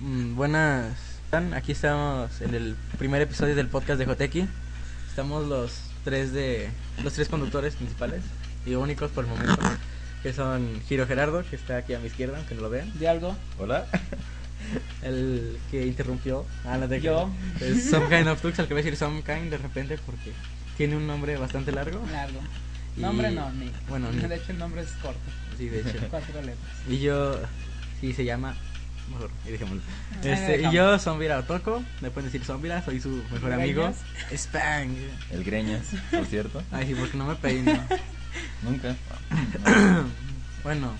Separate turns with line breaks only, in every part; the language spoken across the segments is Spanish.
Mm, buenas. Aquí estamos en el primer episodio del podcast de Joteki. Estamos los tres de los tres conductores principales y únicos por el momento, que son Giro Gerardo, que está aquí a mi izquierda, aunque no lo vean.
de algo.
Hola.
El que interrumpió. Ah, no te
Yo.
Es Some Kind of Tux, al que voy a decir Some Kind de repente porque tiene un nombre bastante largo.
Largo.
Y-
Nombre no, ni.
Bueno, ni.
De hecho, el nombre es corto.
Sí, de hecho.
Cuatro letras.
Y yo, sí, se llama. Mejor, y dejémoslo.
Ahí
Este,
dejamos.
y yo, Zombira Otoko. Me pueden decir Zombira, soy su mejor amigo.
Gracias.
Spang.
El Greñas, por cierto.
Ay, sí, porque no me peino.
Nunca.
bueno,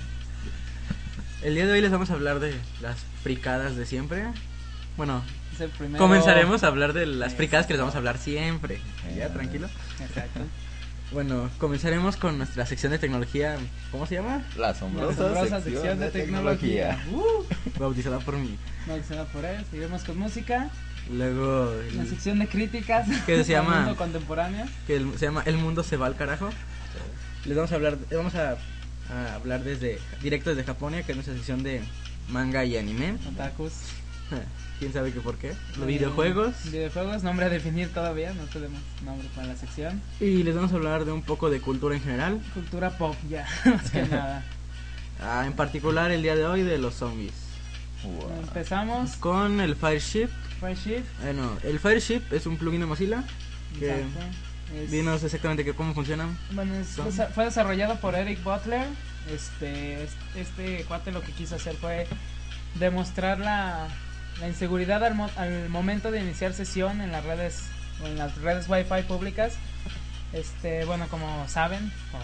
el día de hoy les vamos a hablar de las fricadas de siempre. Bueno,
Es el primero.
comenzaremos a hablar de las
Exacto.
fricadas que les vamos a hablar siempre. Ya,
Ah.
tranquilo.
Exacto.
Bueno, comenzaremos con nuestra sección de tecnología. ¿Cómo se llama?
La
La
asombrosa,
asombrosa sección de tecnología. Uh,
Bautizada por mí.
no se va por él. Seguimos con música.
Luego,
La
el-
sección de críticas.
¿Qué se
al
llama?
mundo contemporáneo.
que el- se llama El mundo se va al carajo. Les vamos a hablar, vamos a, a hablar desde directo desde Japonia, que es nuestra sección de manga y anime.
Otakus.
¿Quién sabe qué por qué? Los
Eh,
videojuegos.
Videojuegos, nombre a definir todavía. No tenemos nombre para la sección.
Y les vamos a hablar de un poco de cultura en general.
Cultura pop, ya. Más que nada.
Ah, en particular el día de hoy de los zombies.
Wow.
Empezamos.
Con el Fireship.
Friendship.
Eh, no, el Fireship es un plugin de Mozilla. Que
Exacto. Es-
Dinos exactamente qué- cómo funciona.
Bueno, es-
Son-
fue desa- fue desarrollado por Eric Butler. Este, es- este cuate lo que quiso hacer fue demostrar la, la inseguridad al, mo- al momento de iniciar sesión en las redes o en las redes Wi-Fi públicas. Este, bueno, como saben, o,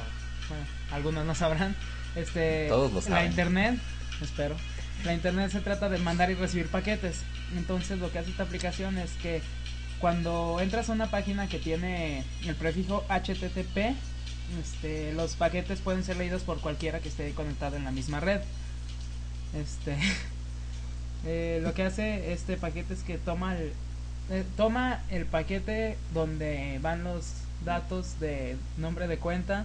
bueno, algunos no sabrán, este,
Todos lo
la
saben.
internet, espero. La internet se trata de mandar y recibir paquetes. Entonces, lo que hace esta aplicación es que cuando entras a una página que tiene el prefijo HTTP, este, los paquetes pueden ser leídos por cualquiera que esté conectado en la misma red. Este, eh, lo que hace este paquete es que toma el, eh, toma el paquete donde van los datos de nombre de cuenta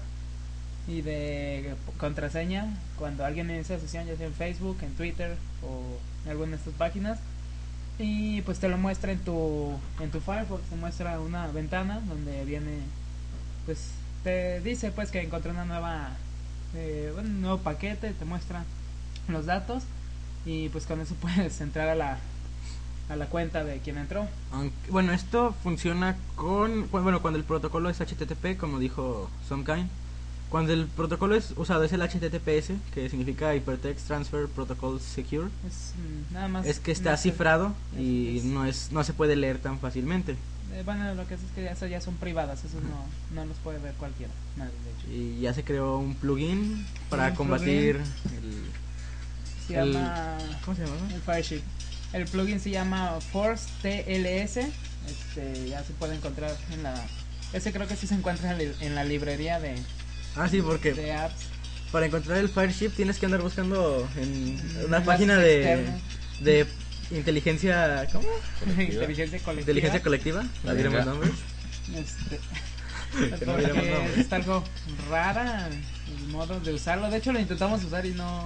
y de contraseña cuando alguien inicia sesión, ya sea en Facebook, en Twitter o en alguna de estas páginas. Y pues te lo muestra en tu, en tu Firefox, te muestra una ventana donde viene, pues te dice pues que encontró una nueva, eh, un nuevo paquete, te muestra los datos y pues con eso puedes entrar a la, a la cuenta de quien entró.
Aunque- bueno, esto funciona con. cu- Bueno, cuando el protocolo es HTTP, como dijo Somekind. Cuando el protocolo es usado es el HTTPS, que significa Hypertext Transfer Protocol Secure.
Es mm, nada más.
Es que está
no sé.
cifrado y
Es- es-
no es no se puede leer tan fácilmente.
Eh, bueno, lo que es, es que esas ya son privadas, esos no, no los puede ver cualquiera. Nadie, de hecho.
Y ya se creó un plugin para
Un
combatir
Se
El-
llama.
el ¿Cómo se llama?
El Fireship. El plugin se llama Force TLS. Este, ya se puede encontrar en la. Ese creo que sí se encuentra en la, en la librería de,
Ah, sí, porque
de apps.
para encontrar el Fireship tienes que andar buscando en
Mm,
una
enlaces
página de,
externos.
de inteligencia, ¿cómo?
Inteligencia colectiva.
Inteligencia colectiva, no
Venga.
diremos nombres.
Este,
Que no diremos nombres.
porque está algo rara el modo de usarlo. De hecho, lo intentamos usar y no,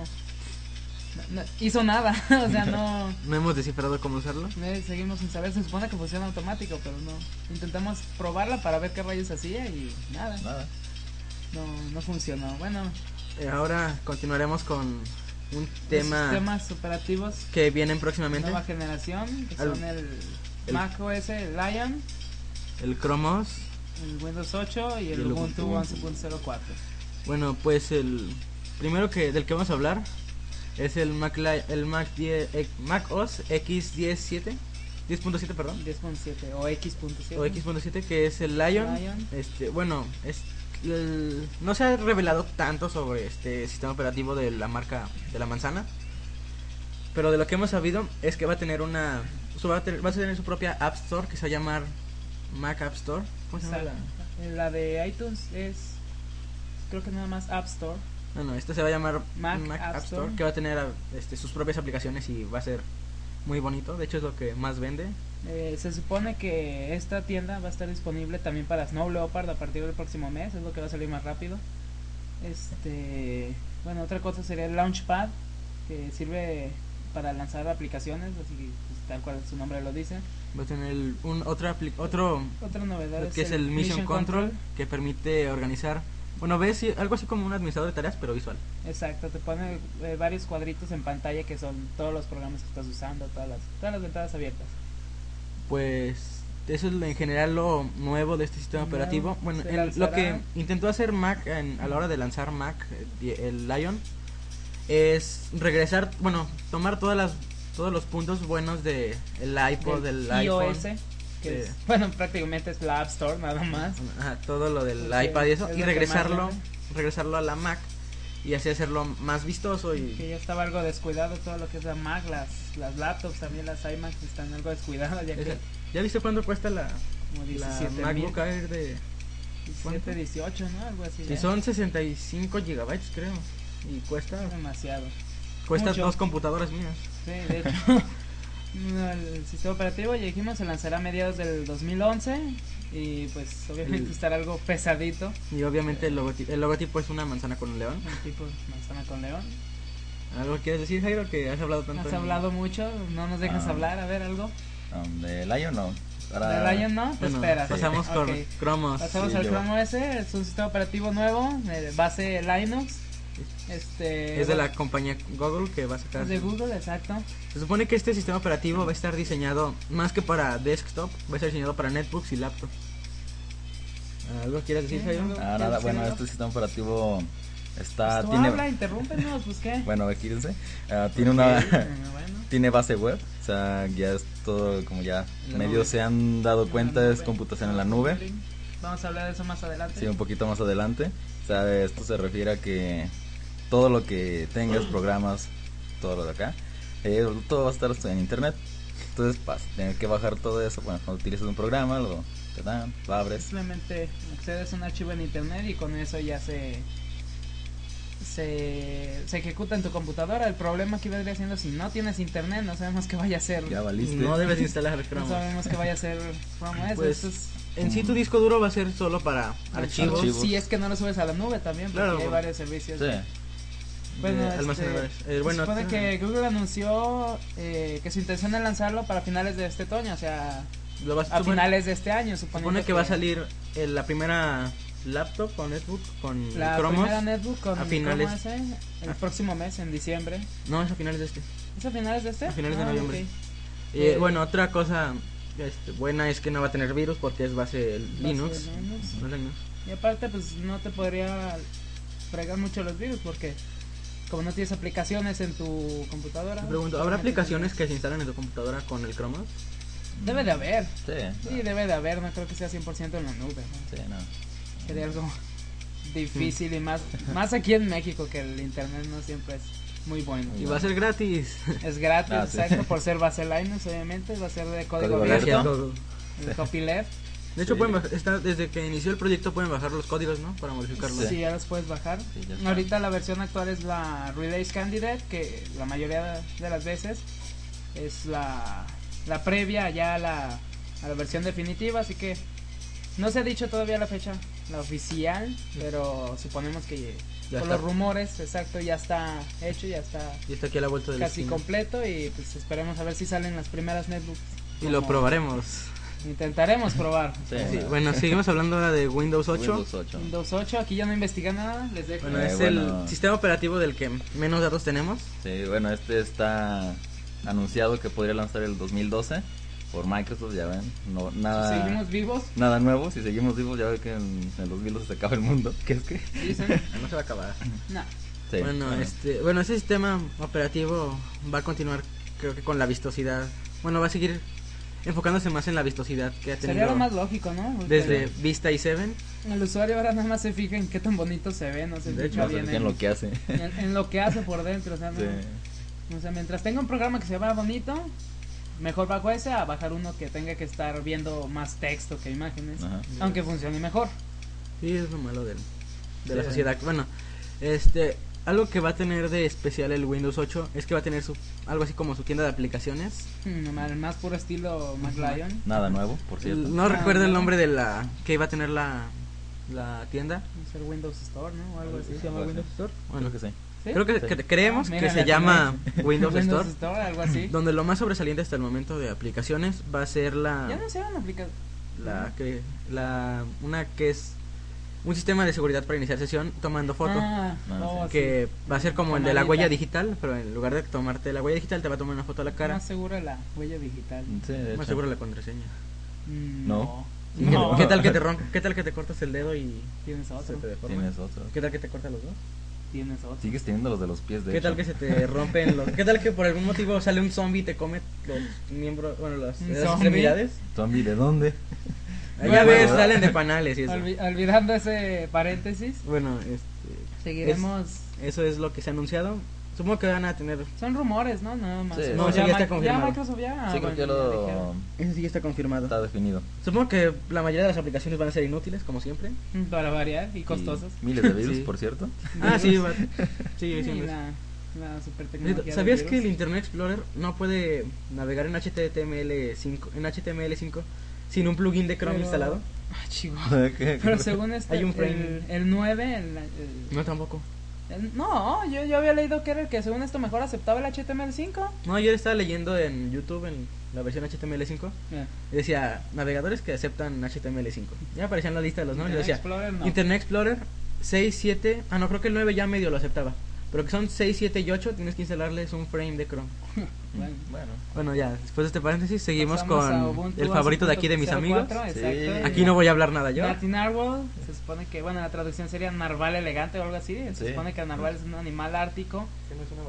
no- no hizo nada. o sea, no.
No hemos descifrado cómo usarlo.
eh, Seguimos sin saber. Se supone que funciona automático, pero no. Intentamos probarla para ver qué rayos hacía y nada.
Nada.
No, no funcionó. Bueno,
Eh, Ahora continuaremos con un
los
tema
sistemas operativos
que vienen
de
próximamente,
nueva generación, que
Al-
son el,
el-
Mac OS Lion,
el Chromos.
el Windows 8 y el,
Y el
Ubuntu
Ubuntu.
11.04.
Bueno, pues el primero que del que vamos a hablar es el Mac Li- el Mac 10 eh, Mac OS X107 10.7, perdón,
10.7 o X.7.
o X.7 que es el Lion.
Lion.
Este, bueno, es el- no se ha revelado tanto sobre este sistema operativo de la marca de la manzana. Pero de lo que hemos sabido es que va a tener una su- va a tener, va a tener su propia App Store que se va a llamar Mac App Store. ¿Cómo se llama
Exacto. eh, La de iTunes es, creo que nada más App Store.
la- No, no, esta este se va a llamar
Mac
Mac,
App
App Store,
Store.
que va a tener a- este, sus propias aplicaciones y va a ser muy bonito. De hecho, es lo que más vende.
Eh, se supone que esta tienda va a estar disponible también para Snow Leopard a partir del próximo mes, es lo que va a salir más rápido. Este, bueno, otra cosa sería el Launchpad, que sirve para lanzar aplicaciones, así que pues, tal cual su nombre lo dice.
Va a tener el- un, otra apli- otro
Otra novedad
que es el Mission, Control, que permite organizar, bueno, ves sí, algo así como un administrador de tareas, pero visual.
Exacto, te pone eh, varios cuadritos en pantalla que son todos los programas que estás usando, todas las, todas las ventanas abiertas.
Pues eso es lo- en general lo nuevo de este sistema
Nuevo,
operativo. Bueno,
se
el- lo
lanzará.
que intentó hacer Mac en- a la hora de lanzar Mac, eh, di- el Lion, es regresar, bueno, tomar todas las todos los puntos buenos de el iPod, del,
Del
iPhone,
iOS, que
de-
es- bueno, prácticamente es la App Store nada más.
ajá, todo lo del
Sí,
iPad y
es
eso,
lo que
y
más
regresarlo,
vende.
regresarlo a la Mac y así hacerlo más vistoso y
Que ya estaba algo descuidado todo lo que es la Mac, las, las laptops, también las iMacs están algo descuidadas ya que
Esa- ¿Ya viste cuánto cuesta la,
como
la
17
MacBook Air de...? ¿cuánto?
18, ¿no? Algo así.
Si
ya.
son 65 gigabytes, creo. Y cuesta...
Es demasiado.
Cuesta
mucho.
dos computadoras mías.
Sí, de hecho. no, el sistema operativo, ya dijimos, se lanzará a mediados del 2011 y pues obviamente
El-
estará algo pesadito,
Y obviamente el logotipo, el logotipo es una manzana con un león.
un tipo manzana con león.
¿Algo quieres decir, Jairo? Que has hablado tanto.
Has
en-
hablado mucho, no nos dejas
Ah.
hablar, a ver algo.
Um, de Lion no.
¿De
Para-
Lion no? Te
Bueno,
esperas.
Pasamos
Ok.
con cromos.
Pasamos
Sí,
al
yo-
Chrome OS, es un sistema operativo nuevo, de base Linux. Este,
Es de la compañía Google que va a sacar.
es de Google, exacto.
Se supone que este sistema operativo va a estar diseñado más que para desktop, va a estar diseñado para netbooks y laptops. ¿Algo quieres decir,
Sí,
Jairo?
algo.
Ah, nada, bueno, este sistema operativo está.
Pues tú
tiene,
habla, interrúmpenos, pues qué.
Bueno, fíjense. ah, tiene una.
Eh, bueno.
tiene base web. O sea, ya es todo, como ya
En la nube.
medios se han dado
En
cuenta,
la
es
nube.
computación en la nube.
Vamos a hablar de eso más adelante.
Sí, un poquito más adelante. O sea, esto se refiere a que todo lo que
Mm.
tengas, programas, todo lo de acá, eh, todo va a estar en internet. Entonces vas a tener que bajar todo eso. Bueno, cuando utilizas un programa, lo te dan, lo abres.
Simplemente accedes a un archivo en internet y con eso ya se se, se ejecuta en tu computadora. El problema que vendría siendo si no tienes internet, no sabemos qué vaya a ser.
Ya valiste.
No debes instalar
No
cromos.
sabemos qué vaya a ser Chrome OS.
Pues,
esto es-
En sí, tu disco duro va a ser solo para
Archivos.
archivos.
Si es que no lo subes a la nube también, porque
Claro,
hay
bueno.
varios servicios.
Sí.
Bueno,
de
este,
almacenadores. Eh,
Se
bueno,
supone
ah,
que Google anunció eh, que su intención es lanzarlo para finales de este otoño, o sea,
lo vas-
a
supone-
finales de este año, suponiendo
Supone que va a salir eh, la primera laptop con netbook con
La
cromos.
primera netbook con
a finales- Ah.
Chrome OS, el
a-
próximo mes, en diciembre.
No, es a finales de este.
¿Es a finales de este?
A finales de
Ah,
noviembre.
ok.
Eh,
Eh,
bueno, otra cosa este, buena es que no va a tener virus porque es base
Base
Linux.
de Linux.
No es Linux.
Y aparte, pues no te podría fregar mucho los virus porque como no tienes aplicaciones en tu computadora.
Te pregunto, ¿habrá aplicaciones que se instalan en tu computadora con el Chrome?
Debe de haber.
Sí,
Sí, debe de haber, no creo que sea 100% en la nube. ¿no?
sí, no.
Sería algo difícil y más más aquí en México que el internet no siempre es muy bueno.
Y va a ser gratis.
Es gratis,
Ah, sí.
exacto, por ser base Linux, obviamente, va a ser de código
Código
abierto,
Gracias,
abierto.
Google.
el copyleft.
De hecho,
Sí.
pueden baj- está- desde que inició el proyecto pueden bajar los códigos, ¿no? Para modificarlos.
Sí. ya los puedes bajar.
Sí, ya está.
Ahorita la versión actual es la Release Candidate, que la mayoría de las veces es la, la previa ya a la, a la versión definitiva, así que no se ha dicho todavía la fecha, la oficial, pero suponemos que
Ya
por
está.
los rumores, exacto, ya está hecho, ya está
Y está aquí a la vuelta del
casi completo y pues esperemos a ver si salen las primeras netbooks.
Y lo
Como
probaremos.
Intentaremos probar.
Sí.
Sí, bueno, seguimos hablando ahora de Windows 8.
Windows 8.
Windows 8, aquí ya no investiga nada, les dejo.
Bueno,
Eh,
es
bueno.
el sistema operativo del que menos datos tenemos.
Sí, bueno, este está anunciado que podría lanzar el 2012 por Microsoft, ya ven. No, nada,
Seguimos vivos,
nada nuevo. Si seguimos vivos, ya ven que en el 2012 se acaba el mundo. ¿Qué es que?
dicen.
No se va a acabar.
Nah.
Sí,
bueno, este, bueno, ese sistema operativo va a continuar, creo que con la vistosidad. Bueno, va a seguir enfocándose más en la vistosidad que ha
Sería lo
tenido
más lógico, ¿no? Porque
desde Vista y Seven.
El usuario ahora nada más se fija en qué tan bonito se ve, no se
De
escucha
no sé
bien.
qué es lo que hace.
en, en lo que hace por dentro, o sea, no-
Sí.
o sea, mientras tenga un programa que se vea bonito, mejor bajo ese a bajar uno que tenga que estar viendo más texto que imágenes,
Ajá.
aunque funcione mejor.
Sí, es lo malo del- de la
Sí.
sociedad. Bueno, este, algo que va a tener de especial el Windows 8 es que va a tener su, algo así como su tienda de aplicaciones.
Mm, Al más puro estilo McLion.
Nada nuevo, por cierto.
No
Ah,
recuerdo el
no.
nombre de la que iba a tener la, la tienda.
Es el Windows Store, ¿no? O algo así.
Algo así.
Bueno,
Creo que sí.
¿Sí?
Creo que,
Sí.
que- creemos
Ah,
que
mira,
se
la
llama
tenés.
Windows, Store,
algo así.
donde lo más sobresaliente hasta el momento de aplicaciones va a ser la
Ya no se van a aplicar.
la que la una que es un sistema de seguridad para iniciar sesión tomando foto.
Ah,
No,
oh,
que
sí.
va a ser como el de la
Camarita.
huella digital, pero en lugar de tomarte la huella digital te va a tomar una foto a la cara.
Más segura la huella digital.
Sí, de
Más
hecho.
seguro la contraseña.
Mm,
No.
¿Y
No.
qué-
No.
¿Qué, tal que te rom- ¿Qué tal que te cortas el dedo y
Tienes
se
otro.
te deforma?
Tienes otro.
¿Qué tal que te cortas los dos?
Tienes otro.
Sigues teniendo los de los pies, de
¿Qué tal
hecho.
que se te rompen los.? ¿Qué tal que por algún motivo sale un zombie y te come los miembros, bueno, las,
¿Un
las
zombie?
extremidades?
Zombie, ¿de dónde?
Ahí
Bueno,
ya ves,
bueno.
salen de panales y eso.
Olvi- olvidando ese paréntesis,
Bueno, este,
seguiremos.
eso es lo que se ha anunciado. Supongo que van a tener.
Son rumores, ¿no? Nada más.
Sí.
O
No,
sí,
ya
ya
Ma-
está confirmado.
Ya Microsoft
Ah,
ya.
sí, creo
bueno,
que
ya
lo...
dijeron.
Eso sí ya está confirmado.
Está definido.
Supongo que la mayoría de las aplicaciones van a ser inútiles, como siempre.
Mm, Para variar y costosas.
Y miles de virus,
Sí.
por cierto.
Ah, sí,
Virus.
va- sí,
Y
siempre. es.
la, la super
Neta,
tecnología.
¿Sabías que el Internet Explorer no puede navegar en HTML5, en HTML5 sin un plugin de Chrome
Pero-
instalado?
Ah, chico.
¿Qué-
Pero
qué-
según este,
Hay un frame.
el, el 9, el, el-
No, tampoco.
el- no, yo, yo había leído que era el que según esto mejor aceptaba el HTML5.
No, yo estaba leyendo en YouTube en la versión HTML5
Eh,
y decía navegadores que aceptan HTML5. Ya aparecía en la lista de los nombres.
Internet
y decía
Explorer, no.
Internet Explorer 6, 7. Ah, no, creo que el 9 ya medio lo aceptaba. Pero que son 6, 7 y 8, tienes que instalarles un frame de Chrome.
Bueno,
Bueno.
Bueno, ya, después de este paréntesis, seguimos
pasamos a
con
Ubuntu
el favorito de aquí de mis amigos.
11.04,
Sí.
exacto.
Aquí no voy a hablar nada yo.
Martin Narwhal, se supone que, bueno, la traducción sería narval elegante o algo así. Se
Sí.
supone que narval es un animal ártico.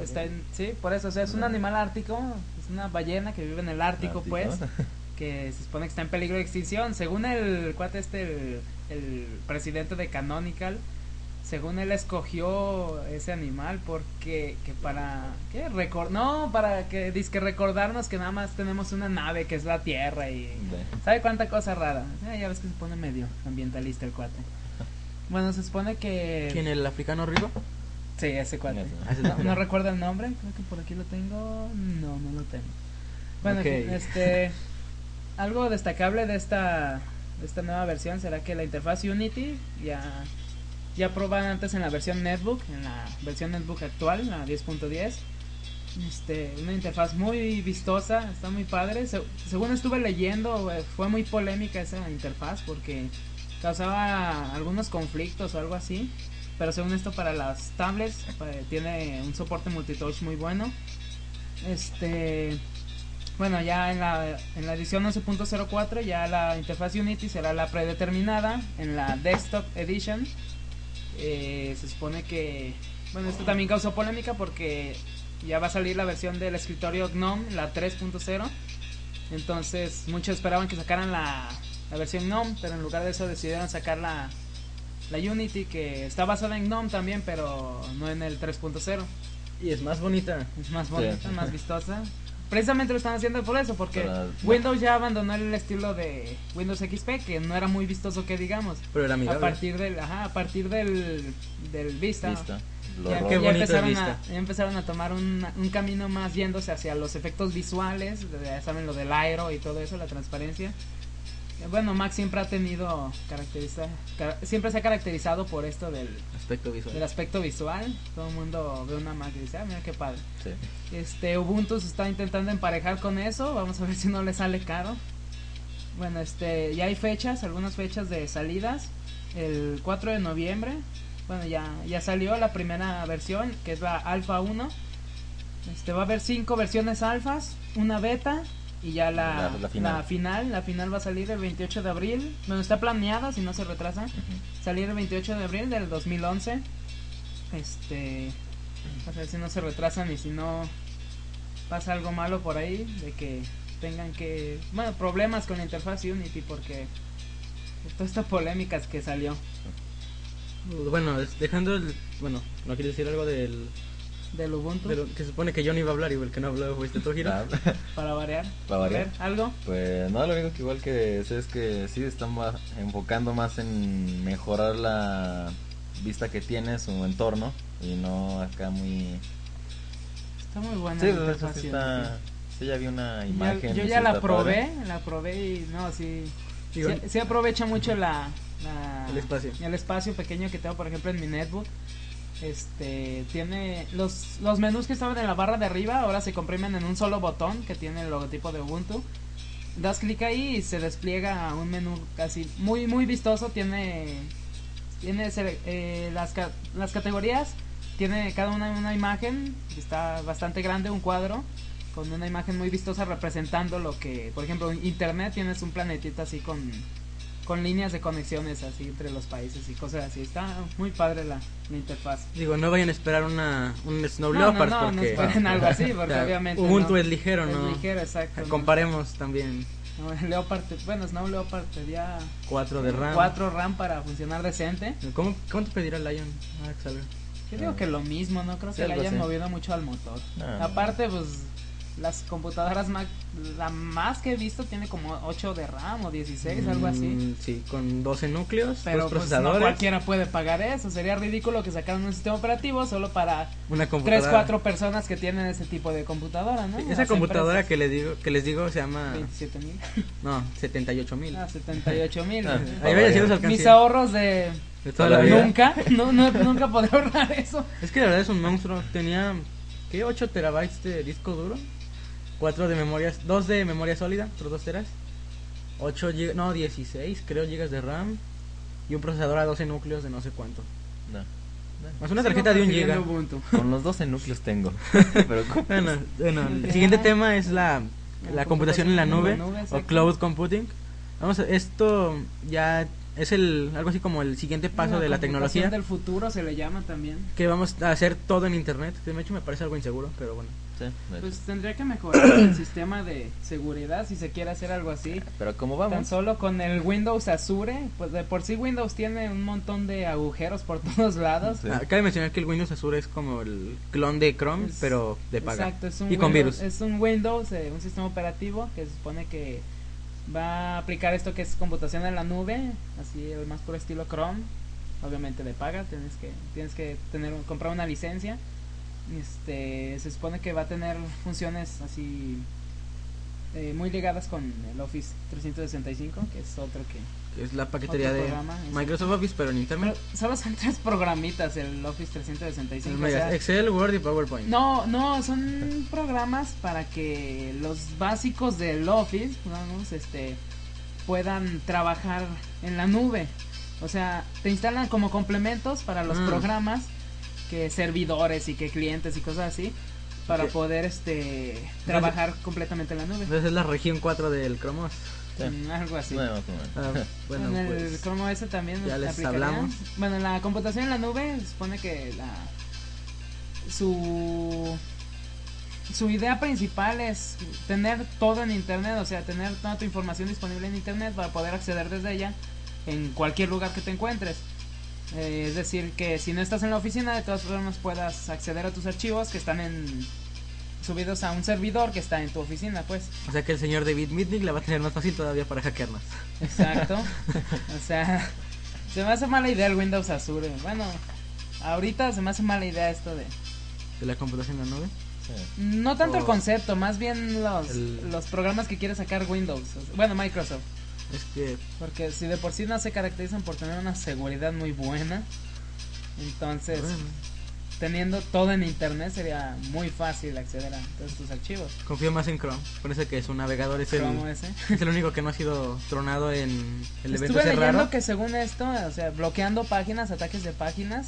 Está en, sí, por eso, o sea, es un
Una-
animal ártico, es una ballena que vive en el Ártico,
Ártico.
pues, que se supone que está en peligro de extinción. Según el cuate este, el, el presidente de Canonical, según él escogió ese animal porque que para ¿qué? Recor- no, para que dizque recordarnos que nada más tenemos una nave que es la Tierra y
De-
¿Sabe cuánta cosa rara? Eh, ya ves que se pone medio ambientalista el cuate. Bueno, se supone que...
¿Quién, el africano rico?
Sí, ese cuate.
Ese.
Ah, ese es
No
Lambda.
recuerdo el nombre, creo que por aquí lo tengo. No, no lo tengo. Bueno, en
Ok.
fin, este algo destacable de esta de esta nueva versión será que la interfaz Unity ya ya probada antes en la versión Netbook, en la versión Netbook actual, la 10.10. Este, una interfaz muy vistosa, está muy padre. Se- según estuve leyendo, eh, fue muy polémica esa interfaz porque causaba algunos conflictos o algo así. Pero según esto para las tablets pa- tiene un soporte multitouch muy bueno. Este bueno, ya en la, en la edición 11.04 ya la interfaz Unity será la predeterminada en la Desktop Edition. Eh, se supone que bueno, esto también causó polémica porque ya va a salir la versión del escritorio GNOME, la 3.0. Entonces, muchos esperaban que sacaran la, la versión GNOME, pero en lugar de eso decidieron sacar la, la Unity, que está basada en GNOME también, pero no en el 3.0.
Y es más bonita.
Es más bonita, más vistosa. Precisamente lo están haciendo por eso, porque
Para-
Windows ya abandonó el estilo de Windows XP, que no era muy vistoso que digamos.
Pero era
A
amigable.
partir del, ajá, a partir del, del Vista.
Vista. Lo
Ya,
Qué
rojo.
ya
bonito el
empezaron, a,
Vista.
ya empezaron a tomar un, un camino más yéndose hacia los efectos visuales, ya saben lo del aero y todo eso, la transparencia. Eh, Bueno, Mac siempre ha tenido caracteriza, car- siempre se ha caracterizado por esto del,
Aspecto visual.
del aspecto visual. Todo el mundo ve una Mac y dice, ah, mira qué padre.
Sí.
Este, Ubuntu se está intentando emparejar con eso. Vamos a ver si no le sale caro. Bueno, este, ya hay fechas, algunas fechas de salidas. El 4 de noviembre, bueno, ya, ya salió la primera versión, que es la Alpha 1. Este, va a haber cinco versiones alfas, una beta y ya la,
La- la final.
la final. La final va a salir el 28 de abril. Bueno, está planeada, si no se retrasa
Ujú.
salir el 28 de abril del 2011. Este, a ver si no se retrasan y si no pasa algo malo por ahí de que tengan que, bueno, problemas con la interfaz Unity porque todas estas polémicas que salió
Bueno, es- dejando el. Bueno, ¿no quieres decir algo del.
del Ubuntu
de lo que se supone que yo no iba a hablar y el que no habló fuiste tú, Giro?
Claro.
para variar.
Para variar.
A ver, algo.
Pues no, lo único que igual que sé es que sí están ma- enfocando más en mejorar la vista que tiene su entorno y no acá muy...
Está muy buena
Sí,
la
de hecho
interfaz
sí
Unity.
está... Sí, ya vi una
Ya-
imagen.
yo
y
ya
sí
la
está
probé,
padre.
la probé y no, sí
Digo,
Se, se aprovecha mucho la, la-
El espacio.
el espacio pequeño que tengo, por ejemplo, en mi netbook. Este tiene los, los menús que estaban en la barra de arriba ahora se comprimen en un solo botón que tiene el logotipo de Ubuntu. Das clic ahí y se despliega un menú casi muy muy vistoso, tiene tiene sele- eh, las, ca- las categorías, tiene cada una una imagen, está bastante grande un cuadro con una imagen muy vistosa representando lo que, por ejemplo, en internet tienes un planetita así con con líneas de conexiones así entre los países y cosas así. Está muy padre la, la interfaz.
Digo, no vayan a esperar una, un Snow
no,
Leopard
no, no, no
porque
esperen algo así,
o
porque
sea,
obviamente
Ubuntu
no.
es ligero, ¿no?
Es ligero, exacto. ¿no?
Comparemos también
No, el Leopard, te- bueno, Snow Leopard pedía
4 de RAM.
4 RAM para funcionar decente.
¿Cómo, ¿Cuánto pedirá Lion? Ah, Ahora que salga.
Yo digo
Ah.
que lo mismo, no creo
Sí,
que le
algo
hayan
así.
movido mucho al motor.
No.
Aparte, pues las computadoras Mac, la más que he visto tiene como 8 de RAM o 16, algo así.
Mm, Sí, con 12 núcleos,
Pero
dos
pues
procesadores,
no cualquiera puede pagar eso. Sería ridículo que sacaran un sistema operativo solo para
una computadora.
tres, cuatro personas que tienen ese tipo de computadora, ¿no?
Sí,
Las
Esa computadora
empresas.
que les digo, que les digo se llama
27 mil.
no, 78 mil.
Ah, 78 mil.
Ah,
Ahí vayan haciendo su
Mis
alcancía.
ahorros de...
De toda la vida.
Nunca, no, no- nunca podré ahorrar eso.
Es que la verdad es un monstruo. Tenía, ¿qué? 8 terabytes de disco duro. 4 de memorias, 2 de memoria sólida, otros 2 teras. 8 GB, no, 16 creo gigas de RAM. Y un procesador a 12 núcleos de no sé cuánto.
No.
Más una tarjeta de 1 giga.
Ubuntu.
Con los 12 núcleos tengo. Pero ¿cómo?
Bueno, bueno,
Ya.
el siguiente tema es la,
La
la computación en la nube
computación en la nube,
o
exacto.
cloud computing. Vamos, a- esto ya es el algo así como el siguiente paso de la tecnología
del futuro se le llama también.
que vamos a hacer todo en internet. que De hecho me parece algo inseguro, pero bueno.
Sí, de hecho.
Pues tendría que mejorar el sistema de seguridad si se quiere hacer algo así.
Pero ¿cómo
Tan
vamos?
solo con el Windows Azure, pues de por sí Windows tiene un montón de agujeros por todos lados.
Sí.
Ah, cabe mencionar que el Windows Azure es como el clon de Chrome,
Es-
pero de paga.
Exacto, es un
y con
Windows,
virus.
Es un Windows, eh, un sistema operativo que se supone que va a aplicar esto que es computación en la nube, así el más puro estilo Chrome, obviamente de paga, tienes que tienes que tener un- comprar una licencia. Este, se supone que va a tener funciones así eh, muy ligadas con el Office 365, que es otro que
Es la paquetería
Otro
de
programa, es-
Microsoft Office, pero en
pero
internet.
solo son tres programitas el Office 365. o
Megas,
sea,
Excel, Word y PowerPoint.
No, no, son programas para que los básicos del Office, vamos, este, puedan trabajar en la nube. O sea, te instalan como complementos para los
Mm.
programas, que servidores y que clientes y cosas así, para
Ok.
poder, este, trabajar completamente en la nube.
Entonces es la región 4 del Chrome OS.
Sí.
Mm, Algo así.
Bueno, más o menos.
Ah, bueno,
en el
pues,
Chrome OS también
ya les
aplicaría.
hablamos.
Bueno, la computación en la nube se supone que la su su idea principal es tener todo en internet, o sea, tener toda tu información disponible en internet para poder acceder desde ella en cualquier lugar que te encuentres. Eh, es decir, que si no estás en la oficina, de todas formas puedas acceder a tus archivos que están en subidos a un servidor que está en tu oficina, pues.
O sea que el señor David Mitnick la va a tener más fácil todavía para hackearnos.
Exacto. O sea, se me hace mala idea el Windows Azure. Bueno, ahorita se me hace mala idea esto de...
De la computación en la nube.
Sí.
No tanto el
Oh.
concepto, más bien los,
El-
los programas que quiere sacar Windows. o sea, Bueno, Microsoft.
Es que
Porque si de por sí no se caracterizan por tener una seguridad muy buena, entonces
bueno,
teniendo todo en Internet sería muy fácil acceder a todos tus archivos.
confío más en Chrome. Por eso que su navegador es el,
Chrome OS.
es el único que no ha sido tronado en el evento
Estuve
ese
leyendo
raro.
que según esto, o sea, bloqueando páginas, ataques de páginas,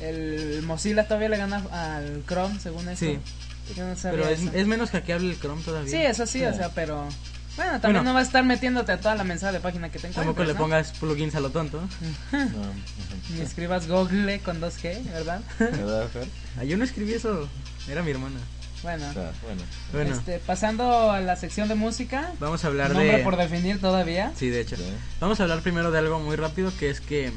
el Mozilla todavía le gana al Chrome, según esto.
Sí,
Yo no sabía
pero es,
eso.
es menos hackeable el Chrome todavía.
Sí, eso sí, o sea, pero... Bueno, también
Bueno.
no va a estar metiéndote a toda la mensaje de página que te encuentres,
Tampoco le
¿no?
pongas plugins a lo tonto.
No.
Ni escribas Google con 2G, ¿verdad?
¿Verdad, Fer?
Ah, yo no escribí eso. Era mi hermana.
Bueno,
O sea, bueno.
Bueno,
este, pasando a la sección de música,
vamos a hablar
nombre
de...
por definir todavía.
Sí, de hecho.
Sí.
Vamos a hablar primero de algo muy rápido, que es que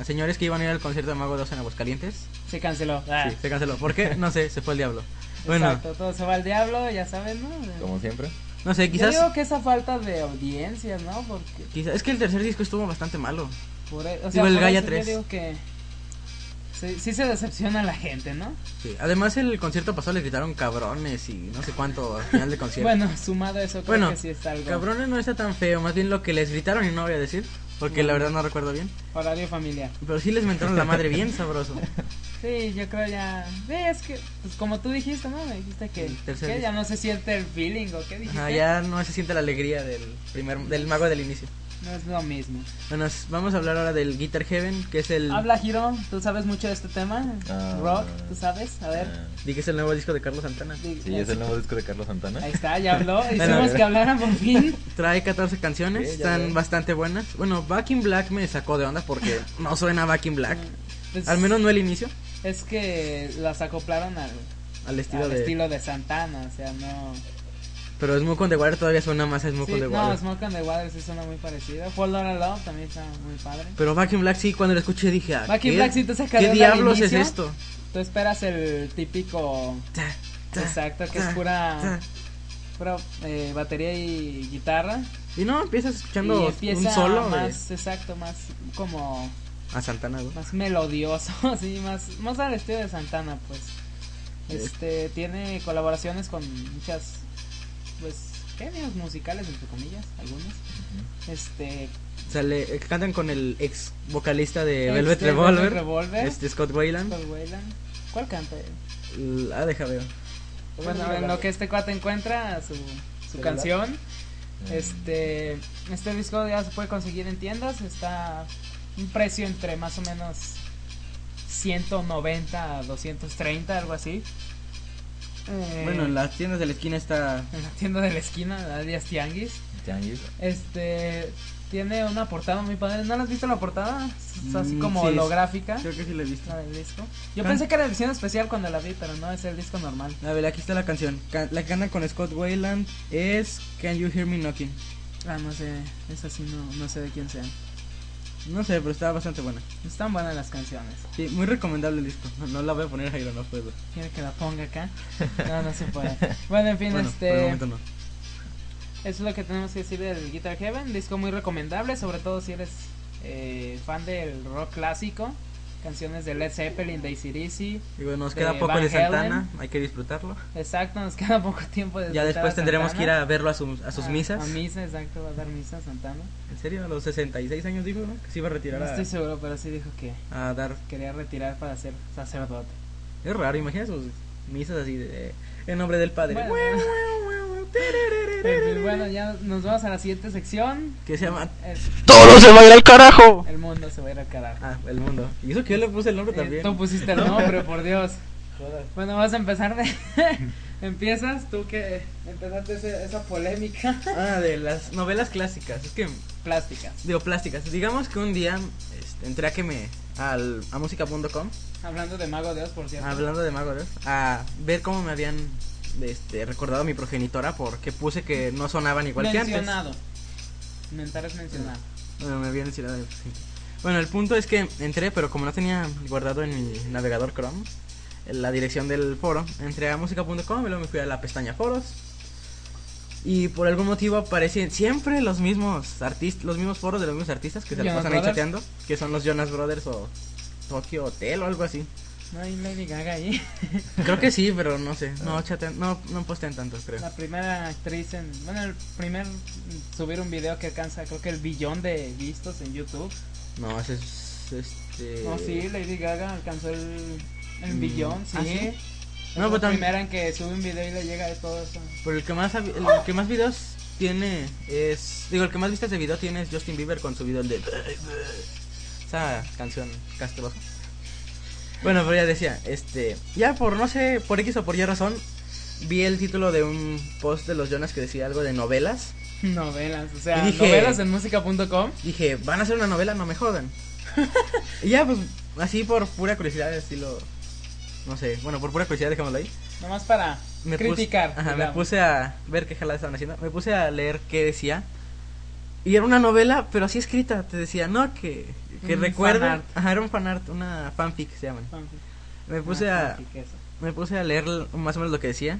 a señores que iban a ir al concierto de Mago 2 en Aguascalientes,
Se canceló. Ah,
sí, se canceló. ¿Por qué? No sé, se fue el diablo. Bueno,
Exacto, todo se va al diablo, ya saben, ¿no?
Como siempre.
no sé, quizás...
Yo digo que esa falta de audiencia, ¿no? Porque
Quizá- es que el tercer disco estuvo bastante malo.
Por e- o sea,
Digo, el
por
Gaia
eso yo
3.
digo que sí, sí se decepciona la gente, ¿no?
Sí. Además, el concierto pasado le gritaron cabrones y no sé cuánto al final del concierto.
Bueno, sumado a eso creo
Bueno,
que sí está algo.
cabrones no está tan feo, más bien lo que les gritaron y no voy a decir, porque la
Mm.
verdad no recuerdo bien.
Horario familiar.
Pero sí les mentaron la madre bien sabroso.
Sí, yo creo ya. Sí, es que, pues como tú dijiste, ¿no? Me dijiste que,
El tercer
que
disco.
ya no se siente el feeling o qué dijiste.
Ajá, ya no se siente la alegría del primer del mago del inicio.
No es lo mismo.
Bueno, s- vamos a hablar ahora del Guitar Heaven, que es el
Habla, Giro, tú sabes mucho de este tema.
Ah.
Rock, tú sabes. A ver.
Ah,
di que es el nuevo disco de Carlos Santana.
di-
Sí, es el nuevo disco de Carlos Santana.
Ahí está, ya habló. Hicimos
Bueno.
que hablaran por fin.
Trae 14 canciones,
Sí, ya
están
veo.
bastante buenas. Bueno, Back in Black me sacó de onda porque no suena Back in Black.
Pues,
Al menos no el inicio,
Es que las acoplaron al,
al estilo
al
de
estilo de Santana, o sea, no.
Pero Smoke on the Water todavía suena más a Smoke
Sí,
on the
no,
Water.
Smoke on the Water sí suena muy parecido. Hold on a Love también está muy padre.
Pero Back in Black sí, cuando lo escuché dije, ah,
Back in
¿qué,
Black sí te saca de
¿qué
onda al
diablos es
inicio?
esto?
Tú esperas el típico.
Ta, ta,
Exacto, que es
ta,
pura,
ta.
pura eh, batería y guitarra.
Y no, empiezas
y
escuchando
empieza
un solo de-
más, exacto, más como
a Santana. güey.
más melodioso, así más más al estilo de Santana, pues. Este tiene colaboraciones con muchas pues genios musicales entre comillas, algunos. Este
Sale, eh, cantan con el ex vocalista de
ex
Eh, Velvet
de
Revolver,
este, Velvet Revolver,
este Scott Wayland.
Scott Weiland. ¿Cuál canta? él?
L- Ah, deja ver.
Eh. Bueno, en lo que este cuate encuentra su, su
Celular.
canción.
Mm.
Este, este disco ya se puede conseguir en tiendas, está un precio entre más o menos 190 a 230, algo así. Eh,
Bueno, en las tiendas de la esquina está
en la tienda de la esquina, la de Díaz Tianguis.
Tianguis.
Este, tiene una portada muy padre. ¿No la has visto la portada? Es así
Mm,
como
sí, es-
holográfica.
Creo que sí lo he visto.
la del disco. Yo
Ah.
pensé que era edición especial cuando la vi, pero no, es el disco normal.
A ver, aquí está la canción. Ca- La que cantan con Scott Wayland es Can You Hear Me Knocking.
Ah, no sé, esa sí no, no sé de quién sea.
No sé, pero está bastante buena.
Están buenas las canciones.
Sí, muy recomendable el disco. No la voy a poner Jairo, no puedo.
Quiere que la ponga acá. No, no se puede. Bueno, en fin,
Bueno, por el
este.
momento no.
Eso es lo que tenemos que decir del Guitar Heaven. Disco muy recomendable, sobre todo si eres eh, fan del rock clásico. Canciones de Led Zeppelin, de AC/DC
Digo, nos
De
queda poco
Van
de Santana,
Halen.
hay que disfrutarlo.
Exacto, nos queda poco tiempo de
Ya
escuchar
después
a
tendremos que ir
Santana. Ah,
a verlo a sus, a sus misas.
A misa, exacto, va a dar misa Santana.
¿En serio? A los 66 años dijo, ¿no? Que se iba a retirar
No
a-
estoy seguro, pero sí dijo que
a, dar.
quería retirar para ser sacerdote.
Es raro, imagina sus misas así de. eh, En nombre del Padre.
Bueno. En fin, bueno, ya nos vamos a la siguiente sección.
Que se llama.
El,
Todo se va a ir al carajo.
el mundo se va a ir al carajo.
Ah, el mundo. Y eso que yo le puse el nombre
Eh,
también.
Tú pusiste el nombre, por Dios. Bueno, vas a empezar de... Empiezas tú que empezaste ese- esa polémica.
Ah, de las novelas clásicas. Es que,
Plástica.
digo, plásticas. Digamos que un día este, entré a que me. Al, a música.com.
Hablando de Mago Dios, por cierto.
Hablando de Mago de Oz, a ver cómo me habían este, recordado a mi progenitora porque puse que no sonaban igual que antes.
mencionado. Mentar es mencionado.
Bueno, me habían mencionado. sí. Bueno, el punto es que entré, pero como no tenía guardado en mi navegador Chrome la dirección del foro, entré a música.com y luego me fui a la pestaña foros. Y por algún motivo aparecen siempre los mismos artistas, los mismos foros de los mismos artistas que se la
Jonas
pasan ahí
Brothers.
chateando, que son los Jonas Brothers o Tokyo Hotel o algo así.
No hay Lady Gaga ahí.
Creo que sí, pero no sé. No, chatean, no, no postean tanto, creo.
Ah. La primera actriz en... Bueno, el primer mm, subir un video que alcanza creo que el billón de vistos en YouTube.
No, ese es este.
No, sí, Lady Gaga alcanzó el, el
Mm,
billón, sí.
¿ah, sí?
Es
No,
la
pero también-
primera en que sube un video y le llega de todo eso.
Pero el que más habi- el que más videos tiene es digo el que más vistas de video tiene es Justin Bieber con su video el de esa canción castrosa. Bueno, pero ya decía, este, ya por no sé, por X o por Y razón, vi el título de un post de los Jonas que decía algo de novelas.
Novelas, o sea,
Y dije-
novelas en música.com.
Dije, van a hacer una novela, no me jodan. y ya, pues, así por pura curiosidad, estilo, no sé, bueno, por pura curiosidad, dejémoslo ahí.
Nomás para
me puse-
criticar.
ajá, me
digamos.
puse a ver qué jalada estaban haciendo. Me puse a leer qué decía. Y era una novela, pero así escrita. Te decía, no, que, que
Un
recuerden.
fanart.
Ajá, era un fanart, una fanfic se llaman.
Fanfic.
Me puse
Ah,
a
fanfic, eso.
me puse a leer l- más o menos lo que decía.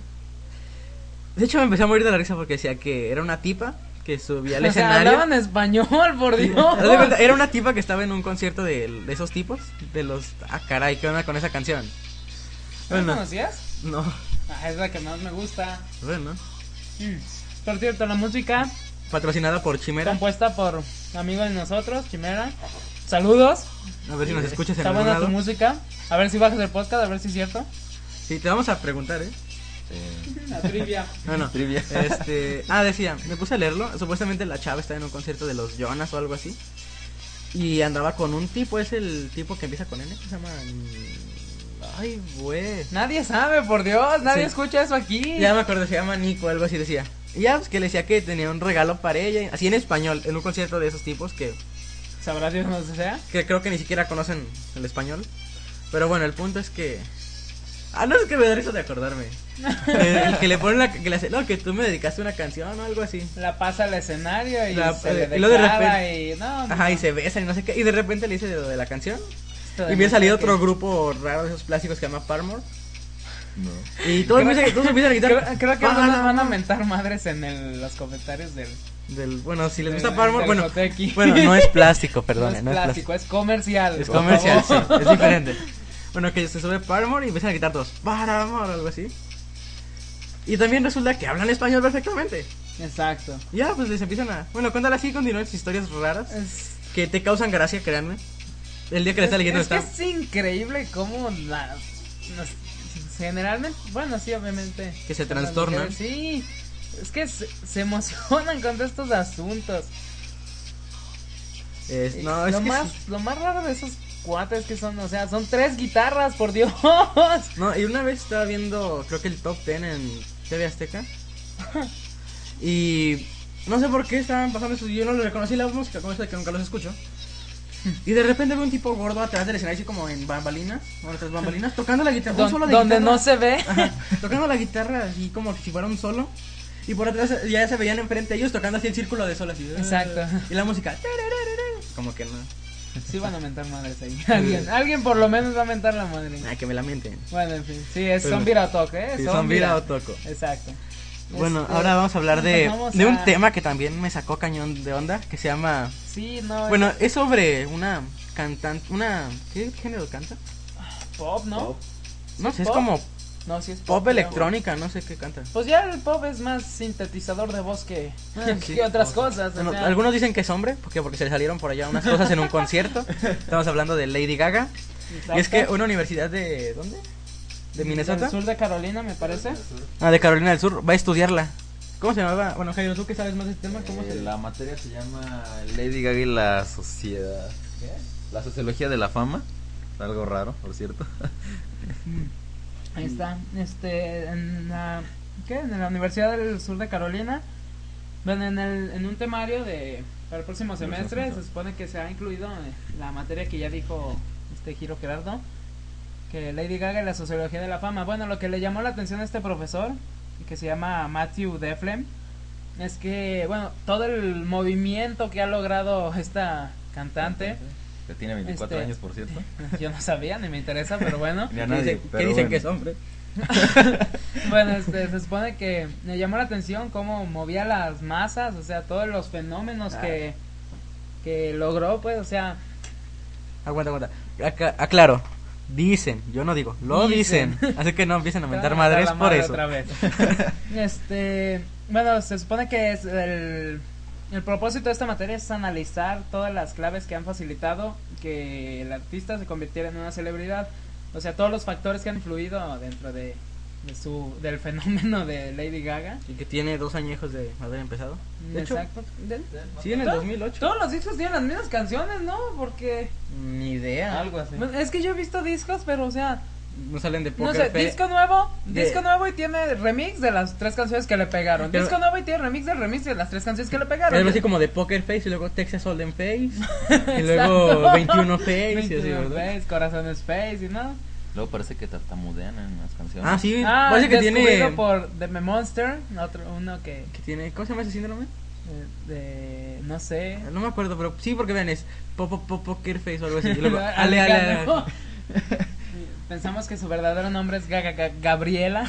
De hecho, me empecé a morir de la risa porque decía que era una tipa que subía al
O sea,
escenario.
hablaban español, por Dios.
Haz de cuenta, eh, era una tipa que estaba en un concierto de, de esos tipos, de los... Ah, caray, ¿qué onda con esa canción?
¿No la
Bueno,
conocías?
no,
Ah, es la que más me gusta.
bueno.
Mm. Por cierto, la música
Patrocinada por Chimera.
compuesta por amigo de nosotros, Chimera. Saludos. Eh,
A ver si nos escuchas en
Está
algún
buena tu
lado.
música. A ver si bajas el podcast, a ver si es cierto.
Sí, te vamos a preguntar, ¿eh?
Sí.
La trivia.
No, no.
Trivia.
Este, ah, decía, me puse a leerlo. Supuestamente la chava está en un concierto de los Jonas o algo así. Y andaba con un tipo, es el tipo que empieza con N, que se llama. Ay, güey.
Nadie sabe, por Dios, nadie
Sí.
escucha eso aquí.
Ya me acuerdo, se llama Nico, algo así decía. Y ya, pues que le decía que tenía un regalo para ella, así en español, en un concierto de esos tipos que,
Sabrá Dios no sea.
que creo que ni siquiera conocen el español. Pero bueno, el punto es que. Ah, no es que me da risa de acordarme. El que le ponen la. Que le hace, no, que tú me dedicaste una canción o algo así.
La pasa al escenario y
La- eh,
se le
y luego de
declara
repente-
y no.
Ajá, y se besan y no sé qué. Y de repente le dice lo de la canción.
pues, esto
Y me ha salido
demuestra
otro grupo raro de esos plásticos que se llama Parmore.
No.
Y Ah, todos
Creo-
empiezan, todos empiezan a
que-
gritar.
Creo, creo que
"Pa,
no nos
la,
van a
ma".
mentar madres en el- los comentarios del.
Del, bueno, si les
del-
gusta Parmore,
del
bueno.
Joteki.
Bueno, no es plástico,
No
perdón.
es plástico, es comercial. Oh,
Es
por
comercial, sí,
favor.
es diferente. Bueno, que se sube Paramore y empiezan a gritar todos Paramore o algo así. Y también resulta que hablan español perfectamente.
Exacto.
Ya, pues les empiezan a. Bueno, cuéntale así, continúan sus historias raras
Es,
que te causan gracia, créanme. El día que le está
es-
leyendo
es que
está.
es increíble cómo la- nos- generalmente, bueno, sí, obviamente.
Que se
con las
trastornan.
mujeres, Sí, es que se, se emocionan con todos estos asuntos.
es-
Y
no, es
lo,
que
más,
sí.
lo más raro de esos cuates que son, o sea, son tres guitarras, por Dios.
No, y una vez estaba viendo, creo que el top 10 en TV Azteca. y no sé por qué estaban pasando eso. y Yo no le reconocí la música, como eso de que nunca los escucho. Y de repente veo un tipo gordo atrás del escenario, así como en bambalinas, bueno, tras bambalinas, tocando la guitarra. un
Don-
solo de
donde
guitarra.
no se ve.
Ajá, tocando la guitarra, así como si fuera un solo. Y por atrás ya se veían enfrente ellos tocando así el círculo de solo, así.
Exacto.
Y la música. tarararara, Como que no.
Sí van a mentar madres ahí. Alguien, alguien por lo menos va a mentar la madre.
Ay, que me lamenten.
Bueno, en fin, sí, es
Bueno.
Zombira Talk, ¿eh?
Sí,
Zombira.
Zombira o Toco.
Exacto.
Bueno,
Este,
ahora vamos a hablar de,
vamos
de un
a-
tema que también me sacó cañón de onda, que se llama...
Sí, no,
Bueno, es sobre una cantante, una... ¿Qué género canta?
es pop, ¿no?
Pop.
No sé, es
pop?
como
No, sí es pop.
pop
creo.
electrónica, no sé qué canta.
Pues ya el pop es más sintetizador de voz que,
Ah, Sí.
que Ah, otras cosas. o
Bueno,
sea.
algunos dicen que es hombre, porque, porque se le salieron por allá unas cosas en un concierto. Estamos hablando de Lady Gaga.
Exacto.
Y es que una universidad de... ¿Dónde? ¿De Minnesota?
Del sur de Carolina, me parece.
Ah, de Carolina del Sur. Va a estudiarla. ¿Cómo se llamaba? Bueno, Jairo, tú que sabes más de este tema, ¿cómo
Eh,
se
la materia se llama Lady Gaga y la sociedad. La sociología de la fama. Algo raro, por cierto.
Ahí está. Este, en la, ¿qué? En la Universidad del Sur de Carolina. Bueno, en, el, en un temario de para el próximo semestre se supone que se ha incluido eh, la materia que ya dijo este Giro Gerardo, que Lady Gaga y la sociología de la fama. Bueno, lo que le llamó la atención a este profesor, que se llama Matthew Deflem, es que, bueno, todo el movimiento que ha logrado esta cantante,
Que tiene 24
Este.
años, por cierto.
yo no sabía, ni me interesa, pero bueno.
Ni a
¿Qué
nadie,
dicen,
pero
que es
bueno.
hombre?
Bueno, este, se supone que me llamó la atención cómo movía las masas, o sea, todos los fenómenos que, que logró, pues, o sea,
Aguanta, aguanta. Acá- aclaro. Dicen, yo no digo, lo dicen. Así que no empiecen a mentar
Claro,
madres
la
por
madre
eso.
otra vez. este, bueno, se supone que es el, el propósito de esta materia es analizar todas las claves que han facilitado que el artista se convirtiera en una celebridad. O sea, todos los factores que han influido dentro de, de su, del fenómeno de Lady Gaga.
Y que tiene dos añejos de haber empezado. De hecho,
Mm, Exacto. De-
sí, en el
¿Todo?
2008.
Todos los discos tienen las mismas canciones, ¿no? Porque
Ni idea.
Algo así.
bueno, es que yo he visto discos, pero o sea,
No salen de
no
Poker
sé,
Face.
disco nuevo,
de-
disco nuevo y tiene remix de las tres canciones que le pegaron.
Pero-
disco nuevo y tiene remix del remix de las tres canciones que le
Es
pegaron.
algo así como de Poker Face y luego Texas Hold'em Face. y luego
Exacto.
21 Face. y así,
21
¿verdad?
Face, Corazón Space, y ¿no?
Luego parece que tartamudean en las canciones.
Ah, sí.
Ah,
parece que
descubrido
tiene,
por The Monster, otro, uno que,
que tiene. ¿Cómo se llama ese síndrome?
eh, de, no sé.
No me acuerdo, pero sí, porque vean, es po, po, po- Poker Face o algo así. Y luego, ale, ale, ale.
Alejandro. Pensamos que su verdadero nombre es Gaga- Ga- Gabriela.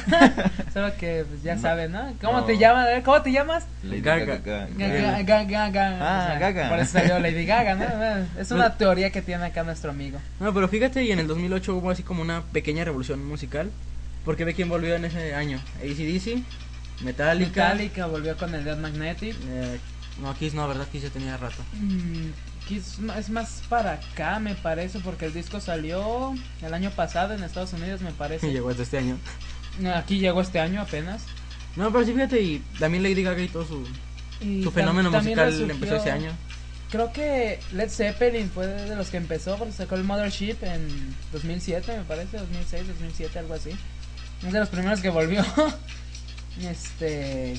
Solo que pues, ya
No.
saben, ¿no? ¿Cómo
No.
te llamas? A ver, ¿Cómo te llamas?
Lady
Gaga.
Gaga.
Gaga, Gaga, Gaga.
Ah, Gaga.
Por eso salió Lady Gaga, ¿no? Es una
No.
teoría que tiene acá nuestro amigo.
No, pero fíjate, y en el 2008 hubo así como una pequeña revolución musical. Porque ve quién volvió en ese año: ACDC, Metallica.
Metallica volvió con el Dead Magnetic.
eh, no, Kiss no, ¿verdad? Kiss ya tenía rato.
Mm, quiz- no, es más para acá, me parece, porque el disco salió el año pasado en Estados Unidos, me parece.
Y llegó hasta este año.
Aquí llegó este año apenas.
No, pero sí, fíjate, y también Lady Gaga y todo su,
Y
su
tam-
fenómeno
también
musical
resurgió-
empezó ese año.
Creo que Led Zeppelin fue de los que empezó, porque sacó el Mothership en 2007, me parece, 2006, 2007, algo así. Es de los primeros que volvió. este.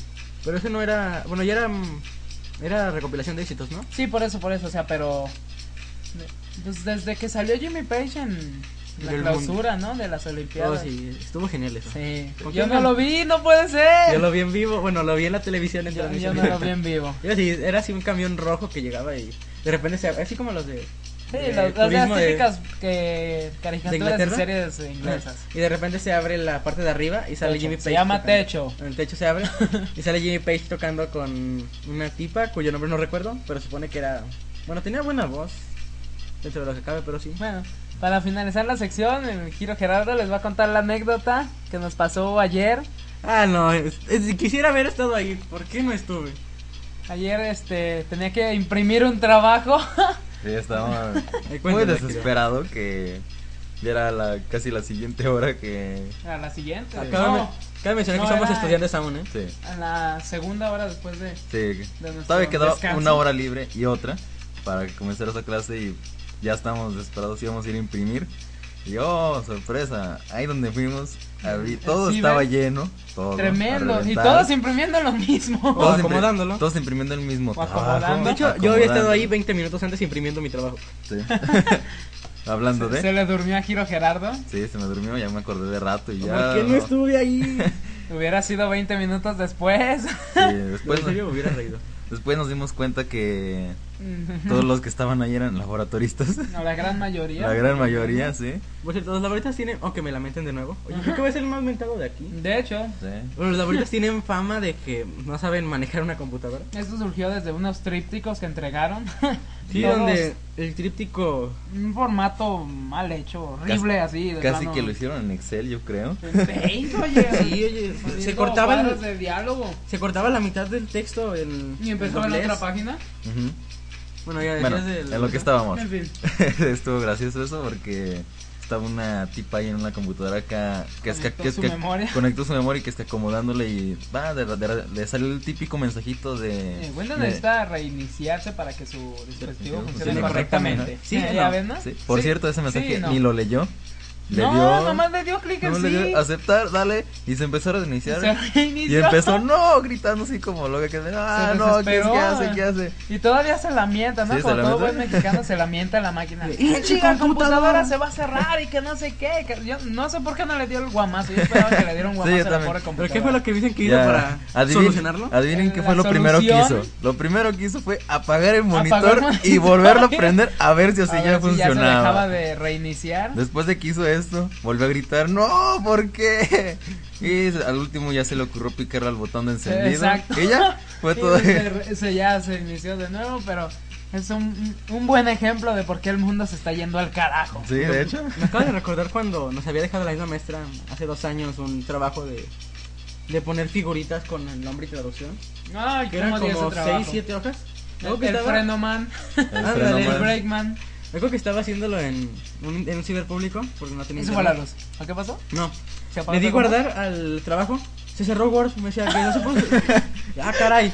Pero ese no era. Bueno, ya era. mm, Era recopilación de éxitos, ¿no?
Sí, por eso, por eso, o sea, pero. Pues desde que salió Jimmy Page en la
Del
clausura, ¿no? De las
Oh,
Olimpiadas.
sí, estuvo genial eso.
Sí.
¿Con
Yo
quién
no
ganó?
lo vi, no puede ser.
Yo lo vi en vivo, bueno, lo vi en la televisión. En
Yo- yo
transmisión.
no lo vi en vivo.
Era así, era así un camión rojo que llegaba y de repente se así como los de,
Sí,
de
las, las- las
turismo de-
típicas que caricaturas de
Inglaterra?
series inglesas.
y de repente se abre la parte de arriba y sale
Techo.
Jimmy
Se
Page.
llama
tocando.
Techo.
El techo se abre y sale Jimmy Page tocando con una tipa cuyo nombre no recuerdo, pero supone que era bueno, tenía buena voz dentro de lo que cabe, pero sí.
Bueno, para finalizar la sección, el Giro Gerardo les va a contar la anécdota que nos pasó ayer.
Ah, no, es- es- quisiera haber estado ahí, ¿por qué no estuve?
Ayer este tenía que imprimir un trabajo.
Sí, estaba
Ay,
muy
cuéntame,
desesperado que ya era la, casi la siguiente hora que...
A la siguiente.
Ah,
Acaba, de-
no,
acaba de mencionar
No,
que somos
era-
estudiantes aún, ¿eh?
Sí,
a la segunda hora después de
sí.
De nuestro
Todavía quedaba
descanso.
una hora libre y otra para comenzar esa clase y ya estábamos desesperados, íbamos a ir a imprimir. Y oh, sorpresa, ahí donde fuimos, abrí, todo
Sí,
estaba
ven.
lleno. Todo, a
tremendo y
reventar.
todos imprimiendo lo mismo.
Todos
impri-
acomodándolo.
Todos imprimiendo el
O
mismo trabajo.
acomodando.
De hecho, yo había estado
acomodando.
ahí 20 minutos antes imprimiendo mi trabajo.
Sí. Hablando
Se
de...
le durmió a Giro Gerardo.
Sí, se me durmió, ya me acordé de rato y ya...
¿Por qué no estuve ahí? Pues,
Hubiera sido 20 minutos después.
Sí,
Después
después,
en serio me hubiera reído.
después nos dimos cuenta que todos los que estaban ahí eran laboratoristas.
No, la gran mayoría.
La gran mayoría, sí.
Por cierto, los laboritas tienen. Aunque me lamenten de nuevo. Oye, creo que voy a ser el más mentado de aquí.
De hecho,
Sí.
Bueno, los laboritas tienen fama de que no saben manejar una computadora.
esto surgió desde unos trípticos que entregaron.
Sí,
Todos
donde el tríptico.
Un formato mal hecho, horrible así. de
Casi
plano.
que lo hicieron en Excel, yo creo.
En Paint, oye.
Sí, oye,
Poniendo
se cortaba,
cuadros
el-
de diálogo.
se cortaba la mitad del texto. El,
Y empezó en
doblez.
otra página.
Ujú.
Bueno, ya
Bueno,
decías del-
en lo que estábamos.
En fin.
Estuvo gracioso eso porque estaba una tipa ahí en una computadora acá que es que,
Conectó
que es
su
que-
memoria.
conectó su memoria y que está acomodándole y va de, de- le salió el típico mensajito de
Eh, Windows
de-
necesita reiniciarse para que su dispositivo funcione
funcione
correctamente.
correctamente. Sí,
Eh,
no.
ya ven, ¿no?
Sí, Por
Sí,
cierto, ese mensaje
sí, no.
ni lo leyó. Le
no,
dio
nomás le dio clic en
nomás
sí.
le dio aceptar, dale y se empezó a
y
reiniciar.
se
Y
reinició.
empezó, no, gritando así como loca que ah,
Se
no, ¿qué, es- qué
desesperó.
hace? ¿Qué hace?
Y todavía se lamenta, ¿no?
Sí, se
Como todo
lamenta.
buen mexicano se lamenta la máquina. Ah,
Sí.
"Pinche
Chica,
computadora
computadora".
se va a cerrar y que no sé qué. que- Yo no sé por qué no le dio el guamazo. Yo esperaba que le diera un
Sí,
guamazo
yo
a la
también.
pobre
¿Pero
computadora.
qué fue lo que dicen que hizo
Ya. ah,
para
Adivinen-
solucionarlo?
Adivinen qué
La
fue lo primero que hizo.
solución.
Lo primero que hizo fue apagar el monitor,
Apagar el monitor.
y volverlo a prender a ver si
A
así
ver
ya
si ya se
funcionaba.
dejaba de reiniciar.
Después de que hizo esto, volvió a gritar, no, ¿por qué? Y se- al último ya se le ocurrió picarle al botón de encendido.
Exacto.
Y ya, fue
Sí,
todo.
se, re- se ya se inició de nuevo, pero es un, un buen ejemplo de por qué el mundo se está yendo al carajo.
Sí, de hecho.
Me acabo de recordar cuando nos había dejado la misma maestra hace dos años un trabajo de, de poner figuritas con el nombre y traducción.
Ay,
Que eran
cómo dio ese
como
trabajo.
6, 7 hojas. Me acuerdo
El,
que
el
estaba-
freno man,
Ándale,
freno
el
man.
breakman.
Me acuerdo que estaba haciéndolo en un, en un ciberpúblico porque no tenía
Eso fue la
internet.
luz. ¿A qué pasó?
No.
¿Se apagó
Le di
todo?
guardar al trabajo. Se cerró Word. Me decía que no se puso. ah, caray.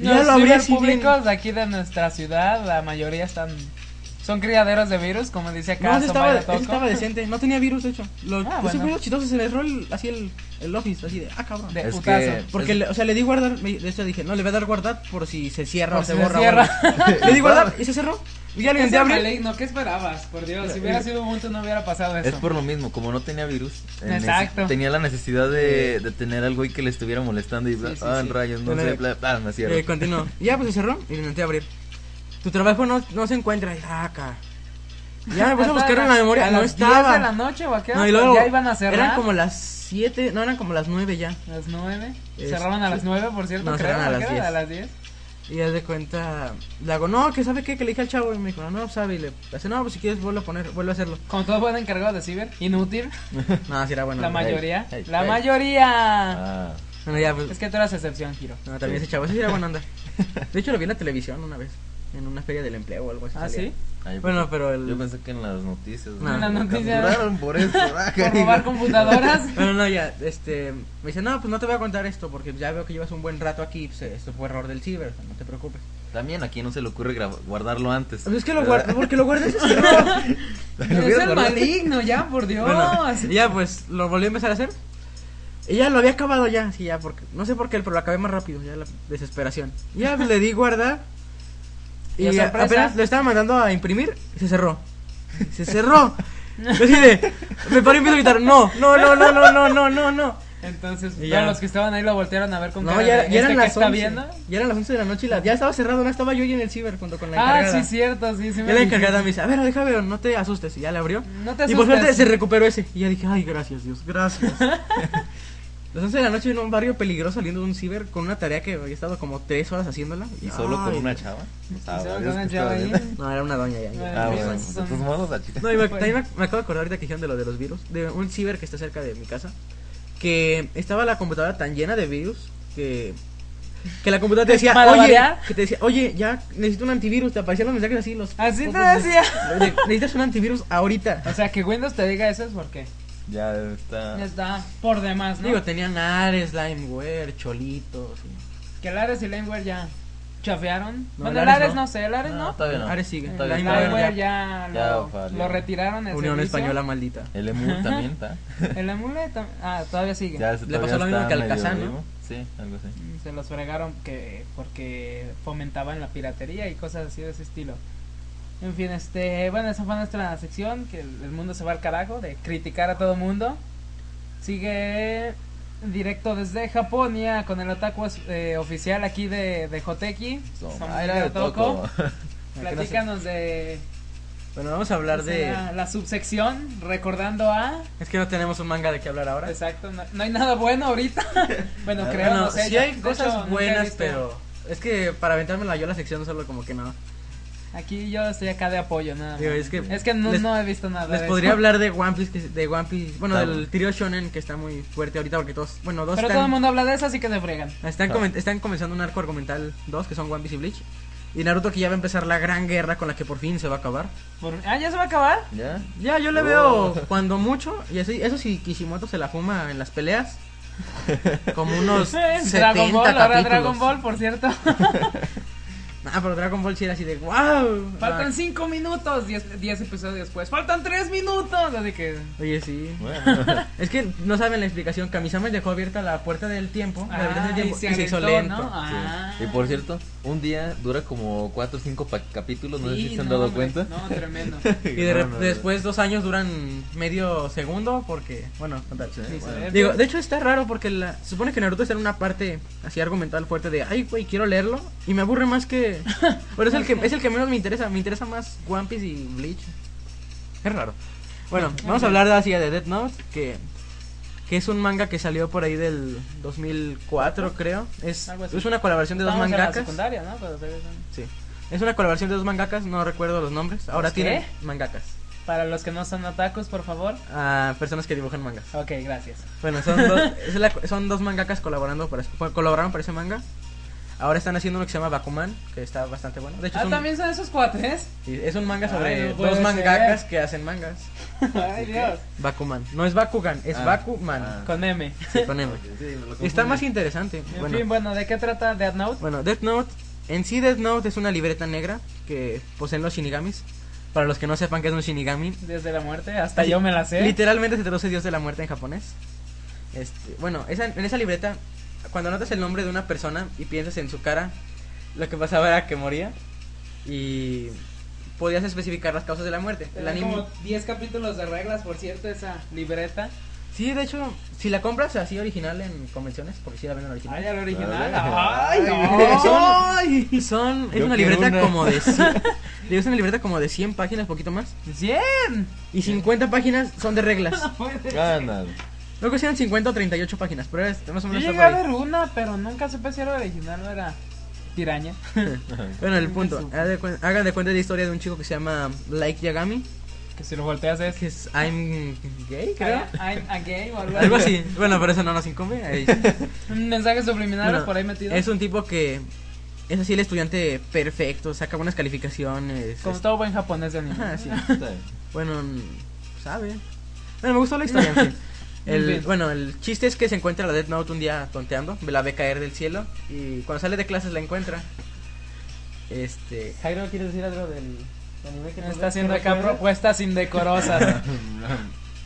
Ya
Los
lo abrí así
ciberpúblicos de aquí de nuestra ciudad, la mayoría están son criaderos de virus, como dice acá.
No, ese estaba,
Somaya
ese
Toco.
estaba decente. No tenía virus, de hecho. Lo,
Ah,
eso
bueno.
fue lo chistoso. Se le cerró el- así el, el Office. Así de, ah, cabrón.
De
Es
putazo.
que-
porque,
es-
le- o sea, le di guardar. me- De hecho, dije, no, le voy a dar guardar por si se cierra
Por
o se
si se
borra. o
cierra.
algo. le di guardar y se cerró. Y ya le
Ese
intenté abrir. Eh,
maligno, ¿qué esperabas? Por Dios, si hubiera sido Ubuntu no hubiera pasado eso.
Es por lo mismo, como no tenía virus, eh, neces-
Exacto.
tenía la necesidad de, de tener algo y que le estuviera molestando y bla,
sí,
ah,
sí.
rayos, no
Bueno,
sé,
eh,
bla, bla, me cierro.
Eh, continuó. Y ya, pues se cerró y lo intenté abrir. Tu trabajo no, no se encuentra. Y, ah, acá. Ya me puse a buscar en la memoria.
A
no
las 10
estaba.
de la noche o a qué
No,
hora?
y luego
ya iban a cerrar.
Eran como las 7, no, eran como las 9 ya.
Las 9.
Es-
Cerraron a las 9, por cierto.
No,
creo,
cerraron a
¿no?
las
¿Qué era?
10.
A las 10.
Y haz de cuenta, le hago, no, que sabe qué, que le dije al chavo. Y me dijo, no, no sabe. Y le hace, no, pues si quieres, vuelvo a poner, vuelvo a hacerlo.
Como todo buen encargado de ciber. Inútil.
No, así era bueno.
la
¿no?
mayoría.
hey,
la
hey.
mayoría.
Ah,
Bueno, ya, pues.
Es que tú eras excepción, Giro.
No, también ese chavo, ese sí era buena onda. De hecho, lo vi en la televisión una vez. en una feria del empleo o algo así.
¿Ah,
salía.
sí?
Ay, pues,
Bueno, pero el-
Yo pensé que en las noticias.
No. En las
Lo
noticias.
capturaron por eso. ah,
Por
cariño.
robar computadoras.
Bueno, no, ya, este, me dice, no, pues no te voy a contar esto porque ya veo que llevas un buen rato aquí, pues, esto fue error del ciber, no te preocupes.
También aquí no se le ocurre gra- guardarlo antes.
Pues es que lo
¿verdad?
guardo, porque lo guardas es error.
Lo
Es
hubieras
el
guardado.
maligno, ya, por Dios.
Bueno, y ya pues lo volví a empezar a hacer. Y ya lo había acabado ya, sí, ya, porque no sé por qué, pero lo acabé más rápido, ya la desesperación. Ya le di guardar. Y
Y
a-
sorpresa.
apenas lo estaba mandando a imprimir y se cerró. Se cerró. Yo así de, me paré y empiezo a gritar, no, no, no, no, no, no, no, no, no.
Entonces,
Y
todos
ya.
los que estaban ahí lo voltearon a ver con
No,
cara
ya,
de,
ya
"¿Este
eran
qué
las
está
11.
viendo?
Ya eran las 11 de la noche y la- ya estaba cerrado, no estaba yo ahí en el ciber junto con la
Ah,
encargada.
sí, cierto, sí, sí.
Y
me
la
dijiste.
encargada me dice, a ver, deja ver, no te asustes. Y ya le abrió.
No te
Y por suerte
asustes.
se recuperó ese. Y ya dije, ay, gracias, Dios, gracias. Las 11 de la noche en un barrio peligroso saliendo de un ciber con una tarea que había estado como 3 horas haciéndola.
Y solo con
Ay,
una chava. O sea,
Y solo
¿ves
con una
que
chava
estaba
ahí.
bien?
No, era una doña ya. ya.
Ah,
Ay,
bueno.
esos son-
Entonces vamos a chica.
pues, No, y me, también me, me acabo de acordar ahorita que dijeron de lo de los virus. De un ciber que está cerca de mi casa. Que estaba la computadora tan llena de virus que. Que la computadora te decía,
Para
oye,
variar.
que te decía, oye, ya necesito un antivirus. Te aparecían los mensajes así, los.
¿Ah,
Así te
fotos de-
decía.
de- necesitas un antivirus ahorita.
O sea, que Windows te diga eso es porque
Ya está.
está por demás, ¿no?
Ah. Digo, tenían Ares, Limeware, Cholitos. y-
que el Ares y Limeware ya chafearon.
No,
bueno,
el
el
Ares
Ares
no.
no sé, el Ares no.
todavía no.
Ares sigue.
El
Todavía
Limeware
Limeware
ya.
ya,
Ya
lo,
valió.
lo retiraron. el
Unión
servicio.
Española maldita.
El emu también está.
El emule tam- Ah, todavía sigue.
Ya ese
Le
todavía
pasó lo mismo
está
que al
medio
Kazan, ¿no?
vivo. Sí, algo así.
Mm, Se los fregaron que porque fomentaban la piratería y cosas así de ese estilo. En fin, este, bueno, esa fue nuestra sección, que el, el mundo se va al carajo, de criticar a todo mundo. Sigue directo desde Japonia con el otaku eh, oficial aquí de, de Joteki.
So,
Samurai
ah, era de
Otoko.
Toco.
Platícanos de,
Bueno, vamos a hablar de.
la, la subsección, recordando a...
Es que no tenemos un manga de qué hablar ahora.
Exacto, no, no hay nada bueno ahorita. bueno,
Nada
creo,
Ah, Bueno,
no sé.
sí
yo-
hay
de
cosas
hecho, nunca he
buenas,
visto-
pero. Es que para aventármela yo la sección solo como que no.
Aquí yo estoy acá de apoyo, nada.
Digo,
más.
es que
no,
les-
no he visto nada.
Les
de
podría
eso.
hablar de One Piece, que, es- de One Piece, bueno,
Claro.
del trío shonen que está muy fuerte ahorita porque todos, bueno, dos
Pero todo el
están,
mundo habla de eso, así que se fregan.
están,
Ah.
comen- están comenzando un arco argumental dos que son One Piece y Bleach. Y Naruto que ya va a empezar la gran guerra con la que por fin se va a acabar.
Por- Ah, ya se va a acabar.
¿Ya?
Ya, yo le
Oh.
veo cuando mucho, y así, eso sí, Kishimoto se la fuma en las peleas. Como unos
Eh,
70
Dragon Ball, ahora
capítulos.
Dragon Ball, por cierto.
Ah, pero Dragon Ball sí era así de Ah, wow.
Faltan 5 minutos, 10 episodios después. Faltan 3 minutos, así que.
Oye, sí.
Bueno.
Es que no saben la explicación. Kamisama dejó abierta la puerta del tiempo, la
Ah,
ventana del
y
tiempo, y,
se
se hizo
aventó,
lento.
¿no? Ah.
Sí. Y por cierto, un día dura como 4 o 5 capítulos, no sé
Sí,
si se han
no,
dado
hombre,
cuenta.
No, tremendo.
Y de re- después dos años duran medio segundo porque, bueno, total.
Sí,
Sí, se
bueno.
ve.
Digo, de hecho está raro porque la, se supone que Naruto está en una parte así argumental fuerte de, ay, güey, quiero leerlo y me aburre más que... Pero es el que, es el que menos me interesa, me interesa más One Piece y Bleach. Es raro. Bueno, vamos a hablar de así de Death Note, que, que es un manga que salió por ahí del 2004, creo. Es,
Algo así.
es una colaboración de dos
Estábamos en la
mangakas.
secundaria, ¿no? Cuando salió eso.
Sí. Es una colaboración de dos mangakas, no recuerdo los nombres. Ahora
¿Los
tienen
qué?
mangakas.
Para los que no son otakus, por favor.
Ah, personas que dibujan mangas.
Ok, gracias.
Bueno, son dos, es la- son dos mangakas colaborando para, colaboraron para ese manga. Ahora están haciendo uno que se llama Bakuman, que está bastante bueno. De hecho,
Ah,
es, un,
también son esos cuates.
sí, es un manga
Ay,
sobre
no puede
dos
ser.
mangakas que hacen mangas.
Ay, Dios.
Bakuman. No es Bakugan, es
Ah,
Bakuman.
ah.
Con M.
Sí, con M. Está más interesante.
En
Bueno,
fin, bueno, ¿de qué trata Death Note?
bueno, Death Note. En sí, Death Note es una libreta negra que poseen los shinigamis. Para los que no sepan qué es un shinigami,
Desde la muerte hasta
Así,
yo me la sé.
Literalmente se traduce Dios de la muerte en japonés. Este, bueno, esa, en esa libreta, cuando notas el nombre de una persona y piensas en su cara, lo que pasaba era que moría y podías especificar las causas de la muerte. El
Tenía
anime-
como 10 capítulos de reglas, por cierto, esa libreta.
Sí, de hecho, si la compras así original en convenciones, porque si la venden original.
Ay, el original.
Vale.
Ay,
Eh, son-
no.
son- es
Yo
una
quiero
libreta
una.
como de 100, digo, es una libreta como de 100 páginas, poquito más,
100.
y 50 páginas son de reglas.
Ándale.
Creo que eran 50 o 38 páginas, pero es más o
Yo
menos está
llegué
por
a
ahí.
ver una, pero nunca supe si era original o era piraña.
Bueno, el
Chingue
punto.
su-
Hagan de cuen- hagan de cuenta de la historia de un chico que se llama Like Yagami,
Que si lo volteas es.
que es I'm gay, creo.
I'm a gay o algo,
Algo así. Bueno, pero eso no nos incumbe. ahí sí.
Un mensaje subliminal
Bueno,
por ahí metido.
Es un tipo que es así el estudiante perfecto, saca buenas calificaciones.
Como
es-
todo buen japonés de anime.
Ajá, sí.
Sí.
Bueno, mm, sabe. Bueno, me gustó la historia. en fin. El,
En fin.
Bueno, el chiste es que se encuentra la Death Note un día tonteando, la ve caer del cielo y cuando sale de clases la encuentra. Este,
Jairo, ¿quieres decir algo del anime que
Me
nos
está haciendo acá
recuerdas?
propuestas indecorosas.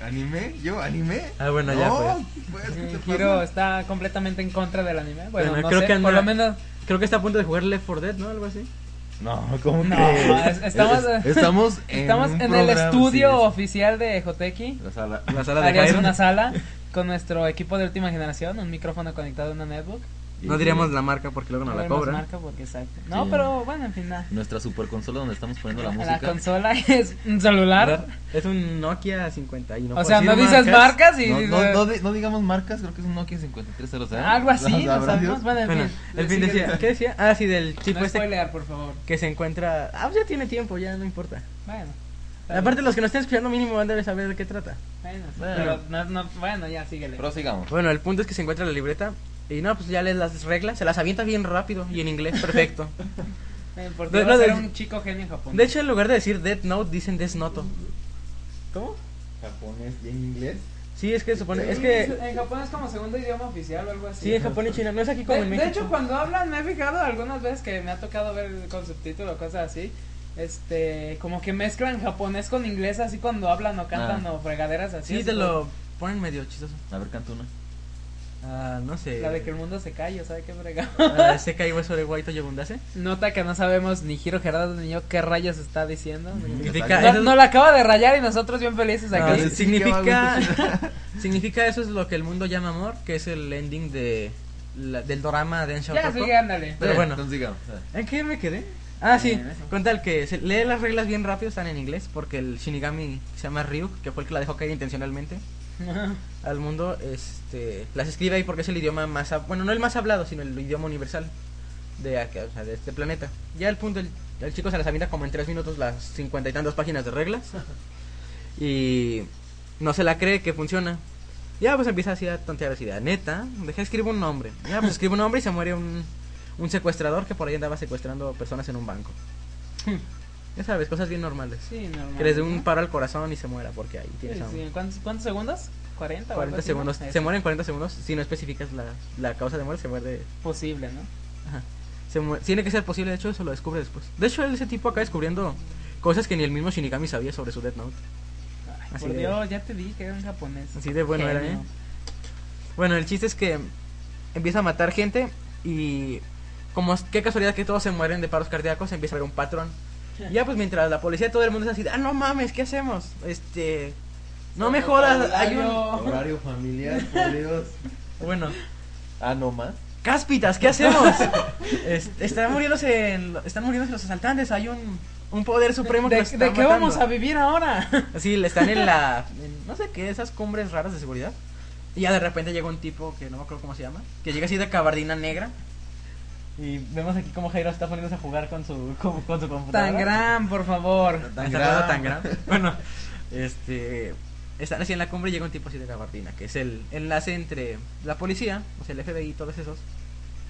¿Anime? ¿Yo? ¿Anime?
Ah, bueno, ya,
No, pues, ¿qué te
Eh,
pasa?
Hiro está completamente en contra del anime. Bueno,
Bueno,
no
creo
sé,
que anda-
por lo menos
creo que está a punto de jugar Left 4 Dead, ¿no? Algo así.
No, ¿cómo
No,
crees?
es- estamos-
Es- estamos en,
estamos
un
en el
programa,
estudio
sí,
oficial de Joteki.
es- la sala.
La sala de
Harías
Jairo.
una sala con nuestro equipo de última generación, un micrófono conectado a una netbook.
No diríamos la marca porque luego nos la
Hay más
cobran.
marca porque exacto. No,
Sí.
pero bueno, en fin, nada.
Nuestra super consola donde estamos poniendo la
La,
música.
consola es un celular.
Es un Nokia 50 y no
o
puedo
sea,
decir
no dices marcas, y
No,
dices,
no, no di- no digamos marcas, creo que es un Nokia 5300.
algo así.
Las
no
habrá
sabemos.
Dios.
Bueno, en
Bueno,
fin.
el fin decía, ¿qué decía? Ah, sí, del
Tipo
chico
no
este
spoilear, por favor.
que se encuentra. Ah, pues ya tiene tiempo, ya no importa.
Bueno. está
Aparte,
bien.
los que nos estén escuchando, mínimo van a deben saber de qué trata.
Bueno,
Bueno.
pero no- no- bueno, ya síguele.
Pero sigamos.
Bueno, el punto es que se encuentra la libreta y no, pues ya lees las reglas, se las avienta bien rápido y en inglés, perfecto.
Eh, Porque
De-
va a
no, de-
ser un chico genio japonés.
De hecho, en lugar de decir Death Note, dicen Desnoto.
¿cómo?
¿Japonés y en inglés?
Sí, es que supone, es que
En Japón es como segundo idioma oficial o algo así.
sí, en Japón y China, no es aquí como
de,
en
de
México.
hecho, cuando hablan, me he fijado algunas veces que me ha tocado ver con subtítulo o cosas así. Este, como que mezclan japonés con inglés así cuando hablan o cantan
Ah.
o fregaderas así.
sí
es
te
como-
lo ponen medio chistoso.
A ver, canta una.
Ah, no sé.
La de que el mundo se calla, ¿sabe qué fregado?
Ah, se cayó sobre Guaito Yobundase.
Nota que no sabemos ni Giro Gerardo ni yo qué rayas está diciendo.
Significa,
No,
eso es-
no la acaba de rayar y nosotros bien felices
Ah,
aquí.
sí,
sí,
significa
sí,
significa eso es lo que el mundo llama amor, que es el ending de la- del drama de Ensha
ya, sigue, ándale.
Pero
Sí,
bueno.
Entonces sigamos.
¿En qué me quedé? Ah, sí,
En eso.
con tal que se lee las reglas bien rápido, están en inglés, porque el Shinigami se llama Ryuk, que fue el que la dejó caer intencionalmente al mundo, este, las escribe ahí porque es el idioma más, hab- bueno, no el más hablado, sino el idioma universal de acá, o sea, de este planeta. Ya el punto, el, el chico se las avienta como en tres minutos las cincuenta y tantas páginas de reglas y no se la cree que funciona. Ya pues empieza así a tontear así de, "Ah, neta, deja escribo un nombre. Ya pues escribe un nombre y se muere un, un secuestrador que por ahí andaba secuestrando personas en un banco. ya sabes, cosas bien normales.
Hmm. Sí, normal.
Que les dé un
¿no?
paro al corazón y se muera porque ahí tienes
Sí,
a un-
sí, ¿Cuántos, ¿Cuántos segundos? 40 o algo
40
así, ¿no?
segundos.
Es
Se muere en 40 segundos. Si no especificas la, la causa de muerte, se muere.
Posible, ¿no?
Ajá. Se muere- Tiene que ser posible, de hecho, eso lo descubre después. De hecho, ese tipo acá descubriendo cosas que ni el mismo Shinigami sabía sobre su Death Note.
Ay,
Así
por
de-
Dios, ya te dije, era un japonés.
Así de bueno era,
Genio.
¿eh? Bueno, el chiste es que empieza a matar gente y. Como es- qué casualidad que todos se mueren de paros cardíacos, empieza a haber un patrón. Y Ya, pues mientras la policía de todo el mundo es así, ah, no mames, ¿qué hacemos? Este. No me jodas, hay un.
Horario.
Horario familiar, por Dios.
Bueno,
Ah, no más.
Cáspitas, ¿qué hacemos? Es- están muriéndose, lo- están muriéndose los asaltantes. Hay un, un poder supremo que
¿De,
los
de
está
qué vamos a
matando.
vivir ahora?
Sí, le están en la, en no sé qué, esas cumbres raras de seguridad. Y ya de repente llega un tipo que no me acuerdo cómo se llama, que llega así de cabardina negra. Y vemos aquí cómo Jairo está poniéndose a jugar con su, con, con su computadora.
Tangram, por favor.
Está jugando Tangram. Bueno, este, están así en la cumbre y llega un tipo así de cabardina, que es el enlace entre la policía, o sea, el FBI y todos esos,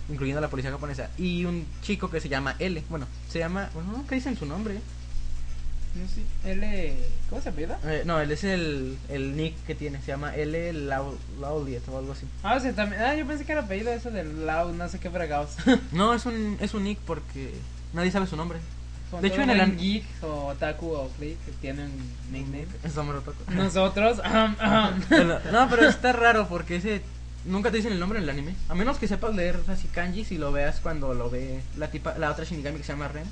incluyendo la policía japonesa, y un chico que se llama L. Bueno, se llama, bueno, no, ¿qué dicen su nombre?
No sé, L. ¿Cómo se apellida?
Eh, no, él es el, el nick que tiene, se llama L Lau- Lauliet o algo así.
Ah, o sea, también. Ah, yo pensé que era apellido eso del Lau, no sé qué fregados.
No, es un, es un nick porque nadie sabe su nombre.
Como
De hecho,
todo
en el
buen
an-
geek o otaku o freak que tiene un nickname.
Es Samurai Otaku.
Nosotros. ahem, ahem.
Bueno, no, pero está raro porque ese nunca te dicen el nombre en el anime. A menos que sepas leer así kanji si lo veas cuando lo ve la tipa, la otra Shinigami que se llama Ren.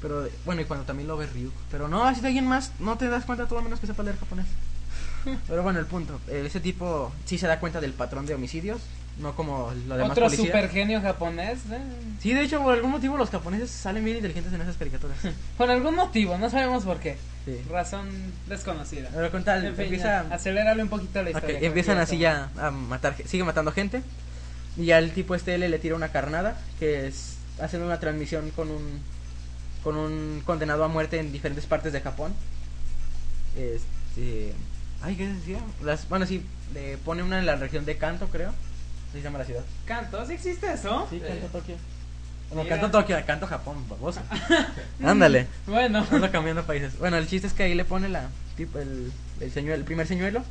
Pero de- bueno, y cuando también lo ve Ryuk. Pero no, así de alguien más no te das cuenta todo a menos que sepas leer japonés. Pero bueno, el punto, eh, ese tipo sí se da cuenta del patrón de homicidios, no como la demás
Otro
policía.
super genio japonés. eh.
Sí, de hecho, por algún motivo los japoneses salen bien inteligentes en esas caricaturas.
Por algún motivo, no sabemos por qué.
Sí.
Razón desconocida.
Pero con tal,
En fin,
empieza
ya, acelérale un poquito la
Ok,
historia.
empiezan así
continúa.
ya a matar, ge- sigue matando gente. Y ya el tipo este L le tira una carnada, que es hacen una transmisión con un con un condenado a muerte en diferentes partes de Japón. Este, ay, ¿qué decía? Las, bueno, sí, le pone una en la región de Kanto, creo. Se llama la ciudad.
Canto, ¿sí existe eso? Eh,
Sí,
Kanto,
Tokio. No
Mira.
canto Tokio, canto Japón, baboso. Ándale.
Bueno,
Ando cambiando países. Bueno, el chiste es que ahí le pone la tipo el, el señuelo- el primer señuelo.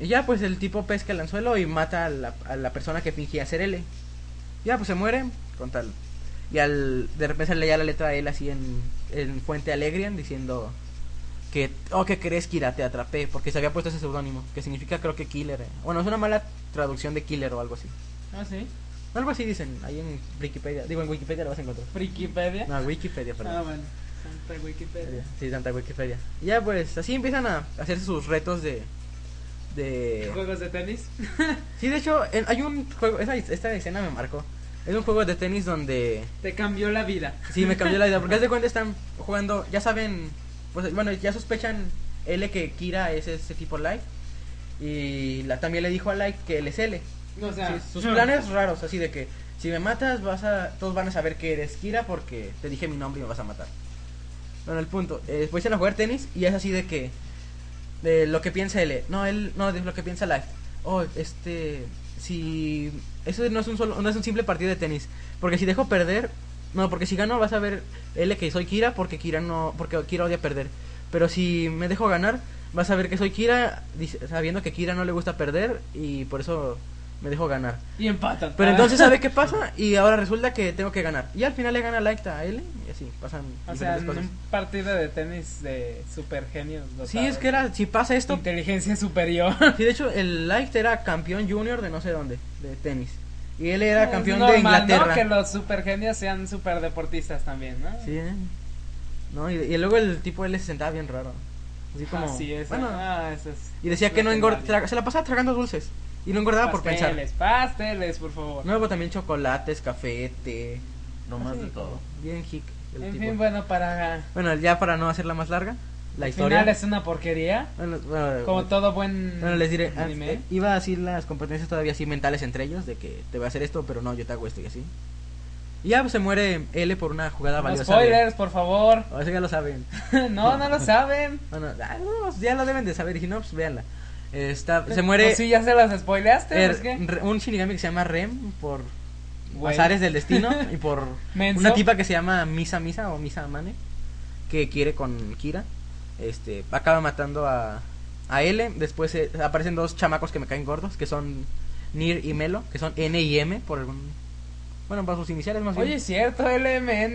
Y ya pues el tipo pesca el anzuelo y mata a la, a la persona que fingía ser L. Ya pues se muere con tal. Y al de repente leía la letra L así en, en Fuente Alegrian diciendo que oh que crees Kira te atrapé porque se había puesto ese seudónimo, que significa creo que killer. eh. Bueno, es una mala traducción de killer o algo así.
no sé,
Algo así dicen ahí en Wikipedia. Digo en Wikipedia lo vas a encontrar.
Frikipedia.
No, Wikipedia, perdón.
¿Eh?
Eh.
ah, bueno, Santa Wikipedia.
Sí, tanta Wikipedia. Y ya pues, así empiezan a hacerse sus retos de. de...
Juegos de tenis.
Sí, de hecho, en- hay un juego. esa- esta escena me marcó. Es un juego de tenis donde.
Te cambió la vida.
Sí, me cambió la idea. Porque haz de cuenta están jugando. Ya saben. Pues bueno, ya sospechan L que Kira es ese tipo Light. Y la, también le dijo a Light que él es L.
O sea,
Sí, sus planes raros, así de que si me matas, vas a, todos van a saber que eres Kira porque te dije mi nombre y me vas a matar. Bueno, el punto, eh, después se a jugar tenis y es así de que de lo que piensa él, eh, no, él no de lo que piensa Life. Oh, este si eso no es un solo no es un simple partido de tenis, porque si dejo perder, no, porque si gano vas a ver él que soy Kira porque Kira no porque Kira odia perder. Pero si me dejo ganar, vas a ver que soy Kira dice- sabiendo que Kira no le gusta perder y por eso me dejo ganar.
y empatan. Ah.
Pero entonces sabe qué pasa y ahora resulta que tengo que ganar. Y al final le gana Light a él y así pasan
O sea,
diferentes
en
cosas.
un partido de tenis de super genios.
Sí, es que era si pasa esto.
Inteligencia superior.
Sí, de hecho el Light era campeón junior de no sé dónde, de tenis. Y él era
Es
campeón de
normal,
Inglaterra.
¿no? Que los supergenios sean superdeportistas también, ¿no?
Sí. ¿eh? No, y, y luego el tipo él se sentaba bien raro. Así como
Así es.
bueno,
ah, eso es-
y decía que no engordaba, se la pasaba tragando dulces y no engordaba por
Pasteles,
pensar.
Pasteles, por favor.
Luego también chocolates, café, té,
No más
así
de todo.
como Bien hick el
en
tipo.
fin, bueno, para.
Bueno, ya para no hacerla más larga, la
el
historia.
final es una porquería.
Bueno, bueno,
Como
bueno,
todo buen.
bueno, les diré,
Anime.
eh, iba a decir las competencias todavía así mentales entre ellos, de que te voy a hacer esto, pero no, yo te hago esto y así. Y ya pues, se muere L por una jugada
No
valiosa. de-
spoilers, por favor.
O sea, ya lo saben.
no, no lo saben.
Bueno, ah, no, ya lo deben de saber, y si no, pues véanla. Eh, está, se muere
Pues sí, ya se las spoileaste.
er,
pues, ¿qué?
re- un shinigami que se llama Rem por
Güey.
azares del destino y por
Menso.
una tipa que se llama Misa Misa o Misa Amane que quiere con Kira. Este, acaba matando a, a L. Después eh, aparecen dos chamacos que me caen gordos, que son Nir y Melo, que son N y M por algún... Bueno, por sus iniciales más
Oye,
bien.
es cierto, LMN.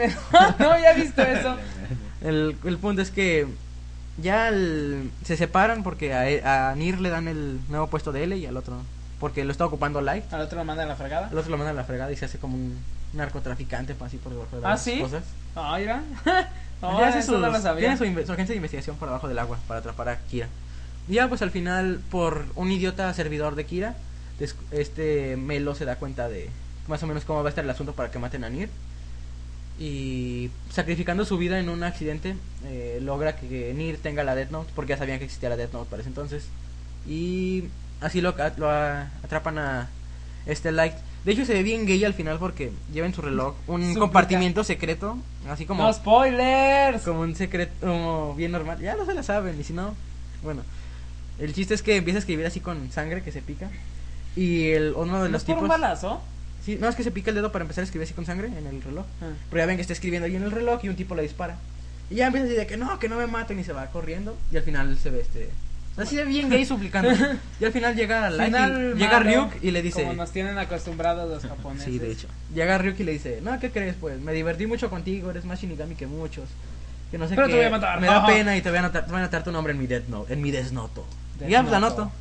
no había visto eso.
El, el punto es que ya el- se separan porque a, E- a Nir le dan el nuevo puesto de L y al otro porque lo está ocupando Light.
Al otro lo manda a la fregada.
Al otro lo mandan a la fregada y se hace como un narcotraficante pa- así por debajo de
¿Ah,
las
sí?
cosas.
Ah, mira. No,
Ya hace
eso no
sus-
lo sabía.
Tiene su, inve- su agencia de investigación por debajo del agua para atrapar a Kira. Y ya pues al final por un idiota servidor de Kira, des- este Melo se da cuenta de más o menos cómo va a estar el asunto para que maten a Nir. Y sacrificando su vida en un accidente, eh, logra que, que Nir tenga la Death Note, porque ya sabían que existía la Death Note para ese entonces. Y así lo, ca- lo a- atrapan a este Light. De hecho se ve bien gay al final porque lleva en su reloj un
Súplica.
compartimiento secreto, así como
No spoilers.
como un secreto como bien normal. Ya no se la saben, y si no, bueno. El chiste es que empieza a escribir así con sangre que se pica. Y el uno de
¿No
los
es por
tipos.
un balazo?
Sí, no, es que se pica el dedo para empezar a escribir así con sangre en el reloj.
Ah.
Pero ya ven que está escribiendo ahí en el reloj y un tipo le dispara. Y ya empieza así de que no, que no me maten y se va corriendo. Y al final se ve este. Así de bien gay suplicando. y al final llega Light y-
Final
llega
malo,
Ryuk y le dice.
Como nos tienen acostumbrados los japoneses.
Sí, de hecho. Llega Ryuki y le dice, no, ¿qué crees? Pues me divertí mucho contigo, eres más Shinigami que muchos. Que no sé
Pero
qué.
te voy a matar,
Me da
ajá.
pena y te voy a anotar, te voy a anotar tu nombre en mi Death Note, en mi desnoto.
Death
y ya pues, la
Note.
anoto.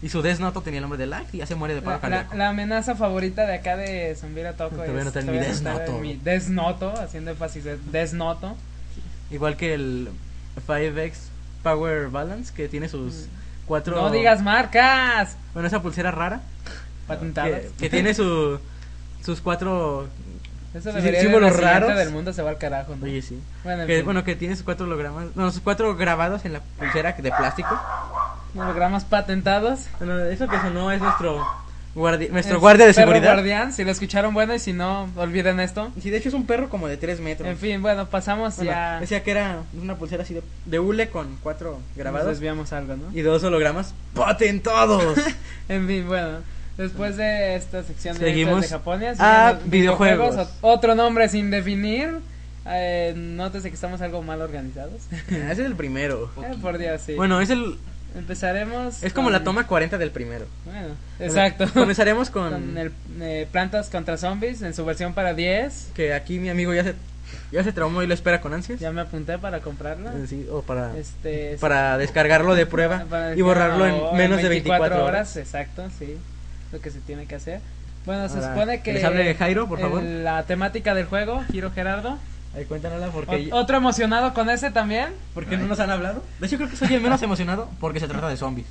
Y su desnoto tenía el nombre de Light y ya se muere de paro
La, la-
cardíaco.
la amenaza favorita de acá de Zumbira Toco
Te voy a
es.
anotar en mi desnoto.
en mi desnoto, haciendo énfasis de desnoto.
Igual que el 5X Power Balance que tiene sus cuatro
Mm. No digas marcas.
bueno esa pulsera rara
Patentadas.
que, que tiene su sus cuatro
Eso
sí,
debería de
símbolos
el presidente
raros.
del mundo se va al carajo, ¿no?
oye sí
Bueno, en
que,
fin,
bueno que tiene sus cuatro hologramas no sus cuatro grabados en la pulsera de plástico
hologramas patentados.
Bueno, eso que sonó es nuestro guardi nuestro
El
guardia de
perro
seguridad.
guardián, si lo escucharon bueno y si no, olviden esto.
Sí, de hecho es un perro como de 3 metros.
En fin, bueno, pasamos
Bueno,
ya.
Decía que era una pulsera así de, de hule con cuatro
Nos
grabados
desviamos algo, ¿no?
y dos hologramas patentados.
En fin, bueno. Después de esta sección de
Seguimos
noticias de Japón, ya
a
siguen los
videojuegos.
o- Otro nombre sin definir. Eh, nótese que estamos algo mal organizados.
Ese es el primero.
Eh, por Dios, sí.
Bueno, es el
empezaremos.
es como
con-
la toma 40 del primero.
Bueno, exacto.
Comenzaremos con,
Con el, eh, Plantas contra Zombies en su versión para 10.
que aquí mi amigo ya se ya se traumó y lo espera con ansias.
Ya me apunté para comprarla.
Eh, sí, o para
Este, sí.
para descargarlo de prueba
Para
Ah, y borrarlo
descargarlo
en menos de 24 horas.
horas. Exacto, sí. Lo que se tiene que hacer. Bueno, se
Ahora,
supone que.
les hable Jairo, por favor.
el- La temática del juego, Giro Gerardo.
Ahí cuéntanosla porque
Ot- Otro emocionado con ese también.
porque no nos han hablado. De hecho creo que soy el menos emocionado porque se trata de zombies.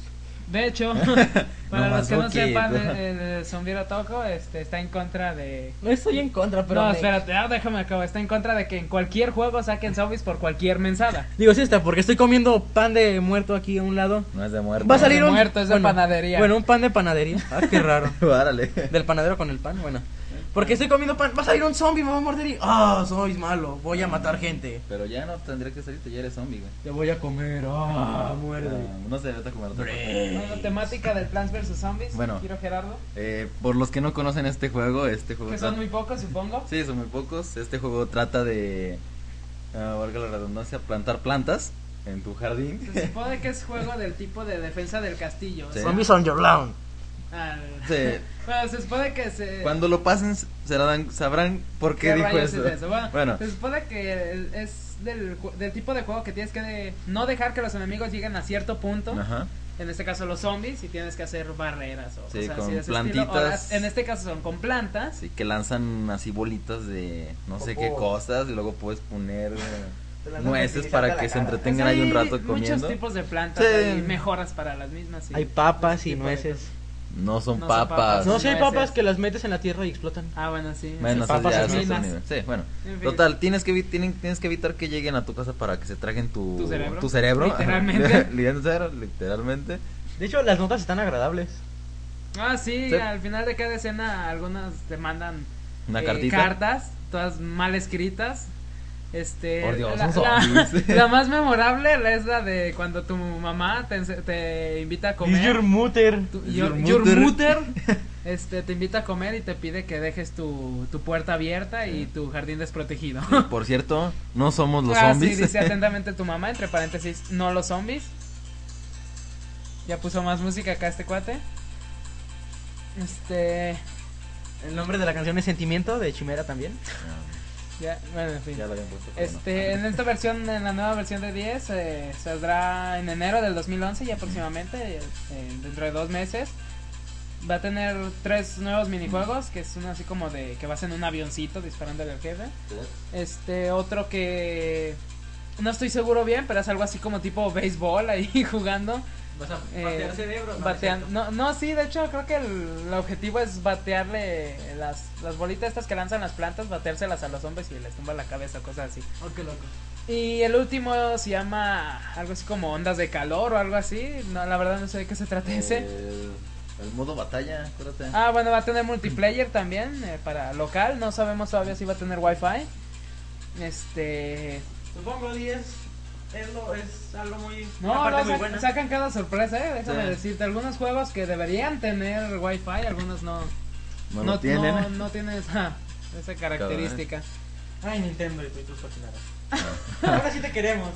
De hecho, para los
Nomás
que no
poquito.
sepan, el, el zombiero Toco este, está en contra de.
No estoy en contra,
no, espérate, ah, déjame acabar. Está en contra de que en cualquier juego saquen zombies por cualquier mensada.
Digo, sí está, porque estoy comiendo pan de muerto aquí a un lado.
No es de muerto.
Va a salir
de
un
muerto, es de panadería.
Bueno, un pan de panadería. Ah, qué raro.
Árale.
Del panadero con el pan, bueno. Porque estoy comiendo pan, va a salir un zombie, me va a morder y ah, soy malo, voy a matar gente.
Pero ya no tendría que salir, ya eres zombie, güey.
Te voy a comer. Ah, muerde.
Ah, no se debe comer otra cosa.
Bueno, temática del Plants vs Zombies.
Bueno.
Giro Gerardo.
Eh, por los que no conocen este juego, este juego.
Que son
trata-
muy pocos, supongo.
Sí, son muy pocos. Este juego trata de. ah, valga la redundancia, plantar plantas en tu jardín.
Se supone que es juego del tipo de defensa del castillo.
Sí.
o sea,
Zombies on your lawn.
al-
Se-
Bueno, se supone que se.
cuando lo pasen, se la dan- sabrán por qué, dijo
rayos
eso.
es eso? Bueno,
Bueno,
se supone que el- es del, ju- del tipo de juego que tienes que de- no dejar que los enemigos lleguen a cierto punto.
ajá.
En este caso, los zombies, y tienes que hacer barreras o
Sí,
cosas así
con
de ese estilo.
plantitas.
O las- en este caso, son con plantas.
Así que lanzan así bolitas de no sé qué
Popó.
cosas y luego puedes poner. eh, Nueces para que se Tengan ahí un
Pues Hay
rato
Muchos
comiendo.
tipos de plantas
Sí.
y mejoras para las mismas. y-
Hay papas
ese
y
tipo de
nueces.
No son
No son
papas.
papas.
No, si hay
Nueces.
papas que las metes en la tierra y explotan.
Ah, bueno, sí.
Bueno,
esas
esas
papas
ya
en
son otro
minas.
nivel. Sí, bueno.
En fin.
Total, tienes que, evi- tienen- tienes que evitar que lleguen a tu casa para que se traguen tu,
¿Tu cerebro?
tu cerebro.
Literalmente.
literalmente. literalmente.
De hecho, las notas están agradables.
Ah, sí,
Sí.
al final de cada escena algunas te mandan
Una
eh,
cartita.
cartas, todas mal escritas. Este,
Por Dios,
la,
son
la-
zombies.
la más memorable es la de cuando tu mamá te, ense- te invita a comer.
Is your mutter.
tu-
is
your,
your
your
mother.
mother, este, te invita a comer y te pide que dejes tu, tu puerta abierta y tu jardín desprotegido.
Y, Por cierto, no somos los
Ah,
zombies.
sí, dice atentamente tu mamá, entre paréntesis, no los zombies. Ya puso más música acá este cuate. Este,
El nombre de la canción es Sentimiento de Chimera también.
ya, bueno, en fin.
Ah, ya lo habían puesto. pero no.
Este, en esta versión, en la nueva versión de 10, eh, saldrá en enero del 2011 y aproximadamente, eh, eh, dentro de dos meses, va a tener tres nuevos minijuegos, que es uno así como de que vas en un avioncito disparándole al jefe. Este, otro que no estoy seguro bien, pero es algo así como tipo béisbol ahí jugando.
Vas a
Eh, batean- No, no, sí, de hecho creo que el, el objetivo es batearle las, las bolitas estas que lanzan las plantas, bateárselas a los hombres y les tumba la cabeza, cosas así.
loco.
Y el último se llama algo así como ondas de calor o algo así. No, la verdad no sé de qué se trata ese.
El, el modo batalla, acuérdate.
Ah, bueno, va a tener multiplayer también eh, para local. No sabemos todavía si va a tener wifi. Este...
Supongo 10 es, lo, es algo muy.
No,
una parte
no,
muy
sac-
buena.
sacan cada sorpresa, eh. Déjame
Sí.
decirte, algunos juegos que deberían tener wifi, algunos no.
no, lo tienen.
No, no tienen esa, esa característica.
Ay, Nintendo y tus cochinadas. Ahora sí te queremos.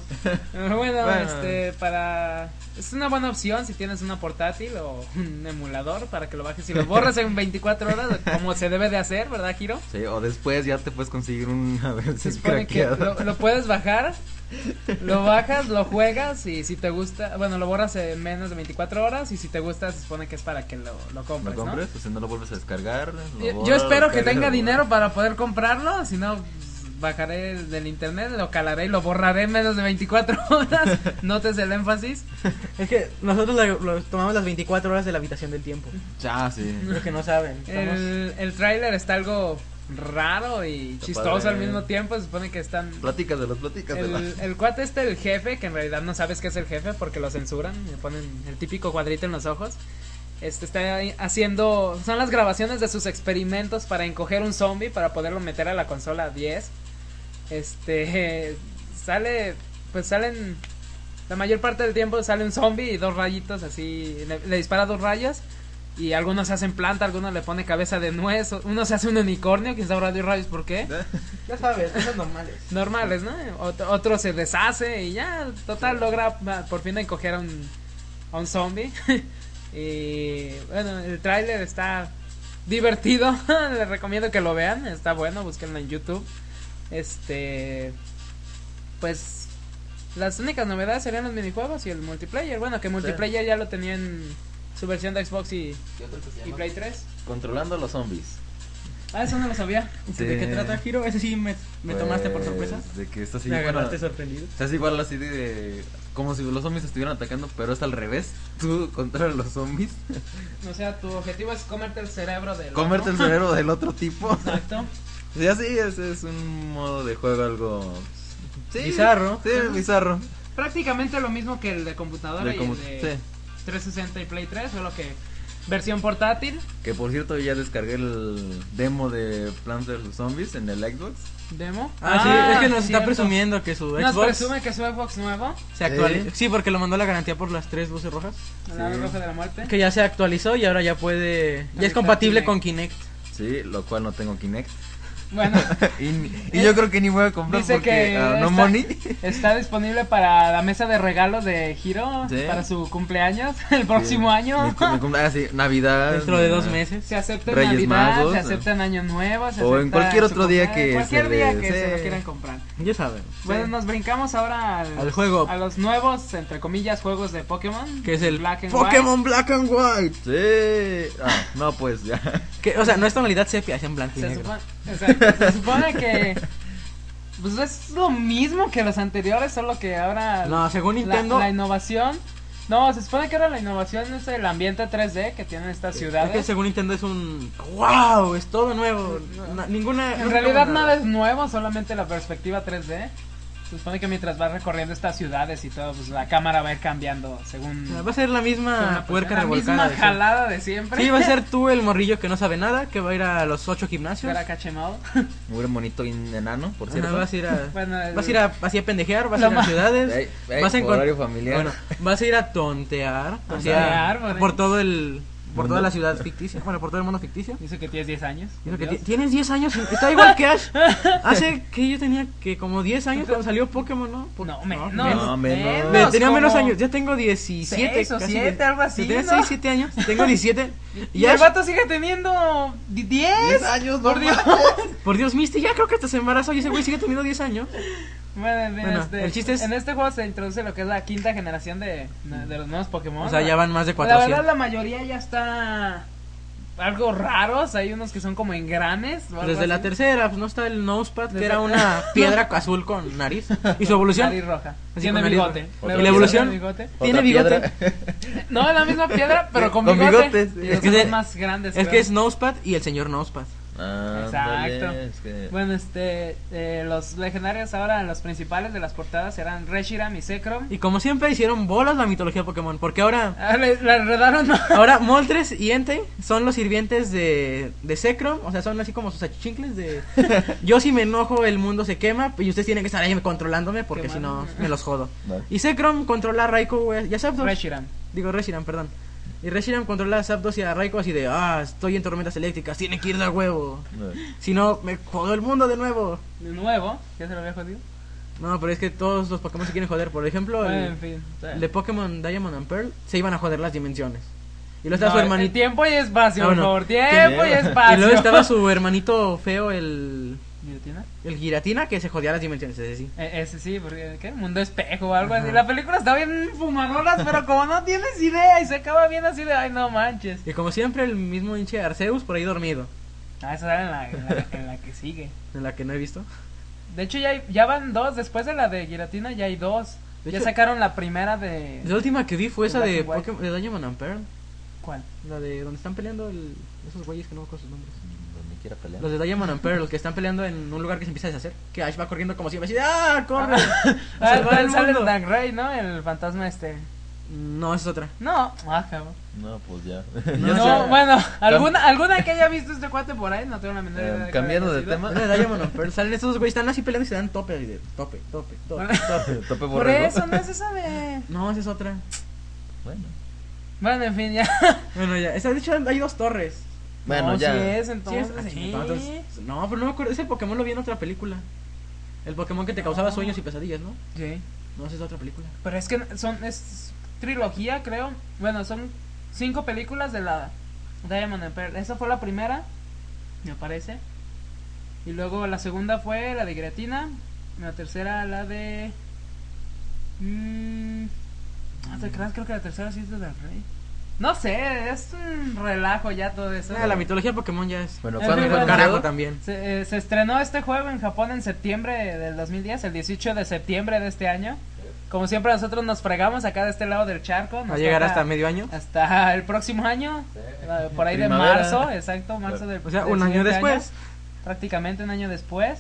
Pero Bueno,
Bueno.
este, para... Es una buena opción si tienes una portátil o un emulador para que lo bajes y lo borras en 24 horas, como se debe de hacer, ¿verdad, Giro?
Sí, o después ya te puedes conseguir una
Se
versión
supone que
craqueada.
lo, lo puedes bajar, lo bajas, lo juegas y si te gusta, bueno, lo borras en menos de 24 horas y si te gusta se supone que es para que lo, lo compres,
¿Lo
¿no?
compres? O
pues,
sea, no lo vuelves a descargar. lo
Yo- Yo,
borras,
espero
lo
que
cargas,
tenga
lo
dinero
borras.
para poder comprarlo, si no pues, bajaré del internet, lo calaré y lo borraré en menos de 24 horas. Notes el énfasis.
Es que nosotros la- lo- tomamos las 24 horas de la habitación del tiempo.
Ya, sí.
Lo que no saben. Estamos-
El, el tráiler está algo raro y
Está
chistoso
padre.
al mismo tiempo, se supone que están...
Platícaselos, platícaselos.
El, el cuate este, el jefe, que en realidad no sabes qué es el jefe porque lo censuran, le ponen el típico cuadrito en los ojos. Este está ahí haciendo. Son las grabaciones de sus experimentos para encoger un zombie para poderlo meter a la consola 10. Este. Sale. Pues salen. La mayor parte del tiempo sale un zombie y dos rayitos así. Le, le dispara dos rayas. Y algunos se hacen planta, algunos le pone cabeza de nuez, o- uno se hace un unicornio, quién sabrá Dios rayos por qué.
Ya sabes, cosas normales.
Normales, ¿no? Ot- otro se deshace y ya, total, logra ma- por fin encoger a un, a un zombie. y bueno, el tráiler está divertido, les recomiendo que lo vean, está bueno, búsquenlo en YouTube. Este, pues, las únicas novedades serían los minijuegos y el multiplayer. Bueno, que multiplayer ya lo tenía en su versión de Xbox y,
¿Qué otro que se
y
llama?
Play 3.
Controlando a los zombies.
Ah, eso no lo sabía.
¿De qué trata Giro? Ese sí me, me tomaste por sorpresa.
Eh, Pues, De que esto sí.
me
bueno,
agarraste sorprendido.
o sea, es igual así de. Como si los zombies estuvieran atacando, pero es al revés. Tú controlas los zombies.
O sea, tu objetivo es comerte el cerebro del
Comerte el
otro.
cerebro del otro tipo.
Exacto.
Sí, así es, es un modo de juego algo. Sí,
Bizarro.
Sí, bizarro.
Prácticamente lo mismo que el de computadora
De
y
como-
el de
sí.
360 y Play 3, solo que versión portátil
Que por cierto, ya descargué el demo de Plants vs Zombies en el Xbox.
demo.
Ah, sí, es que nos
cierto.
está presumiendo que su Xbox
Nos presume que su Xbox nuevo,
se actualizó. Sí. porque lo mandó la garantía por las tres luces rojas.
la
Sí.
roja de la muerte.
Que ya se actualizó y ahora ya puede. Ya es compatible con Kinect.
Sí, lo cual no tengo Kinect.
Bueno,
Y,
Eh,
y yo creo que ni voy a comprar
dice
porque
que
ah, no
está-
money.
está disponible para la mesa de regalos de Hiro
Sí.
para su cumpleaños el próximo
Sí. Mi
año.
cum- mi cum- ah, sí, Navidad.
Dentro de dos
ah,
meses.
Se acepta en
Reyes
Navidad,
Magos,
se
¿no?
acepta en Año Nuevo, se
O en
acepta
cualquier
su
otro día
cumpleaños,
que
cualquier
se
día
les-
que se lo
sí.
quieran comprar.
Ya saben.
Bueno,
Sí.
nos brincamos ahora al,
Al juego.
A los nuevos, entre comillas, juegos de Pokémon.
Que es el
Black and
Pokémon Black and White.
Sí. Ah, no, pues ya.
Que, o sea, no es tonalidad sepia, es en blanco
White.
y
Se,
negro.
supone, o sea, se supone que. Pues es lo mismo que los anteriores, solo que ahora.
No, según
la-
Nintendo.
La, innovación. No, se supone que ahora la innovación es el ambiente 3D que tienen estas
es que
ciudades.
según Nintendo es un. ¡Wow! Es todo nuevo. Na- ninguna.
En
nunca
realidad
hubo
nada es nuevo, solamente la perspectiva 3D. Se supone que mientras vas recorriendo estas ciudades y todo, pues la cámara va a ir cambiando según.
O sea, Va a ser la misma puerca
la
revolcada.
misma
de siempre.
jalada de siempre.
Sí, va a ser tú el morrillo que no sabe nada, que va a ir a los ocho gimnasios.
Espera, cachemao.
Muy bonito y enano, por
Ajá,
cierto.
vas a ir a,
Bueno, el-
vas a ir a, así a pendejear, vas
Lo
a ir a
más-
ciudades,
Ey, ey,
vas a encont-
horario familiar.
bueno, vas a ir a tontear, o sea,
Tontear, por ahí.
por todo el, por
Mundo.
toda la ciudad ficticia, bueno, por todo el mundo ficticio.
Dice que tienes 10 años.
Dice que
Dios.
ti- tienes 10 años, está igual que Ash. Hace que yo tenía que como 10 años cuando salió Pokémon, Ah, ¿no? Po-
No, menos.
No, menos.
Me- tenía menos
como
años, ya tengo 17.
seis o
casi
siete,
die-
algo así,
Yo tenía
¿no?
6, 7 años, tengo 17.
Y el vato sigue teniendo 10
años,
Por
no
Dios.
Por Dios, Misty, ya creo que hasta se embarazó y ese güey sigue teniendo 10 años.
Bueno, en,
Bueno,
este,
el chiste es-
en este juego se introduce lo que es la quinta generación de, de los nuevos Pokémon.
O sea, ya van más de
La
400.
verdad, la mayoría ya está algo raros. Hay unos que son como engranes. o algo
Desde la
así.
tercera, pues no está el Nosepad, que
Desde-
era una piedra azul con nariz. Y su
Nariz
evolución
roja.
Así
Tiene
con nariz
bigote.
roja.
Otra
¿Y
la evolución?
bigote.
tiene
Otra
bigote.
piedra.
No, es la misma piedra, pero con,
Con
bigote.
bigotes.
Y
Es
los
que
ojos
se-
más grandes.
Es
creo.
que es Nosepad y el señor Nosepad.
Ándale,
Exacto.
es que-
Bueno, este, eh, los legendarios ahora, los principales de las portadas serán Reshiram y Zekrom.
Y como siempre hicieron bolas la mitología Pokémon, porque ahora
Ah, le, le enredaron, ¿no?
ahora Moltres y Entei son los sirvientes de de Zekrom, o sea, son así como sus achichincles de yo si me enojo el mundo se quema y ustedes tienen que estar ahí controlándome porque si no
Quemando.
me los jodo.
Vale.
Y Zekrom controla a Raikou, eh, ya sabes.
Reshiram.
Digo, Reshiram, perdón. Y Reshiram controla a Zapdos y a Raikou así de, ah, estoy en tormentas eléctricas, tiene que ir de a huevo. Si no, me jodó el mundo de nuevo.
De nuevo, ya se lo había jodido.
No, pero es que todos los Pokémon se quieren joder. Por ejemplo,
Bueno,
el,
en fin.
el de Pokémon Diamond and Pearl se iban a joder las dimensiones. Y luego
No,
estaba su
el
hermanito.
tiempo y espacio,
Ah,
por
bueno.
favor. Tiempo y
miedo.
espacio.
Y luego estaba su hermanito feo, el.
¿Guillotina?
El Giratina, que se jodía las dimensiones, ese sí.
Eh, ese sí, porque ¿qué? Mundo espejo o algo así.
Ajá.
La película está bien fumadoras, pero como no tienes idea y se acaba bien así de, ay, no manches.
Y como siempre, el mismo hinche Arceus por ahí dormido.
Ah, esa era en la- en la- en la que sigue.
En la que no he visto.
De hecho, ya, hay- ya van dos. Después de la de Giratina, ya hay dos.
De
ya
hecho-
sacaron la primera de.
La última que vi fue esa
Black
de,
and White.
Pokémon, de Diamond and Pearl.
¿Cuál?
La de donde están peleando el- esos güeyes que no me acuerdo sus nombres.
Donde quiera pelear.
Los de Diamond and Pearl, los que están peleando en un lugar que se empieza a deshacer. Que Ash va corriendo como si iba a decir, ¡ah, corre! a
Ah,
salvar el
sale el
mundo".
Dark Ray, ¿no? El fantasma este.
No, esa es otra.
No, ah, cabrón.
No, pues ya.
Ya
No,
sé.
bueno, alguna, alguna que haya visto este cuate por ahí, no tengo la menor idea.
Eh,
de
cambiando
cuál
de
haya sido.
No,
tema.
de Diamond and Pearl. Salen estos dos güeyes, están así peleando y se dan tope. así de tope, tope, tope.
Bueno,
Tope
Por
borrego.
eso no se sabe.
No, esa es otra.
Bueno.
Bueno, en fin, ya.
Bueno, ya. Está, de hecho, hay dos torres.
Bueno,
no,
ya.
sí es,
Sí,
entonces.
es- ah,
sí.
chingado, entonces- no, pero no me acuerdo. Ese Pokémon lo vi en otra película. El Pokémon que te causaba
No.
sueños y pesadillas, ¿no?
Sí.
No, esa es otra película.
Pero es que son. Es trilogía, creo. Bueno, son cinco películas de la Diamond and Pearl. Esa fue la primera, me parece. Y luego la segunda fue la de Gretina. La tercera, la de. Mmm. creo que la tercera sí es de del Rey. No sé, es un relajo ya todo eso.
Ah, la mitología de Pokémon ya es.
Bueno,
El
¿cuándo fue el
Fue
primero
el
de-
carajo
video?
también.
Se, eh, se estrenó este juego en Japón en septiembre del 2010, el 18 de septiembre de este año. Como siempre nosotros nos fregamos acá de este lado del charco.
Va a
nos
llegar
toca
hasta medio año.
hasta el próximo año, eh, por ahí
Primavera.
de marzo, exacto, marzo del
O sea,
del
un año
siguiente
después.
prácticamente un año después.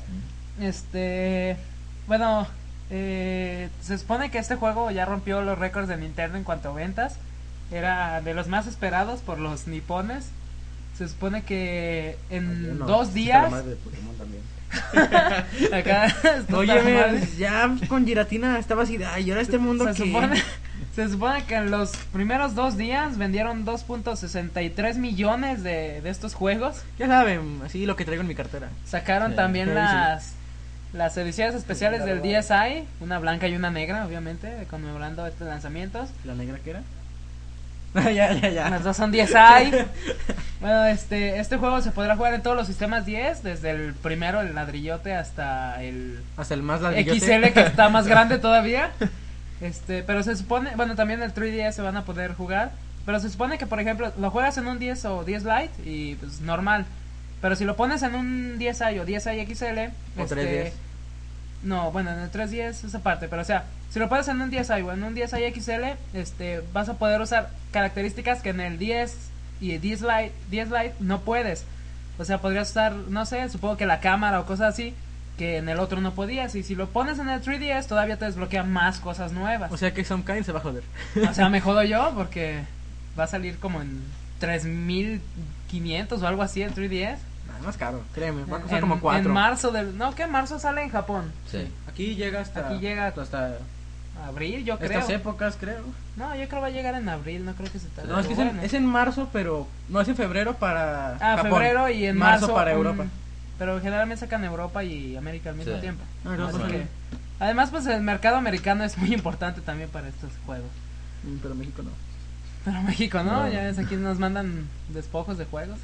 Este, bueno, eh, se supone que este juego ya rompió los récords de Nintendo en cuanto a ventas. Era de los más esperados por los nipones. Se supone que en dos días
madre de Pokémon también.
acá está
Oye,
mal.
me- ya con Giratina estaba así. de, Ay, ahora este mundo
se
que.
supone, se supone que en los primeros dos días vendieron 2.63 millones de, de estos juegos.
Ya saben, así lo que traigo en mi cartera.
Sacaron
Sí,
también
sí.
las las ediciones especiales del DSi, una blanca y una negra, obviamente, conmemorando estos lanzamientos.
¿La negra que era? ya, ya, ya.
Las dos son 10i. bueno, este este juego se podrá jugar en todos los sistemas 10, desde el primero el ladrillote hasta el
Hasta el más ladrillote.
XL que está más grande todavía. Este, pero se supone, bueno, también el 3DS se van a poder jugar, pero se supone que por ejemplo, lo juegas en un 10 o 10 Lite y pues normal. Pero si lo pones en un 10i o 10i XL,
O 3DS.
no, bueno, en el 310 esa parte, pero o sea, si lo pones en un 10i o en un 10i XL, este, vas a poder usar características que en el 10 y el 10 Lite, 10 Lite no puedes. O sea, podrías usar, no sé, supongo que la cámara o cosas así que en el otro no podías. Y si lo pones en el 3DS, todavía te desbloquea más cosas nuevas.
O sea que Sam Kain se va a joder.
O sea, me jodo yo porque va a salir como en 3500 o algo así el 3DS.
Nada más caro, créeme. Va a costar
en,
como cuatro.
en marzo del. No, que marzo sale en Japón.
Sí.
Aquí llega hasta.
Aquí llega-
hasta
Abril, yo creo.
estas épocas, creo.
No, yo creo que va a llegar en abril, no creo que se tarde.
No, es que es
Bueno.
en, es en marzo, pero. No, es en febrero para.
Ah,
Japón.
febrero y en marzo.
marzo. para
mm,
Europa.
pero generalmente sacan Europa y América al mismo
Sí.
tiempo.
Ah, no,
Así
no, no.
que- además, pues el mercado americano es muy importante también para estos juegos.
Mm, Pero México no.
Pero México, ¿no?
No.
Ya ves, aquí nos mandan despojos de juegos.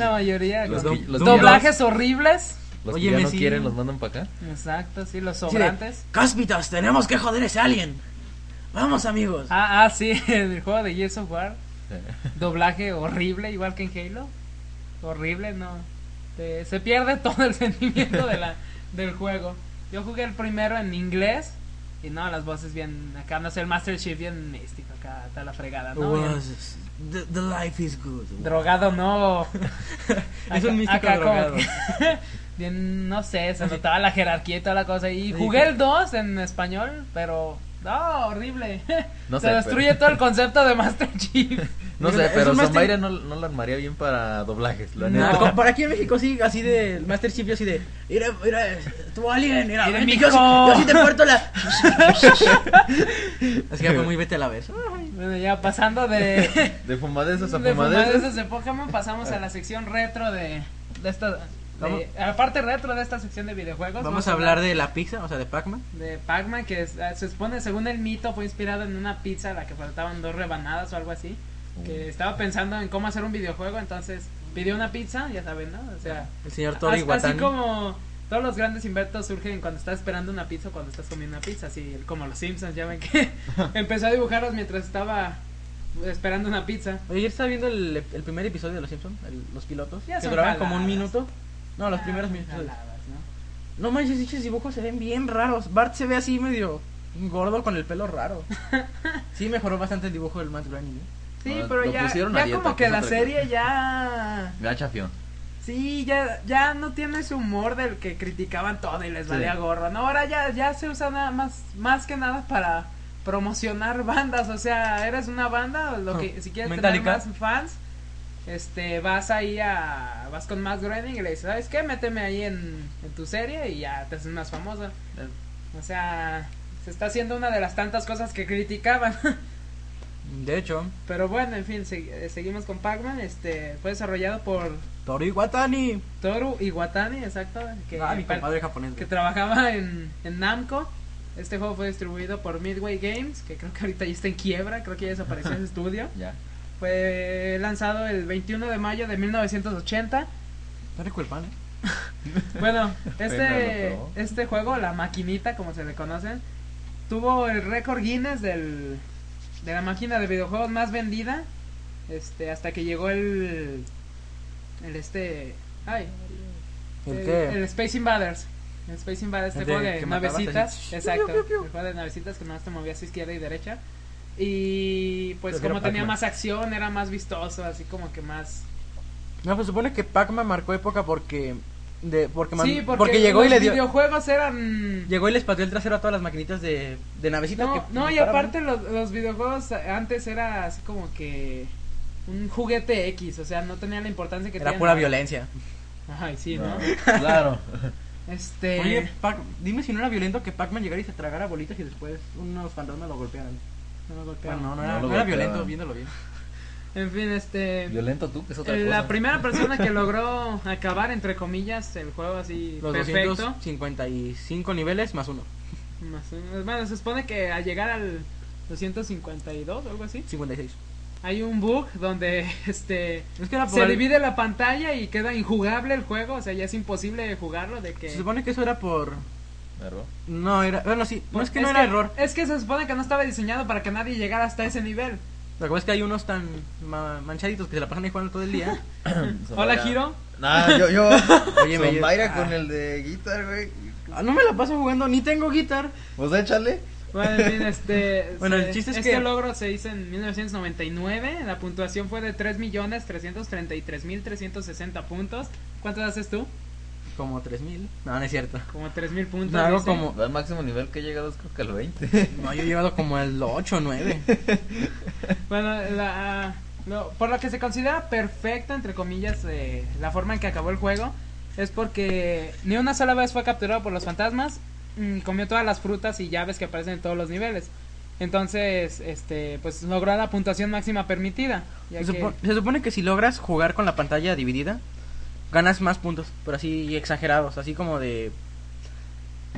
La mayoría.
Los,
con
que, los, que ya,
doblajes horribles.
los que
Oye,
ya no
Messi.
quieren los mandan para acá.
Exacto, sí, los sobrantes.
Cáspitas, tenemos que joder a ese alien. Vamos, amigos.
Ah, ah, sí, el juego de Years of War. Doblaje horrible, igual que en Halo. Horrible, no. Te- se pierde todo el sentimiento de la, del juego. Yo jugué el primero en inglés. Y no, las voces bien. Acá no sé, el Master Chief bien místico. Acá está la fregada, ¿no? Bien
Was- the, the life is good.
drogado, no.
Es un místico
acá como
drogado.
que- bien, no sé, se notaba la jerarquía y toda la cosa. Y jugué el 2 en español, pero. No, horrible.
No
se
sé,
destruye
pero-
todo el concepto de Master Chief.
No sé,
Mira, es
pero
un Master-
Zombairen no, no lo armaría bien para doblajes. La
No,
neta.
Ah, como para aquí en México sí, así de el Master Chief, yo así de, mira, mira, tú alien, mira,
Mira,
vente,
mijo.
yo, sí- yo sí te puerto la... así que fue muy vete a la vez.
Bueno, ya pasando de.
De fumadezas a
de fumadezas
fumadezas.
de Pokémon, pasamos a la sección retro de. De esta. de-
Vamos.
aparte retro de esta sección de videojuegos.
Vamos a hablar de la pizza, o sea, de Pac-Man.
de Pac-Man, que es- eh, se supone, según el mito, fue inspirado en una pizza a la que faltaban dos rebanadas o algo así.
Mm.
Que estaba pensando en cómo hacer un videojuego, entonces pidió una pizza, ya saben, ¿no? O sea,
El señor
a-
Tori
así,
Watani.
como todos los grandes inventos surgen cuando estás esperando una pizza o cuando estás comiendo una pizza, así como los Simpsons, ya ven que empezó a dibujarlos mientras estaba esperando una pizza.
Oye, ayer estaba viendo el, el primer episodio de Los Simpsons, los pilotos,
Ya
que
son
duraban como un
jaladas.
minuto. No, los primeros minutos.
Jaladas, ¿no?
No manches, dichos dibujos se ven bien raros. Bart se ve así medio gordo con el pelo raro. Sí, mejoró bastante el dibujo del Matt Groening. ¿eh?
Sí,
Ah,
pero
lo
ya,
pusieron a
ya
dieta,
como
que
que
es
la
otra cosa.
serie ya...
Gacha, fión.
Sí, ya, ya no tiene ese humor del que criticaban todo y les
Sí.
valía gorro. No, ahora ya, ya se usa nada más, más que nada para promocionar bandas. O sea, eres una banda, lo que si quieres
Metallica.
tener más fans, este, vas ahí a, vas con Matt Groening y le dices, ¿sabes qué? Méteme ahí en, en tu serie y ya te haces más famoso.
¿eh?
O sea, se está haciendo una de las tantas cosas que criticaban.
De hecho,
Pero bueno, en fin, se- eh, seguimos con Pac-Man. Este, fue desarrollado por
Tori Watani.
Toru Iwatani, exacto. Que,
Ah, mi
par-
compadre japonés.
que
güey.
trabajaba en, en Namco. Este juego fue distribuido por Midway Games, que creo que ahorita ya está en quiebra, creo que ya desapareció ese estudio.
Ya.
Fue lanzado el 21 de mayo de 1980.
Está rico el pan, eh.
Bueno,
Pena,
este,
¿no?
este juego, la maquinita, como se le conocen, tuvo el récord Guinness del, de la máquina de videojuegos más vendida. Este, hasta que llegó el. El este. Ay.
¿El qué?
el Space Invaders. El Space Invaders, este
El
juego
de
de
que matabas
navecitas.
así.
Exacto. El juego de navecitas que nomás te movías izquierda y derecha. Y pues,
Pero que era
como tenía
Pac-Man.
más acción, era más vistoso, así como que más.
No, pues supone que Pac-Man marcó época porque. De, porque, man-
sí, porque,
llegó y
los
le dio.
videojuegos eran.
Llegó y les pateó el trasero a todas las maquinitas de, de navecitas.
No,
que
no, y
mataron,
aparte los, los videojuegos eh, antes era así como que un juguete X, o sea, no tenía la importancia que
Era
tiene
pura
ahora.
violencia.
Ay, sí, ¿no?
No, Claro.
Este,
Oye, Pac- dime si no era violento que Pac-Man llegara y se tragara bolitas y después unos fantasmas lo golpearan.
no me golpearon.
Bueno, no, no era,
No lo
no era
golpeaban.
violento, viéndolo bien.
En fin, este
Violento tú, que es otra
eh,
cosa.
la primera persona que logró acabar entre comillas el juego así
Los
perfecto.
255 niveles más uno.
más o menos, bueno, se supone que al llegar al 252 o algo así,
56.
hay un bug donde este
Es que era Ah, por
se
al-
divide la pantalla y queda injugable el juego, o sea, ya es imposible jugarlo de que
Se supone que eso era por.
Error.
No, era. Bueno, sí. No es que no era error.
Es que se supone que no estaba diseñado para que nadie llegara hasta ese nivel.
Lo que pasa es que hay unos tan ma- manchaditos que se la pasan ahí jugando todo el día.
Hola, Giro.
Nah, yo, yo.
Oye, me-
Zombaira
ah.
con el de guitar, güey.
Ah, no me la paso jugando, ni tengo guitar.
Pues échale.
Bueno, en fin, este.
Bueno,
se-
el chiste es
este
que-
logro se hizo en 1999. La puntuación fue de 3.333.360 puntos. ¿Cuántos haces tú?
Como 3000. No, no es cierto.
Como 3.000 puntos.
No, hago
dice.
como-
Yo al máximo nivel que he llegado es creo que al 20.
No, yo he llegado como al 8 o 9.
Bueno, la- lo- por lo que se considera perfecta, entre comillas, eh, la forma en que acabó el juego, es porque ni una sola vez fue capturado por los fantasmas, mm, comió todas las frutas y llaves que aparecen en todos los niveles. Entonces, este, pues logró la puntuación máxima permitida. ya
Se,
que-
supo- se supone que si logras jugar con la pantalla dividida, ganas más puntos, pero así exagerados, así como de.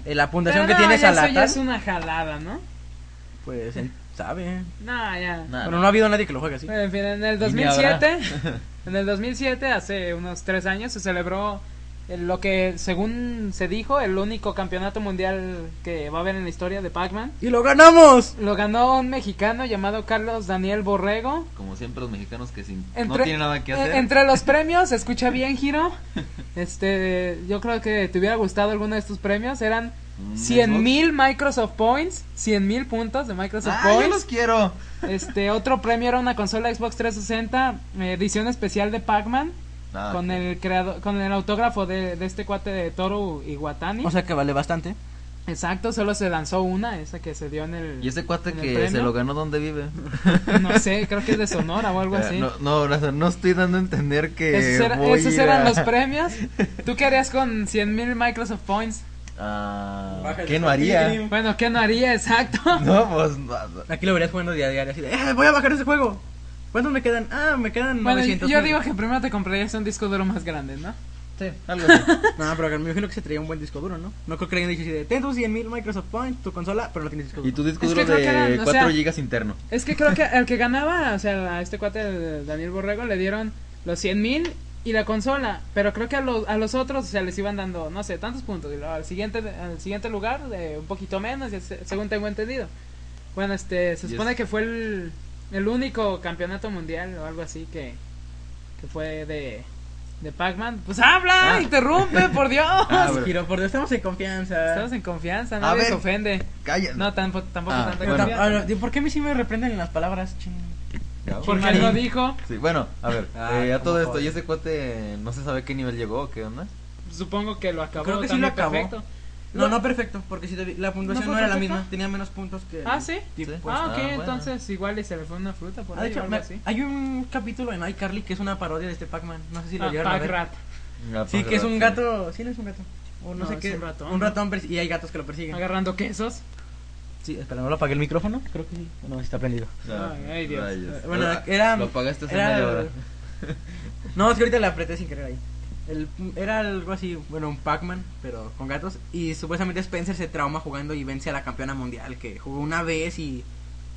eh, la
Pero
puntuación
no,
que tienes
ya
a la
eso ya
tal,
es una jalada, ¿no?
pues en- sabe.
No, ya.
Nada.
Bueno, Ah, no ha habido nadie que lo juegue así.
Bueno, en fin, en el
Y ni habrá.
2007, en el 2007, hace unos tres años, se celebró el- lo que, según se dijo, el único campeonato mundial que va a haber en la historia de Pac-Man.
¡Y lo ganamos!
Lo ganó un mexicano llamado Carlos Daniel Borrego.
Como siempre los mexicanos que sin... no
Entre-
tienen nada que
eh,
hacer.
Entre los premios, escucha bien, Giro. Este, yo creo que te hubiera gustado alguno de estos premios. Eran
Un
100
Xbox.
mil Microsoft Points, 100 mil puntos de Microsoft
Ah, yo
Points.
los quiero.
Este, otro premio era una consola Xbox 360, eh, edición especial de Pac-Man,
Nada,
con el creador, con el autógrafo de, de este cuate de Toru Iwatani.
O sea que vale bastante.
Exacto, solo se lanzó una, esa que se dio en el...
Y ese cuate
¿En el
que
premio?
se lo ganó donde vive.
No sé, creo que es de Sonora o algo así.
Eh, No, no, no, no estoy dando a entender que
esos era-
voy
esos
a-
eran los premios. ¿Tú qué harías con 100.000 Microsoft Points?
Ah, ¿Qué no haría?
Bueno, ¿qué no haría? Exacto.
No, pues no, no.
Aquí lo verías jugando día a día, así de, "Eh, voy a bajar ese juego. ¿Cuántos me quedan? Ah, me quedan
Bueno,
900.
yo digo que primero te comprarías un disco duro más grande, ¿no?
Sí, algo así.
No, pero me imagino que se traía un buen disco duro, ¿no? No creo que alguien dijese, de, ten tus 100 mil Microsoft Points, tu consola, pero no tienes disco duro.
Y tu disco
Es que
duro
creo que
de
eran, o
4
sea-
gigas interno.
Es que creo que el que ganaba, o sea, a este cuate el Daniel Borrego le dieron los 100 mil y la consola, pero creo que a los, a los otros, o sea, les iban dando, no sé, tantos puntos, y luego al siguiente, al siguiente lugar, de un poquito menos, y se- según tengo entendido. Bueno, este, se
Y
supone
es-
que fue el, el único campeonato mundial o algo así que, que fue de, de Pac-Man. Pues habla,
Ah.
interrumpe, por Dios.
Ah, bueno.
Giro, por Dios, estamos en confianza.
Estamos en confianza,
A
nadie se
ver.
ofende.
Calla.
No, tampoco, tampoco
Ah,
tanta
Pero
bueno.
tam-
confianza.
ahora, ¿Por qué a mí sí me reprenden las palabras? Ching.
Porque
Chin.
él lo dijo.
Sí, bueno, a ver,
Ah,
eh, a
cómo
todo esto,
joder.
¿y ese cuate no se sabe a qué nivel llegó o qué onda?
Supongo que lo acabó.
Creo que sí lo
también
acabó.
perfecto.
No, no perfecto, porque si te vi- la puntuación
¿No
no,
fue
era la
perfecta?
misma, tenía menos puntos que...
Ah, ¿sí?
Tipo,
Sí.
pues.
ah, ok,
Ah, bueno.
entonces igual y se le fue una fruta por
Ah, de
ahí o
hecho,
algo
me-
así.
hay un capítulo en iCarly que es una parodia de este Pac-Man, no sé si lo
Ah,
llegaron a
Pac
ver.
Rat.
Ah, pues,
Sí, que es un gato, sí, no es un gato. O no,
No,
sé
es
qué.
un ratón. Ah,
Un ratón, pero- y hay gatos que lo persiguen.
Agarrando quesos.
Sí, espera, ¿no lo apagué el micrófono?
Creo que sí. No, sí está prendido.
Ay, Dios.
rayos.
Bueno,
Ah,
era-
Lo pagaste hace
era-
media hora.
No, es que ahorita la apreté sin querer ahí. El, era algo así, bueno, un Pac-Man, pero con gatos. Y supuestamente Spencer se trauma jugando y vence a la campeona mundial, que jugó una vez y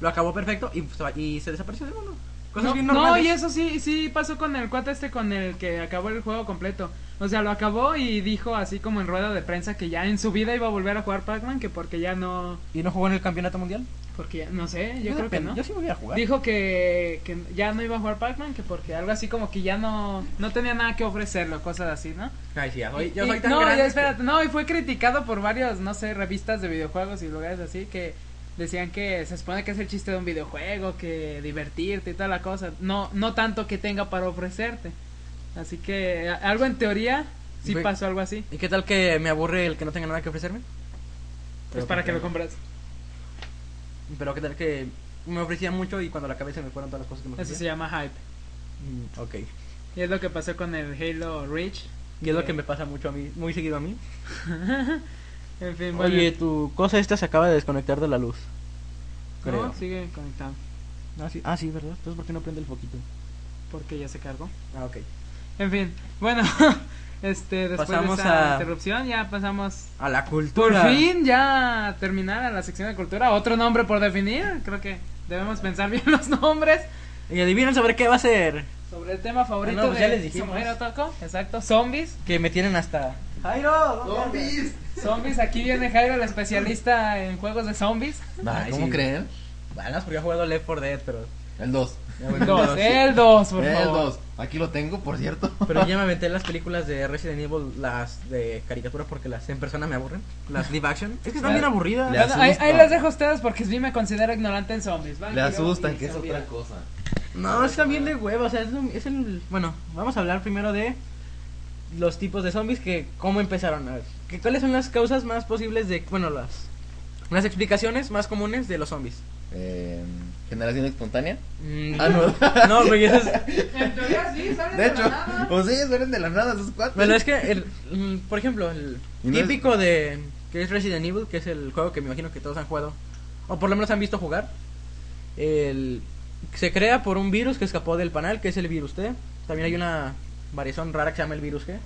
lo acabó perfecto y, se va- y se desapareció del mundo. Cosas
No,
bien
no,
normales.
y eso sí, sí pasó con el cuate este con el que acabó el juego completo. O sea, lo acabó y dijo así como en rueda de prensa que ya en su vida iba a volver a jugar Pac-Man, que porque ya no,
¿Y no jugó en el campeonato mundial?
porque ya- no sé, yo, creo que
depende,
no.
Yo sí voy a jugar.
Dijo que, que ya no iba a jugar Pac-Man, que porque algo así como que ya no, no tenía nada que ofrecerlo, cosas así, ¿no?
Ay, sí, ya soy,
Y-
ya
y-
soy tan
no,
grande.
y espérate, no, y fue criticado por varios, no sé, revistas de videojuegos y lugares así que decían que se supone que es el chiste de un videojuego, que divertirte y toda la cosa, no no tanto que tenga para ofrecerte. Así que a- algo en teoría sí
Güey.
pasó algo así.
¿Y qué tal que me aburre el que no tenga nada que ofrecerme?
Es Pues para que lo compras.
Pero qué tal que me ofrecía mucho y cuando la cabeza me fueron todas las cosas que me
Eso
ofrecían.
se llama hype.
Mm, ok.
Y es lo que pasó con el Halo Reach.
Y es lo que me pasa mucho a mí, muy seguido a mí.
En fin, bueno.
Oye, tu cosa esta se acaba de desconectar de la luz.
No,
creo.
sigue conectado
Ah, sí, ah, sí ¿verdad? Entonces, ¿por qué no prende el foquito?
porque ya se cargó.
Ah, ok.
En fin, bueno, este después
Pasamos
de esa
a-
interrupción ya pasamos
A la
Por
cultura.
fin ya terminada la sección de cultura. Otro nombre por definir. Creo que debemos pensar bien los nombres.
Y adivinen sobre qué va a ser.
Sobre el tema favorito
Ah, no, pues ya
de
les dijimos.
Samuel Otoko. Exacto, zombies.
Que me tienen hasta.
¡Zombies!
Zombies, aquí viene Jairo, el especialista en juegos de zombies.
Ay,
¿Cómo
sí.
creen?
Balas, porque yo he jugado Left 4 Dead, pero.
El 2.
El 2, el 2, por
El
favor.
2. Aquí lo tengo, por cierto.
Pero ya me aventé las películas de Resident Evil, las de caricatura, porque las en persona me aburren. Las live action. Es que están bien aburridas.
Le
Bueno, ahí,
asusta.
ahí las dejo a ustedes porque sí me considero ignorante en zombies. Van
Le
Hiro y
asustan, que es
zombies.
otra cosa.
No, es también de hueva, o sea, es, lo- es el... Bueno, vamos a hablar primero de los tipos de zombies que cómo empezaron. A ver, que, ¿Cuáles son las causas más posibles de... Bueno, las... Las explicaciones más comunes de los zombies.
Eh, Generación espontánea.
Mm,
Ah, no.
no, güey, eso es...
En teoría sí, salen
De
la
hecho,
nada.
pues sí, salen de la nada esos cuatro.
Bueno, es que, el, mm, por ejemplo, el
Y no es-
típico de... Que es Resident Evil, que es el juego que me imagino que todos han jugado. O por lo menos han visto jugar. El, se crea por un virus que escapó del panal, que es el virus T. También hay una variación rara que se llama el virus G.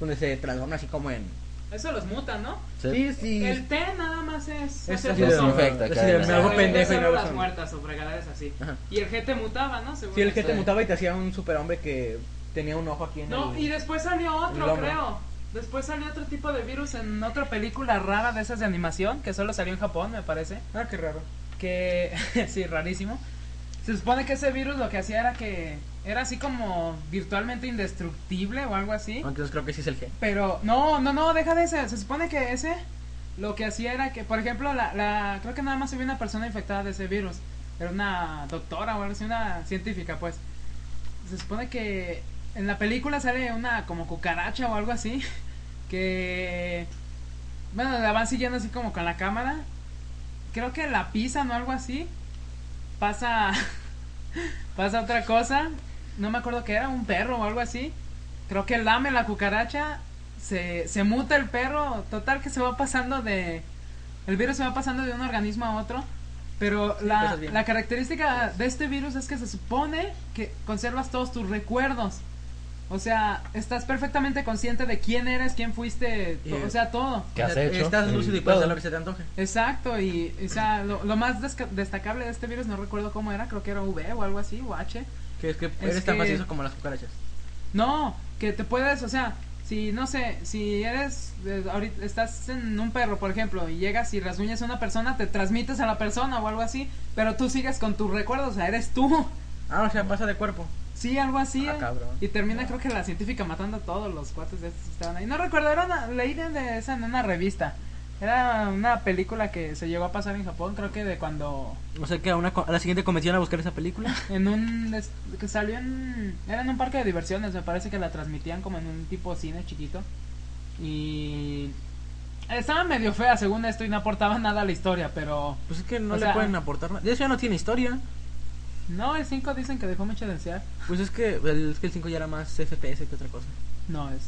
Donde se transforma así como en...
Eso los mutan, ¿no?
Sí, Este
El té nada más es.
Es
hacer
así
de-
zombies.
desinfecta,
así
cabrón.
de, me hago
Sí,
pendejo y me
solo
hago
las
zombie.
muertas o fregaderas así.
Ajá.
Y el GT mutaba, ¿no? Según este.
Sí, el que te
esto.
mutaba y te hacía un superhombre que tenía un ojo aquí en
No,
el...
y después salió
El
otro,
hombro.
creo. Después salió otro tipo de virus en otra película rara de esas de animación que solo salió en Japón, me parece.
Ah, qué raro.
Que sí, rarísimo. Se supone que ese virus lo que hacía era que era así como virtualmente indestructible o algo así.
Entonces creo que sí es el G.
Pero, no, no, no, deja de ese. Se supone que ese lo que hacía era que, por ejemplo, la, la creo que nada más había una persona infectada de ese virus. Era una doctora o algo así, una científica, pues. Se supone que en la película sale una como cucaracha o algo así. Que. Bueno, la van siguiendo así como con la cámara. Creo que la pisan o algo así. Pasa. pasa otra cosa. No me acuerdo que era, un perro o algo así. Creo que lame la cucaracha, se, se muta el perro, total que se va pasando de... El virus se va pasando de un organismo a otro, pero la,
Estás bien.
la característica de este virus es que se supone que conservas todos tus recuerdos. O sea, estás perfectamente consciente de quién eres, quién fuiste, to-
Eh,
o sea, todo.
¿Qué has hecho?
Estás
Sí,
lúcido y puedes
todo.
hacer lo que se te antoje.
Exacto, y o sea, lo, lo más desca- destacable de este virus, no recuerdo cómo era, creo que era V o algo así, o H.
Que es que eres tan
que-
macizo como las cucarachas.
No, que te puedes, o sea, si no sé, si eres, eh, ahorita estás en un perro, por ejemplo, y llegas y rasguñas a una persona, te transmites a la persona o algo así, pero tú sigues con tus recuerdos, o sea, eres tú.
Ah, o sea, pasa de cuerpo.
Sí, algo así. eh.
Ah, cabrón.
Y termina, creo que la científica matando a todos los cuates de estos que estaban ahí. No recuerdo, era una, leí de, de esa en una revista. Era una película que se llegó a pasar en Japón, creo que de cuando
O sea que a, una, co- a la siguiente convención a buscar esa película.
en un des- que salió en era en un parque de diversiones me parece que la transmitían como en un tipo cine chiquito y estaba medio fea según esto y no aportaba nada a la historia pero
Pues es que no
O
le
sea- ah.
pueden aportar nada. De hecho ya no tiene historia.
no el 5 dicen que dejó mucho de desear
Pues es que el, es que el 5 ya era más FPS que otra cosa.
no es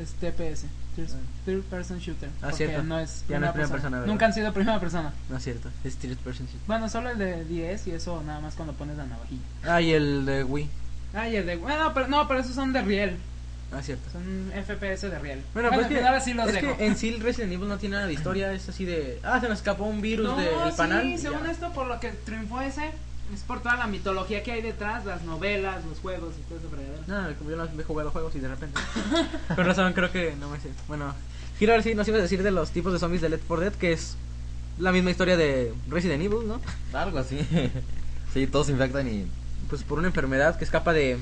es TPS, Third, third Person Shooter.
Ah,
porque
cierto.
No es
Ya no es primera
primera persona.
persona, ¿verdad?
Nunca han sido primera persona.
No es cierto, es third person shooter.
Bueno, solo el de 10 y eso nada más cuando pones la navajilla.
Ah, y el de Wii.
Ah, y el de. Bueno, pero, no, pero esos son de riel.
Ah, cierto.
Son FPS de riel.
Bueno,
al
pues es que,
final ahora sí los
es
dejo.
que en sí el Resident Evil no tiene nada de historia, es así de... Ah, se nos escapó un virus
No,
del
sí,
panal. y
según
ya.
esto, por lo que triunfó ese, es por toda la mitología que hay detrás, las novelas, los juegos y todo eso. fregadero.
No, como yo no he jugado juegos y de repente... Por razón creo que no me sé. Bueno, Giro, ahora sí nos ibas a decir de los tipos de zombies de Left 4 Dead, que es la misma historia de Resident Evil, ¿no?
Algo así.
Sí, todos se infectan y
Pues por una enfermedad que escapa de...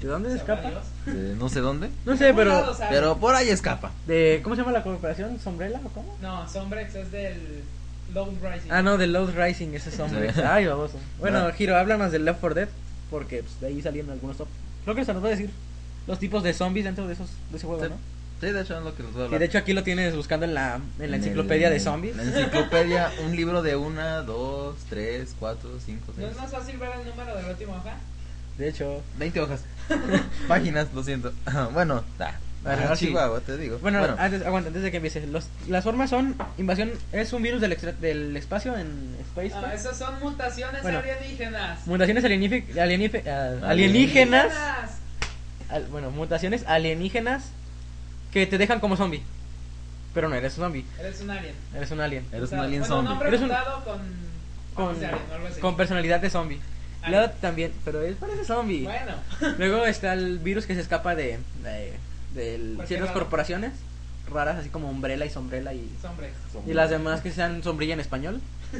¿De dónde escapa?
de eh, no sé dónde.
No sé,
Un lado
pero...
sale.
Pero por ahí escapa.
De, ¿Cómo se llama la corporación? ¿Sombrela o cómo?
No, Sombrex es del Lone Rising.
Ah, no, de Lost Rising, ese es hombre.
Sí. Ah.
Ay, baboso. Bueno,
No.
Giro, háblanos del Left 4 Dead, porque pues, de ahí salieron algunos top. Creo que se nos va a decir los tipos de zombies dentro de esos de ese juego,
Sí.
¿no?
Sí, de hecho es lo que nos va a
Y
hablar.
de hecho aquí lo tienes buscando en la, en la
el-
enciclopedia de zombies.
En la enciclopedia, un libro de una, dos, tres, cuatro, cinco,
¿No
seis.
es más fácil ver el número de la última hoja?
De hecho,
20 hojas. Páginas, lo siento. bueno, da.
Bueno,
Ah,
sí.
Chihuahua, te digo.
bueno, antes, aguanta, antes de que empieces, los, las formas son invasión, es un virus del, extra- del espacio en Space.
Ah, esas son mutaciones
Bueno.
alienígenas.
mutaciones alienifi- alienife- ah,
Alienígenas.
alienígenas, al- bueno, mutaciones alienígenas que te dejan como zombie. Pero no eres zombie,
Eres un alien.
eres un alien.
eres
O sea,
un alien
bueno,
zombie.
Un hombre
Eres un-
mutado con.
con,
de Ah, alien, algo así.
con personalidad de zombie.
Ah,
Luego
ya.
también, pero él parece zombie.
Bueno,
Luego está el virus que se escapa de, de, del-
Cualquier
ciertas
lado.
corporaciones raras, así como Umbrella y Sombrella y,
Sombrex.
y las demás que sean sombrilla en español.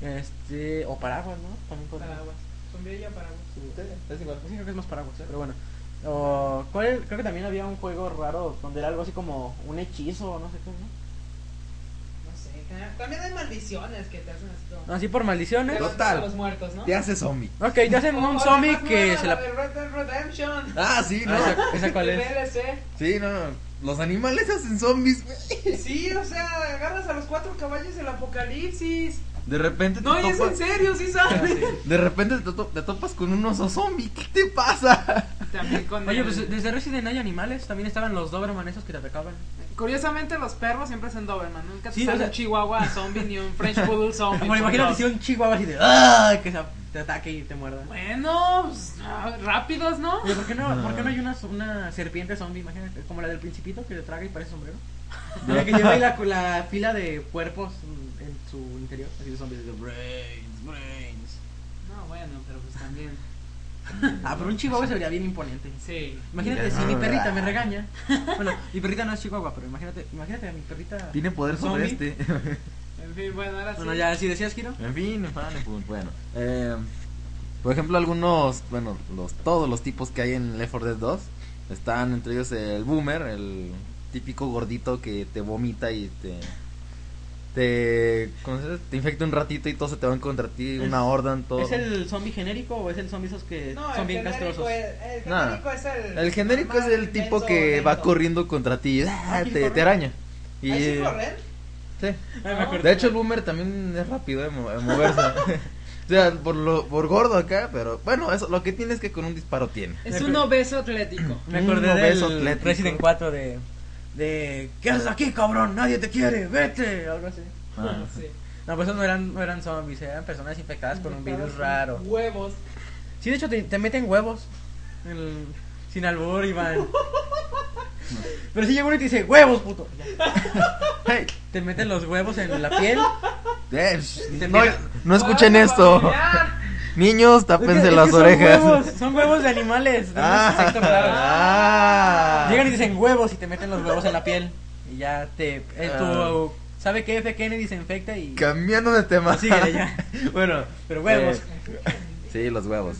este, o paraguas, ¿no? También podría- pues
Paraguas. Sombrilla, paraguas.
Es igual.
Sí, creo que es más paraguas, ¿eh? pero bueno. O, ¿cuál? Creo que también había un juego raro donde era algo así como un hechizo o no sé qué, ¿no?
No sé. ta- También hay maldiciones que te hacen así como.
Así Ah, por maldiciones.
Te levantan
Total.
Los muertos, ¿no?
Te hace zombie.
Ok, te hacen
O-
un
o
zombie
la más
que
nueva,
se la...
de Red Dead Redemption.
Ah, sí, no.
Ah, esa- esa cuál
El
es.
DLC.
Sí, no, no. Los animales hacen zombies, güey.
Sí, o sea, agarras a los cuatro caballos del apocalipsis.
De repente
No,
te
y es
topas.
en serio, sí
Ah,
sabes.
De repente te, to- te topas con un oso zombie. ¿Qué te pasa?
También con
Oye,
el-
pues desde Resident hay animales, también estaban los Doberman esos que te atacaban.
Curiosamente los perros siempre son Doberman, nunca te
Sí,
sale
o sea-
un chihuahua zombie ni un French poodle zombie.
Bueno,
por
imagínate
Dios.
si un chihuahua así de ¡Ah! que se- te ataque y te muerda.
Bueno, pues, ah, rápidos, ¿no?
Oye, ¿por qué no, ¿por qué
Ah.
no hay una, una serpiente zombie? Imagínate, como la del principito que le traga y parece sombrero. La que lleva ahí la, la fila de cuerpos en, en su interior, así de zombies, de brains, brains.
No, bueno, pero pues también.
Ah, pero un chihuahua se vería bien imponente.
Sí.
Imagínate si mi
Ah,
perrita me regaña. Bueno, mi perrita no es chihuahua, pero imagínate, imagínate a mi perrita.
Tiene poder sobre
¿Zombie?
este.
En fin, bueno, ahora sí.
Bueno, ya, si decías, Kiro.
En fin, vale, pues, bueno. eh, por ejemplo, algunos, bueno, los todos los tipos que hay en Left 4 Dead 2 están entre ellos el boomer, el típico gordito que te vomita y te te, ¿cómo se dice? te infecta un ratito y todos se te van contra ti, una horda, todo.
¿Es el zombie genérico o es el zombie esos que
No, el
son bien
genérico,
castrosos?
el, el
No.
genérico es el.
El genérico es el tipo que va corriendo contra ti, ah,
¿sí
te,
corre?
te araña.
Y...
Y, eh, sí.
Ay, Ah, me
No.
acordé.
De hecho, el boomer también es rápido en mo- en moverse. o sea, por, lo, por gordo acá, pero bueno, eso, lo que tiene es que con un disparo tiene.
Es un obeso atlético.
Me
Un
acordé
obeso
del
atlético.
Resident 4 de, de ¿Qué haces aquí, cabrón? Nadie te quiere, vete, algo así.
Ah,
Sí.
No, pues esos no eran, no eran zombies, eran personas infectadas por un virus
Con
raro.
Huevos.
Sí, de hecho te, te meten huevos en el- sin albur, Iván. Pero si llega uno y te dice, huevos, puto.
Hey,
Te meten los huevos en la piel.
eh, shh,
Te
no,
mira.
no escuchen esto.
Familiar.
Niños,
Es que-
tapense
es
las
que son
orejas.
huevos, Son huevos de animales. de unos
Ah,
insectos raros.
ah.
Llegan y dicen huevos y te meten los huevos en la piel. Y ya te. eh, tu-
Ah.
¿Sabe qué? F. Kennedy se infecta y.
Cambiando de tema.
Síguele ya.
bueno,
Pero huevos.
eh, sí, los huevos.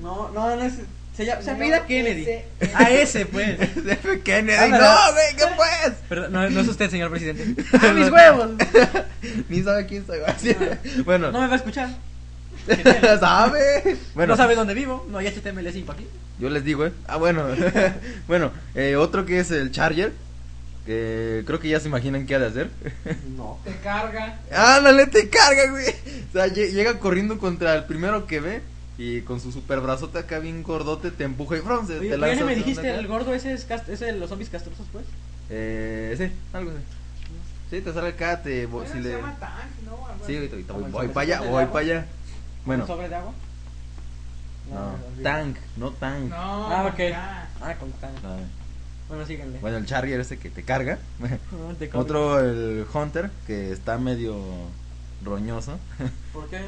No, no, no es. Se, llama, se apellida
No,
Kennedy.
ese-
A ese, pues.
F. Kennedy,
Ándala.
no, venga pues.
Perdón, no, no es usted, señor presidente.
¡Ah,
mis huevos! Ah.
Ni sabe quién soy. así. Bueno,
No me va a escuchar.
sabe. Bueno,
No sabe dónde vivo. No hay HTML5 aquí.
Yo les digo, ¿eh? Ah, bueno. bueno, eh, otro que es el Charger. Que creo que ya se imaginan qué ha de hacer.
No.
Te carga.
Ándale, te carga, güey. O sea, lle- llega corriendo contra el primero que ve. Y con su super brazote acá bien gordote te empuja y bronce.
Oye,
te
oye,
lanza
me
hacia
dijiste,
donde-
el gordo ese es, cast- es el- los zombies castrosos, pues.
Eh, sí, algo así. Sí, te sale acá, te. bo- si le... Sí, ahorita, ahorita voy,
Como el
voy
sobre
para allá,
del
voy
agua.
para allá. Bueno,
¿Sobre de agua?
no,
olvídalo.
tank, no tank.
No,
Ah, ok.
ya.
Ah, con tan-
No, eh.
Bueno, síganle.
Bueno, el Charrier ese que te carga.
Ah, te copio.
Otro, el Hunter, que está medio roñoso.
¿Por qué?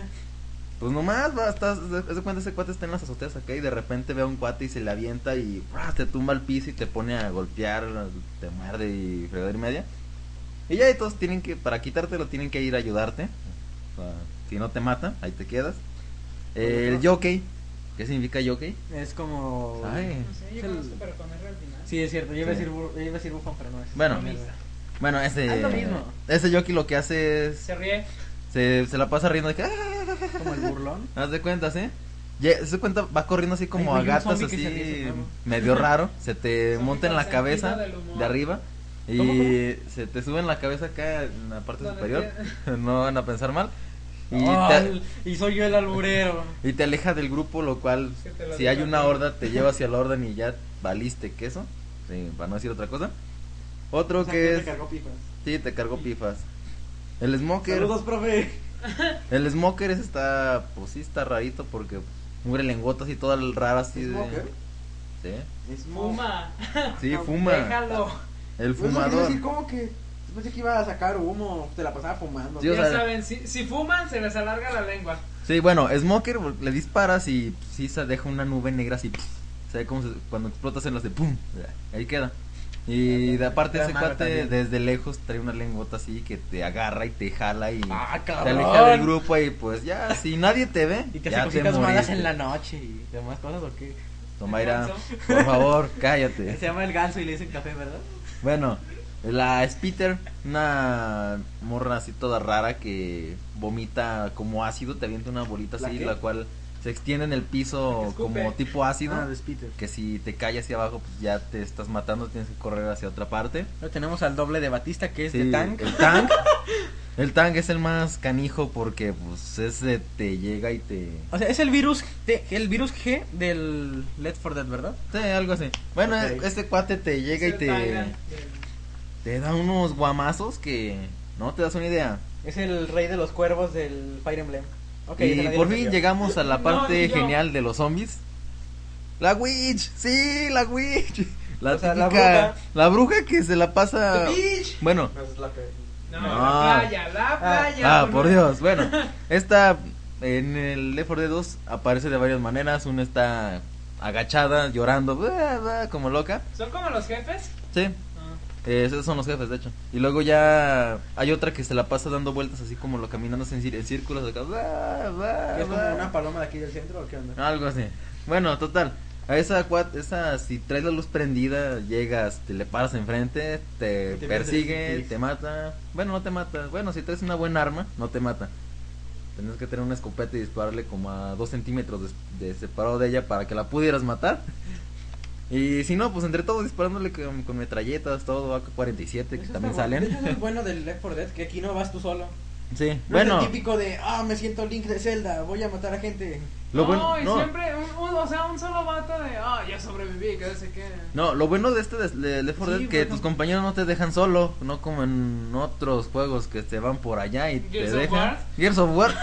Pues nomás, va, estás, haz de cuenta ese cuate está en las azoteas acá y de repente ve a un cuate y se le avienta y ¡bra! te tumba al piso y te pone a golpear, te muerde y fregadera y media. Y ya y todos tienen que, para quitártelo tienen que ir a ayudarte. O sea, si no te mata, ahí te quedas. Eh, el jockey, ¿qué significa jockey?
Es como.
Ay.
No sé, yo
Es el-
conozco, pero con R al final.
Sí, es cierto. Yo iba,
Sí.
a decir bur- yo iba a decir bufón, pero no es.
Bueno.
Mierda.
Bueno, ese,
Ah, Es lo mismo.
ese jockey lo que hace es,
Se ríe.
se, se la pasa riendo de que, ¡ah!
Como el burlón.
Haz de cuenta, ¿sí? Ya, se cuenta, va corriendo así como
Ay,
a
güey, un
gatas,
zombie que se ríe,
así
se llama.
medio raro. Se te
Zombie
monta en
con
la
sentido
cabeza
del humor.
de arriba y
¿Cómo, cómo?
se te sube en la cabeza acá en la parte
Donde
superior. no van a pensar mal. Y,
Ay, y soy yo el alburero.
te, y te aleja del grupo, lo cual,
Que te lo
si
diga
hay una
todo.
horda, te lleva hacia la horda y ya valiste queso. sí, para no decir otra cosa. Otro
O sea,
que
te
es.
cargó pipas.
Sí, te cargó pifas. El smoker.
Saludos, profe.
El smoker ese está, pues sí está rarito porque mugre lenguotas y todas raras así de-
¿Smoker?
Sí,
Fuma.
sí,
No,
fuma.
Déjalo.
El
Pues, es
fumador.
decir, ¿cómo que? Yo Pensé que iba a sacar humo, te la pasaba fumando.
Sí, o
ya
sea-
saben, si, si fuman se les alarga la lengua.
Sí, bueno, smoker pues, le disparas y pues, sí se deja una nube negra así. pf, Se ve como se- cuando explotas en las de pum. ya, Ahí queda. Y de aparte
Era
ese
malo
cuate
también.
desde lejos trae una lengota así que te agarra y te jala y
Ah,
te
cabrón.
aleja del grupo y pues ya, si nadie te ve,
Y te hace
ya te
cositas malas
moriste.
en la noche y demás cosas, ¿o qué?
Tomaira,
Alfonso.
por favor, cállate.
Se llama el ganso y le dicen café, ¿verdad?
Bueno, la Spitter, una morra así toda rara que vomita como ácido, te avienta una bolita
¿La
así,
qué?
la cual se extiende en el
Que
piso
escupe.
como tipo ácido.
Ah, de Peter.
que si te cae hacia abajo, pues ya te estás matando, tienes que correr hacia otra parte.
Lo tenemos al doble de Batista, que es
Sí,
de ¿Este Tank.
El tank. El tank es el más canijo porque pues ese te llega y te...
O sea, es el virus, T- el virus G del Left 4 Dead, ¿verdad?
Sí, algo así. Bueno,
Ok.
este cuate te llega y
Se
te,
taigan de-
te da unos guamazos que no te das una idea.
Es el rey de los cuervos del Fire Emblem. Ok, se
y
la
por
dieron
fin
yo.
llegamos a la
No,
parte
ni yo.
genial de los zombies. La witch, sí, la witch. La
O sea, la
típica-
bruja.
la bruja que se la pasa. Bueno,
No, esa es la que.
No,
No.
la playa, la playa.
ah,
con-
por Dios. Bueno, esta en el Left 4 Dead 2 aparece de varias maneras. Una está agachada, llorando, bla, bla, como loca.
¿Son como los jefes?
Sí,
No.
eh, esos son los jefes, de hecho. Y luego ya hay otra que se la pasa dando vueltas así como lo caminando en cir- en círculos. acá, bla, bla,
Ah,
¿Que ¿Es como
bla.
una paloma de aquí del centro o qué onda?
Algo así. Bueno, total. A esa, cua- esa, si traes la luz prendida, llegas, te le paras enfrente, te,
Y te pierdes,
persigue,
sí.
te mata. Bueno, no te mata. Bueno, si traes una buena arma, no te mata. Tienes que tener una escopeta y dispararle como a dos centímetros de, de separado de ella para que la pudieras matar. Y si no, pues entre todos disparándole con, con metralletas, todo, AK-47, que
Eso
también
está bueno.
salen.
Eso es lo bueno del Left 4 Dead, que aquí no vas tú solo.
Sí,
No es el
bueno.
típico de, ah, me siento Link de Zelda, voy a matar a gente.
Lo bueno,
no, y
no.
siempre, un, un- o sea, un solo vato de, ah, yo sobreviví, que no sé qué.
No, lo bueno de este de, de Left 4
Sí,
Dead que
bueno.
tus compañeros no te dejan solo, no como en otros juegos que te van por allá y
Gears
te
of
dejan.
War.
Gears of War.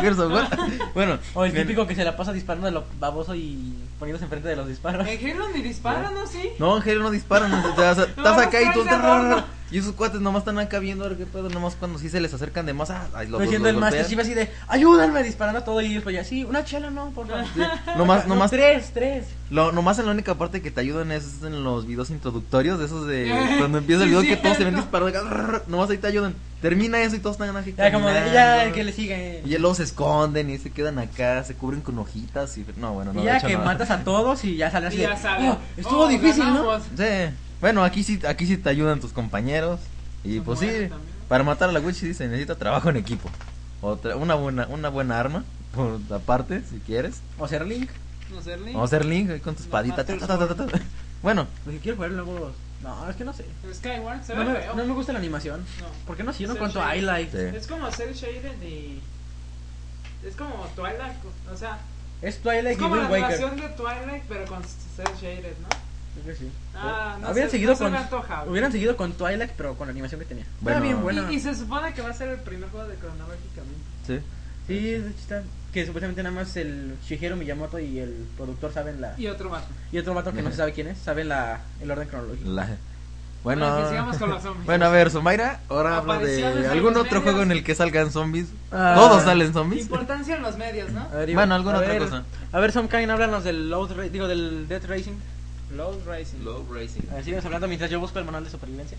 Gears of War. bueno,
O el
bien.
típico que se la pasa disparando de lo baboso y poniéndose enfrente de los disparos.
En Halo ni disparan, ¿no? Sí.
No, en serio no disparan, o sea, estás
Nomás
acá y
los
tú
traes de adorno.
y esos cuates nomás están acá viendo a ver qué pedo, nomás cuando sí se les acercan de más, ah, ahí los,
Estoy siendo
los
el Master
golpeas.
Chief así de, ayúdenme disparando todo y yo pues ya, sí, una chela no, por favor.
Nomás,
No,
nomás,
tres, tres.
lo, nomás en la única parte que te ayudan es en los videos introductorios, de esos de
Eh,
cuando empieza el
sí,
video que todos se ven
cierto.
disparando, acá, nomás ahí te ayudan. Termina eso y todos están aquí
Ya como de,
caminando.
ya, el que le sigue.
Y ya luego se esconden y se quedan acá, se cubren con hojitas y... No, bueno, no,
Y
de
ya
hecho,
que
no.
matas a todos y ya salen así
Y
de,
ya salen.
"Ah,
"Oh, estuvo
Oh,
difícil, ¿no?
ganamos.
Sí. Bueno, aquí sí, aquí sí te ayudan tus compañeros. Y
Son
pues sí,
buenos también.
para matar a la Witch sí se necesita trabajo en equipo. Otra, una buena una buena arma, por la parte, si quieres.
O ser Link.
No sé, Link.
O hacer Link ahí con tu
No
espadita.
mates
ta, ta, ta, ta, ta. Bueno,
Porque quiero jugar luego. No, es que no sé.
Skyward, se
No
ve
me,
feo.
no me gusta la animación.
No.
¿Por qué no? Si yo no
Sí,
cuento
sí.
highlights.
sí.
Es como Cell Shaded y. Es como Twilight, o sea,
Es Twilight
Es como
y
la
Wind Waker.
animación de Twilight, pero con cel shaded, ¿no?
Creo que sí.
Ah, no
hubieran,
sé,
seguido
no se
con,
me antoja, güey.
hubieran seguido con Twilight, pero con la animación que tenía.
Bueno.
Está bien buena.
Y, y se supone que va a ser el primer juego de cronológicamente.
Sí.
Sí, de hecho está- Que supuestamente nada más el Shigeru Miyamoto y el productor saben la.
Y otro vato.
Y otro vato que no se sabe quién es, saben la, el orden cronológico.
La- Bueno,
Bueno, que sigamos con los zombies.
bueno, a ver, Somaira, ahora habla
Apariciones en
de
los
algún otro
medios.
juego en el que salgan zombies.
Ah.
Todos salen zombies.
Importancia en los medios, ¿no?
A ver, Iván,
Bueno, alguna
a
otra
ver-
cosa.
A ver, Sam Kane, háblanos del Load Ra- digo, del Death Racing.
Load Rising.
A ver, Eh, síguenos hablando mientras yo busco el manual de supervivencia.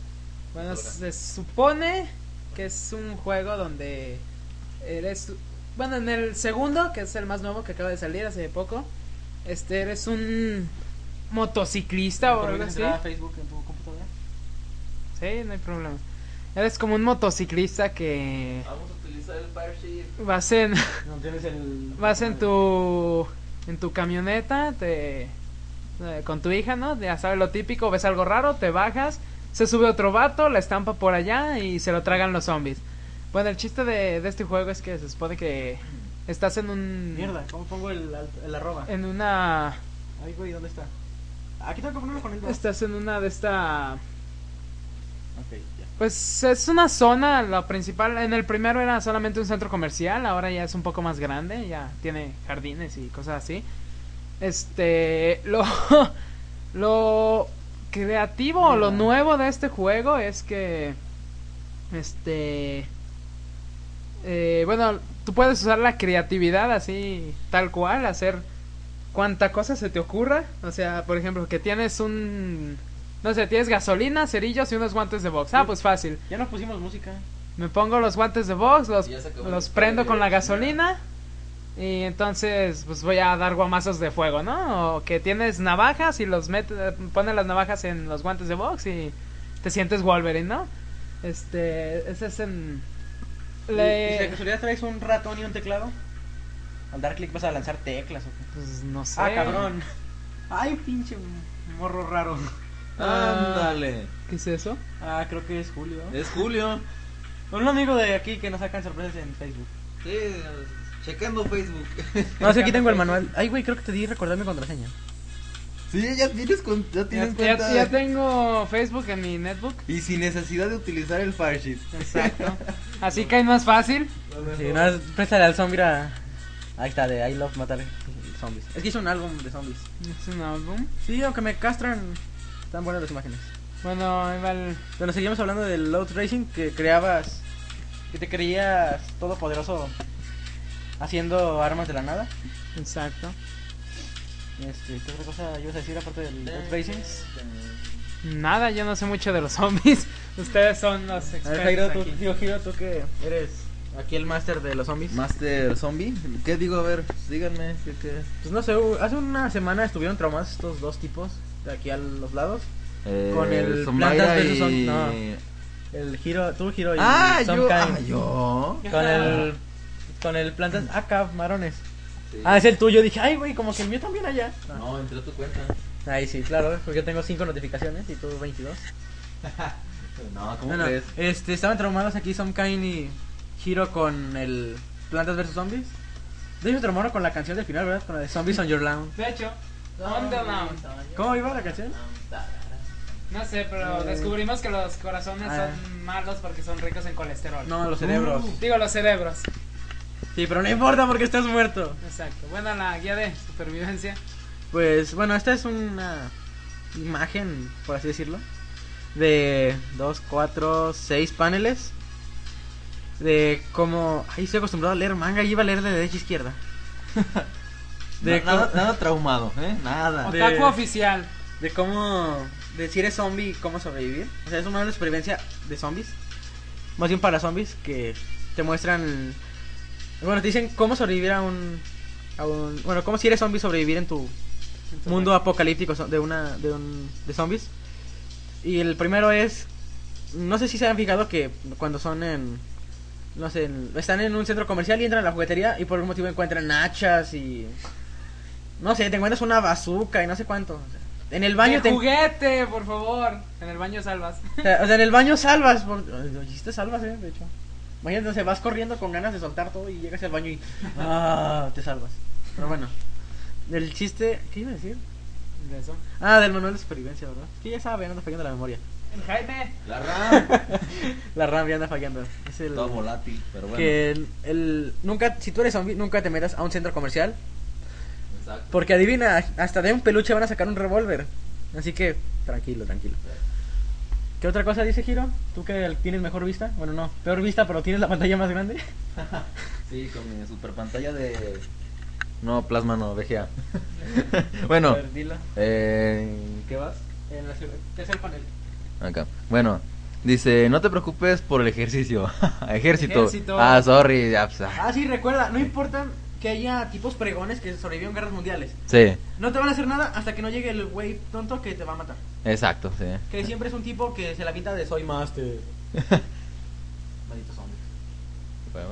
Bueno, se supone que es un juego donde eres. Bueno, en el segundo, que es el más nuevo que acaba de salir hace poco, este eres un motociclista o algo
¿Permites
así.
entrar a Facebook en tu computadora?
Sí, no hay problema. Eres como un motociclista que
Vamos a utilizar el Fire Shield.
vas en
No tienes el.
vas en tu en tu camioneta, te eh, con tu hija, ¿no? Ya sabes lo típico, ves algo raro, te bajas, se sube otro vato, la estampa por allá y se lo tragan los zombies. Bueno, el chiste de, de este juego es que se supone que estás en un
Mierda, ¿cómo pongo el, alt- el arroba?
en una
Ay, güey, ¿dónde está? Aquí tengo que ponerlo con el dos.
estás en una de esta
Ok, ya.
pues es una zona, la principal, en el primero era solamente un centro comercial, ahora ya es un poco más grande, ya tiene jardines y cosas así. Este, lo, lo creativo o lo nuevo de este juego es que, este, eh, bueno, tú puedes usar la creatividad así, tal cual, hacer cuanta cosa se te ocurra. O sea, por ejemplo, que tienes un, no sé, tienes gasolina, cerillos y unos guantes de box. Ah, pues fácil.
Ya nos pusimos música.
Me pongo los guantes de box, los,
Ya se acabó
los
el
prendo con la
fire,
gasolina y entonces pues voy a dar guamazos de fuego, ¿no? O que tienes navajas y los metes, pones las navajas en los guantes de box y te sientes Wolverine, ¿no? Este, ese es en...
¿Y,
le-
y si de casualidad traes un ratón y un teclado? Al dar clic vas a lanzar teclas o qué?
Pues no sé.
Ah, cabrón. Ay, pinche morro raro.
Ándale.
¿Qué es eso?
Ah, creo que es Julio.
Es Julio.
Un amigo de aquí que nos sacan sorpresas en Facebook.
Sí, checando Facebook.
No, sí, aquí tengo el manual. Ay, güey, creo que te di recordar mi contraseña.
Sí, ya tienes, con- ya tienes
Ya,
cuenta.
ya tengo Facebook en mi netbook.
Y sin necesidad de utilizar el Fire Shield.
Exacto. Así que es más fácil.
Sí, no, es- préstale al zombie a... Ahí está, de I Love Matar Zombies. Es que hizo un álbum de zombies.
Es un álbum.
Sí, aunque me castran, están buenas las imágenes.
Bueno, ahí va el-
Bueno, seguimos hablando del Load Racing que creabas, que te creías todopoderoso haciendo armas de la nada.
Exacto.
Este, ¿Qué otra cosa ibas a decir aparte del Load Racing?
Nada, yo no sé mucho de los zombies. Ustedes son los
A ver, Jairo,
expertos
tú,
aquí.
digo, Jairo, tú que eres aquí el máster de los zombies.
Master Zombie. ¿Qué digo? A ver, díganme. ¿qué, qué?
Pues no sé, hu- hace una semana estuvieron traumados estos dos tipos de aquí a los lados.
Eh,
Con el
Somaira
Plantas versus
y-
Zombies, no. El Hiro, tú Hiro y
Ah,
Some
yo.
Kind.
Ah, yo.
Con el. Con el plantas. Ah, cab- marones.
Sí.
Ah, es el tuyo. Dije, ay, güey, como que el mío también allá. Ah,
No, entró tu cuenta.
Ahí sí, claro, porque yo tengo 5 notificaciones y tú 22.
No, ¿cómo
Bueno,
crees?
este, estaban traumados aquí Some Kind y Hiro con el Plantas vs Zombies. De hecho, traumaron con la canción del final, ¿verdad? Con la de Zombies on Your Lawn.
De hecho, on the Mound.
¿Cómo iba la canción?
No sé, pero
Eh.
descubrimos que los corazones
Ah.
son malos porque son ricos en colesterol.
No, los cerebros.
Digo, los cerebros.
Uh. Sí, pero no importa porque estás muerto.
Exacto. Bueno, la guía de supervivencia.
Pues bueno, esta es una imagen, por así decirlo, de dos, cuatro, seis paneles. De cómo. Ahí estoy acostumbrado a leer manga y iba a leer de derecha a izquierda. de,
Na- nada,
cómo-
nada traumado, ¿eh? Nada.
Ah. De-
Otaku oficial.
de cómo. De si eres zombie, cómo sobrevivir. O sea, es un manual de supervivencia de zombies. Más bien para zombies que te muestran. Bueno, te dicen cómo sobrevivir a un. A un bueno, cómo si eres zombie sobrevivir en tu mundo apocalíptico so- de una de, un- de zombies y el primero es no sé si se han fijado que cuando son en no sé en- están en un centro comercial y entran a la juguetería y por algún motivo encuentran hachas y no sé te encuentras una bazuca y no sé cuánto O sea, en el baño
De
te,
juguete, por favor. En el baño salvas.
o sea, o sea, en el baño salvas por, hiciste salvas eh, de hecho imagínate o sea, vas corriendo con ganas de soltar todo y llegas al baño y ah, te salvas pero bueno Del chiste. ¿Qué iba a decir?
De eso.
Ah, del manual de supervivencia, ¿verdad? Es que ya sabe, anda fallando la memoria.
El Jaime.
La RAM.
La RAM ya anda fallando. Es el.
Todo volátil, pero bueno.
Que el, el- Nunca, si tú eres zombie, nunca te metas a un centro comercial.
Exacto.
Porque adivina, hasta de un peluche van a sacar un revólver. Así que, tranquilo, tranquilo. ¿Qué otra cosa dice Giro? ¿Tú que tienes mejor vista? Bueno, no, peor vista, pero tienes la pantalla más grande.
Sí, con mi super pantalla de. No, plasma no, VGA. bueno,
A ver, dilo.
eh, ¿qué vas?
En la tercer panel.
Acá. Bueno, dice, no te preocupes por el ejercicio. Ejército.
Ejército.
Ah, sorry. ya, pues, ah.
Ah, sí, recuerda, no importa que haya tipos pregones que sobrevivieron guerras mundiales.
Sí,
No te van a hacer nada hasta que no llegue el güey tonto que te va a matar.
exacto, sí.
Que siempre es un tipo que se la pinta de soy master. Malditos zombies.
Bueno,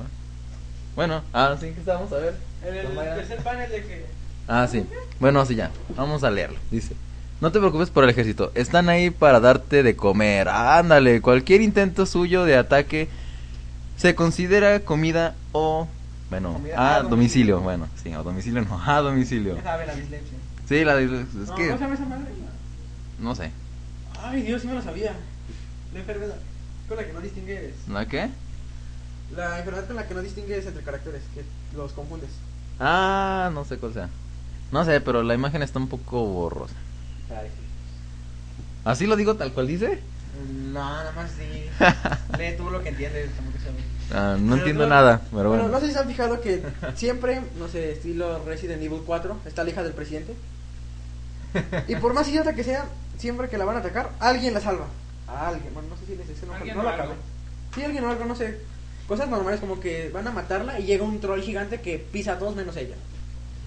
Bueno, ahora sí que estamos a ver.
El,
Toma ya.
tercer panel de que.
Ah, sí. Bueno, así ya. Vamos a leerlo. Dice. No te preocupes por el ejército. Están ahí para darte de comer. Ándale, cualquier intento suyo de ataque se considera comida o... Bueno, a, domicilio. Bueno, sí, a domicilio no, a domicilio.
Ya sabe la dislexia.
Sí, la... Es
No,
que...
¿Cómo se llama esa madre?
No sé.
Ay, Dios, sí me lo sabía. La enfermedad con la que no distingues.
¿No qué?
La enfermedad con la que no distingues entre caracteres, que los confundes.
Ah, no sé cuál sea. No sé, pero la imagen está un poco borrosa. ¿Así lo digo tal cual dice?
No, nada más di. Lee tú lo que entiendes. Tampoco sabes.
Ah, no
Pero
entiendo
no-
nada, pero
bueno,
bueno.
no sé si se han fijado que siempre, no sé, estilo Resident Evil 4, está la hija del presidente. Y por más idiota que sea, siempre que la van a atacar, alguien la salva. Alguien, bueno, no sé si les ese nombre,
Alguien
no
o
la
algo.
acabé. Sí, alguien o algo, no sé. Cosas normales como que van a matarla y llega un troll gigante que pisa a todos menos ella.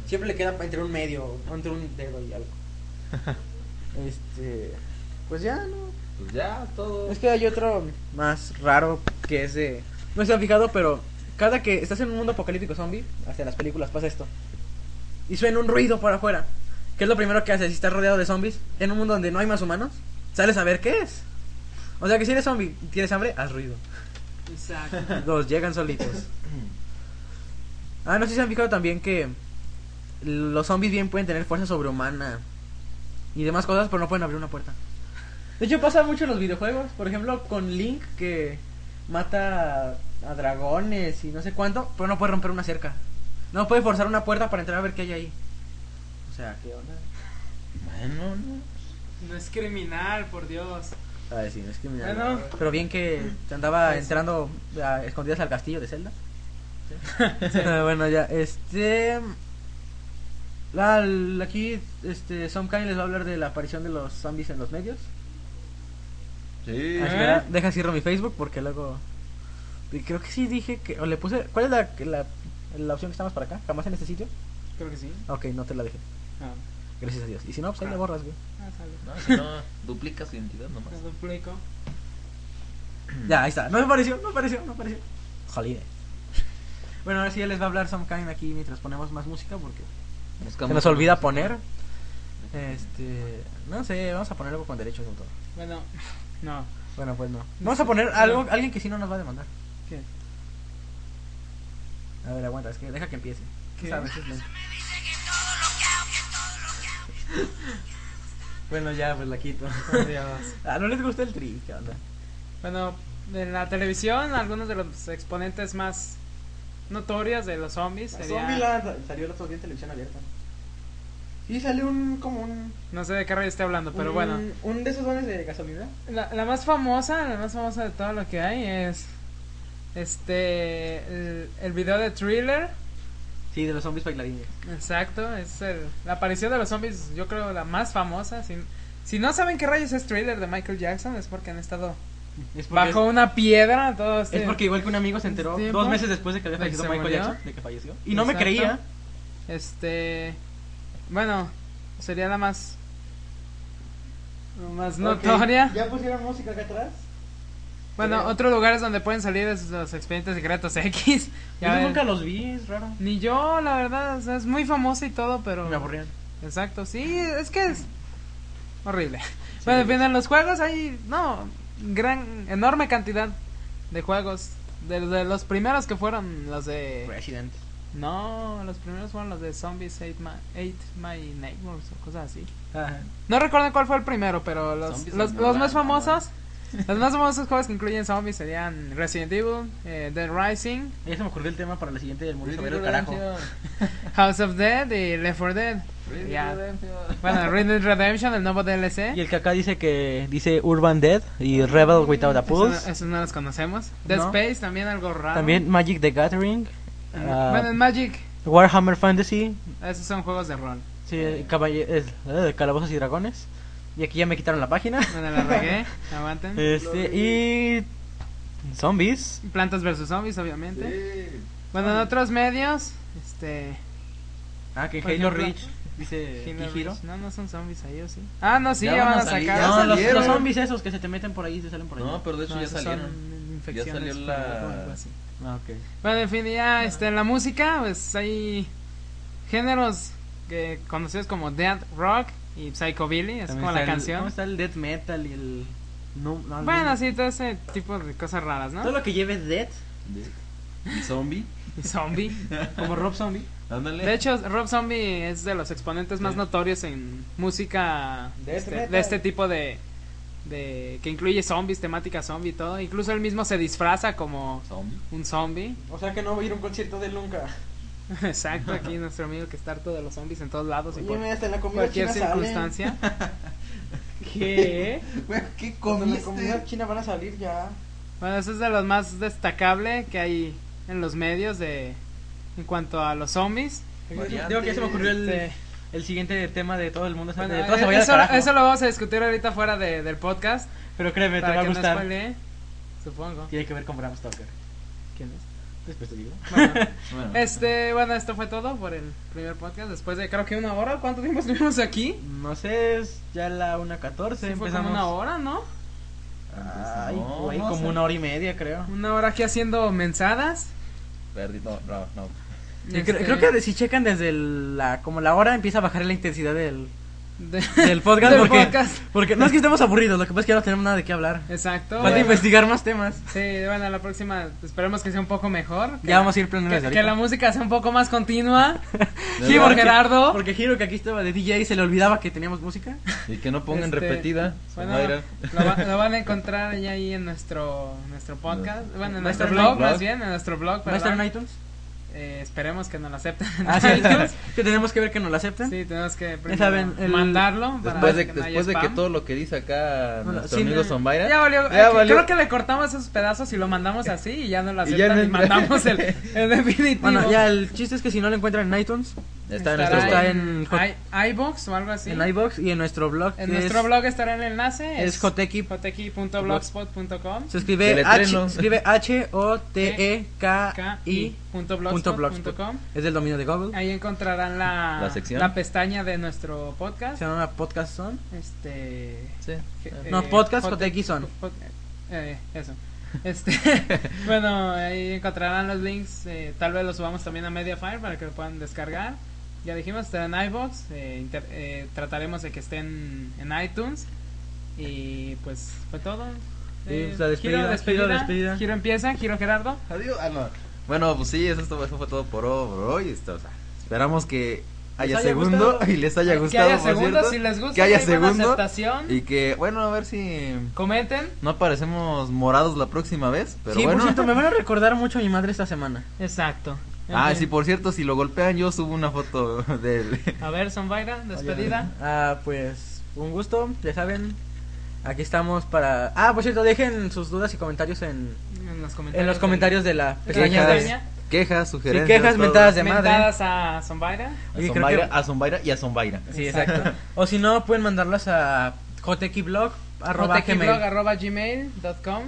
Siempre le queda entre un medio, entre un dedo y algo. Este, pues ya no.
Pues ya, todo.
Es que hay otro más raro que es de... No se han fijado, pero cada que estás en un mundo apocalíptico zombie, hasta en las películas pasa esto. Y suena un ruido por afuera. ¿Qué es lo primero que haces si estás rodeado de zombies? En un mundo donde no hay más humanos, sales a ver qué es. O sea que si eres zombie y tienes hambre, haz ruido.
Exacto.
Los llegan solitos. Ah, no sé si se han fijado también que los zombies bien pueden tener fuerza sobrehumana y demás cosas, pero no pueden abrir una puerta. De hecho, pasa mucho en los videojuegos. Por ejemplo, con Link que mata a dragones y no sé cuánto, pero no puede romper una cerca. No puede forzar una puerta para entrar a ver qué hay ahí. O sea, ¿qué onda?
Bueno, no.
No es criminal, por Dios.
Ah, sí, no es que me
Bueno. Pues-
Pero bien que te andaba entrando a escondidas al castillo de Zelda. Ah, bueno, ya, este. La, la- aquí, este, Sam Kane les va a hablar de la aparición de los zombies en los medios.
Sí.
Ah, espera, deja cierro mi Facebook porque luego. y Creo que sí dije que. O le puse. ¿Cuál es la, la, la opción que está más para acá? ¿Jamás en este sitio?
Creo que sí.
Ah, Ok, no te la dejé.
Ah,
Gracias a Dios. Y si no, pues ahí la borras, güey.
ah sale.
No, si no, duplica su identidad nomás.
pues.
Te duplico.
Ya, ahí está. No me pareció, no me pareció, no me pareció. Jolín. Bueno, ahora sí les va a hablar Some Kind aquí mientras ponemos más música porque
Buscamos
se nos olvida poner. Este, no sé, vamos a poner algo con derechos de autor.
Bueno, no.
Bueno, pues no. Vamos a poner algo, alguien que sí no nos va a demandar.
¿Qué?
A ver, aguanta, es que deja que empiece.
¿Qué?
Esa vez es lento. Bueno, ya, pues la quito.
Por Dios.
ah, ¿no les gusta el tri? ¿Qué onda?
Bueno, en la televisión algunos de los exponentes más notorios de los zombies serían...
Zombieland salió el otro día en televisión abierta. Y salió un como un
No sé de qué radio esté hablando, pero
Mm.
un-
bueno.
un de esos dones de gasolina.
La, la más famosa, la más famosa de todo lo que hay es este el, el video de Thriller.
Sí, de los zombies bailarines.
Exacto, es el- la aparición de los zombies, yo creo la más famosa. Si, si no saben qué rayos es Thriller de Michael Jackson es porque han estado
Es porque-
bajo una piedra todo
Es
este-
porque igual que un amigo se enteró
¿Tiempo?
dos meses después de que había
¿De que
fallecido
se
Michael
murió?
Jackson, de que falleció. Y no me
Exacto.
creía.
Este. Bueno, sería la más. la Más
Ok,
notoria.
Ya pusieron música acá atrás.
Bueno,
creo.
otros lugares donde pueden salir es los expedientes secretos X. Ya
Yo
ven.
nunca los vi, es raro.
Ni yo, la verdad, o sea, es muy famosa y todo, pero.
Me aburrían.
Exacto, sí, es que es horrible. bueno, en fin, en los juegos hay, no, gran, enorme cantidad de juegos. Desde los primeros que fueron los de
Resident.
No, los primeros fueron los de Zombies Ate My, Ate My Neighbors o cosas así.
Ajá.
No recuerdo cuál fue el primero, pero los,
Zombies
los,
and
los
Run,
más
and Run.
famosos, los más famosos juegos que incluyen zombies serían Resident Evil, eh, Dead Rising,
Ya se me ocurrió el tema para la siguiente del mundo sobre el carajo.
House of Dead y Left 4 Dead. Ya. Bueno, Red Dead Redemption, el nuevo DLC.
Y el que acá dice que dice Urban Dead y Rebel Without a
Eso no-
Pulse.
esos no los conocemos. Dead
No.
Space también algo raro.
También Magic the Gathering. ah,
bueno, en Magic,
Warhammer Fantasy.
esos son juegos de rol.
Sí, caballe- es- eh, Calabozos y Dragones. Y aquí ya me quitaron la página.
Bueno, la regué, aguanten.
Este, y. Zombies.
Plantas versus zombies, obviamente.
Sí.
Bueno, en otros medios, este.
Ah, que
Por
Halo
ejemplo,
Reach. Dice. y
Kino
Hiro.
Reach. No, no son zombies ahí, ¿o sí? Ah, no, sí, ya, van a,
salir,
sacar.
ya
No, los,
salieron.
los zombies esos que se te meten por ahí y se salen por ahí.
No, pero de hecho
No,
ya
esos
salieron.
son
Ya salió
infecciones,
la-
pero o algo así.
Ah, ok.
Bueno, en fin, y ya este, en la música, pues hay géneros que conocidos como Dead Rock y Psychobilly,
También
es como
está
la
el-
canción.
¿Cómo está el death metal y el. No, no,
Bueno,
no.
sí, todo ese tipo de cosas raras,
Todo
¿no?
lo que lleve death,
Zombie.
Y Zombie.
como Rob Zombie.
Ándale.
De hecho, Rob Zombie es de los exponentes más notorios en música
Death
este,
metal.
de este tipo de, de... que incluye zombies, temática zombie y todo. Incluso él mismo se disfraza como
Zombie.
un zombie.
O sea que no voy a ir a un concierto de él nunca.
Exacto, aquí nuestro amigo que está harto de los zombies en todos lados y
Oye,
por
mira, hasta en la comida
cualquier
china salen.
circunstancia. ¿Qué?
Güey, ¿Qué
Cuando en la comida
comiste?
china van a salir ya.
Bueno, eso es de los más destacable que hay en los medios de en cuanto a los zombies.
Variante.
Digo que ya se me ocurrió el,
Este,
el siguiente tema de todo el mundo.
bueno,
de todo se va a ir al
eso,
carajo.
eso lo vamos a discutir ahorita fuera de- del podcast.
Pero créeme, te
para
va a
que no
gustar.
spoilee, supongo.
Tiene que ver con Bram Stoker.
¿Quién es?
Después te digo.
Bueno,
Bueno,
este, bueno, esto fue todo por el primer podcast. Después de creo que una hora, ¿cuánto tiempo estuvimos aquí?
No sé, es ya la 1.14.
Sí, fue como
empezamos.
una hora, ¿no?
Ay,
no,
güey,
no
como
sé.
una hora y media, creo.
Una hora aquí haciendo mensadas.
Perdí, no, no, no.
Y cre-
Este,
Creo que de- si checan desde el- la, como la hora empieza a bajar la intensidad del,
de-
del podcast.
del
porque,
podcast.
porque no es que estemos aburridos, lo que pasa es que ya no tenemos nada de qué hablar.
Exacto.
Falta
bueno.
investigar más temas.
Sí, bueno, la próxima esperemos que sea un poco mejor. que
Ya
la-
vamos a ir planeando
que,
desde
que la
ahorita.
música sea un poco más continua.
Sí,
Giro
porque-
Gerardo.
Porque Giro que aquí estaba de DJ se le olvidaba que teníamos música.
Y que no pongan
Este,
repetida.
bueno,
va a ir ¿eh? a-
lo, va- lo van a encontrar ya ahí en nuestro nuestro podcast.
No.
¿Va
Bueno, en
a
nuestro
estar en
blog,
el
más
blog?
bien, en nuestro blog.
¿Va a estar
perdón.
en iTunes?
Eh, esperemos que nos lo acepten. en
Ah, sí,
iTunes.
que tenemos que ver que nos la acepten.
Sí, tenemos que primero
saben, el-
mandarlo. para
Después de,
que no haya
después de que
spam.
todo lo que dice acá
Bueno,
nuestro
sí,
amigo
no-
Zombaira.
Ya valió,
Ya
eh,
valió.
Creo que le cortamos esos pedazos y lo mandamos así y ya no lo
Y ya
aceptan y,
no entra.
mandamos el, el definitivo.
Bueno, ya el chiste es que si no lo encuentran en iTunes,
Está en
Estará
nuestro
Está
blog.
en Hot-
i- iBox o algo así.
en iBox y en nuestro blog.
En
que
nuestro
es-
blog estará el enlace.
es Joteki.
joteki.blogspot.com.
Se escribe H,
Deletreno.
se escribe H O T E K I. punto blogspot.
K.i.blogspot.com.
Es del dominio de Google.
Ahí encontrarán la,
La sección.
la pestaña de nuestro podcast.
Se llama Podcast Son.
Este.
Sí.
je-
No,
eh,
podcast
jote-
Joteki Son.
pod- eh, eso. Este, bueno, ahí encontrarán los links. eh, tal vez los subamos también a Mediafire para que lo puedan descargar. Ya dijimos, estará en iBox. eh, inter- eh, trataremos de que estén en iTunes. Y pues fue todo.
Sí,
Eh,
pues, la despedida,
giro,
giro, despedida.
Giro empieza, giro Gerardo.
Adiós. Ah, no. Bueno, pues sí, eso, esto- eso fue todo por hoy. por hoy. Esto, o sea, esperamos que haya,
haya
segundo
gustado.
y les haya
que
gustado.
haya
por
segundo,
cierto.
si les gusta.
que haya
si hay buena
segundo.
aceptación,
Y que, bueno, a ver si
Comenten.
no aparecemos morados la próxima vez. Pero
sí,
bueno.
por cierto, me van a recordar mucho a mi madre esta semana.
Exacto.
Ah,
En
sí,
fin.
por cierto, si lo golpean, yo subo una foto de él.
A ver, Sonvaira, despedida.
Ah, pues un gusto, ya saben. Aquí estamos para. Ah, por cierto, dejen sus dudas y comentarios en,
En los comentarios.
en los comentarios de la pestaña
Pequeña
de-
pestaña.
Quejas, sugerencias.
quejas,
todo.
mentadas de madre.
Mentadas a Zombaira.
A
Oye, creo
Zombaira,
que-
a Zombaira y a Zombaira.
Sí, exacto. o si no, pueden mandarlas a jotequiblog arroba gmail.
jotequiblog arroba gmail.com.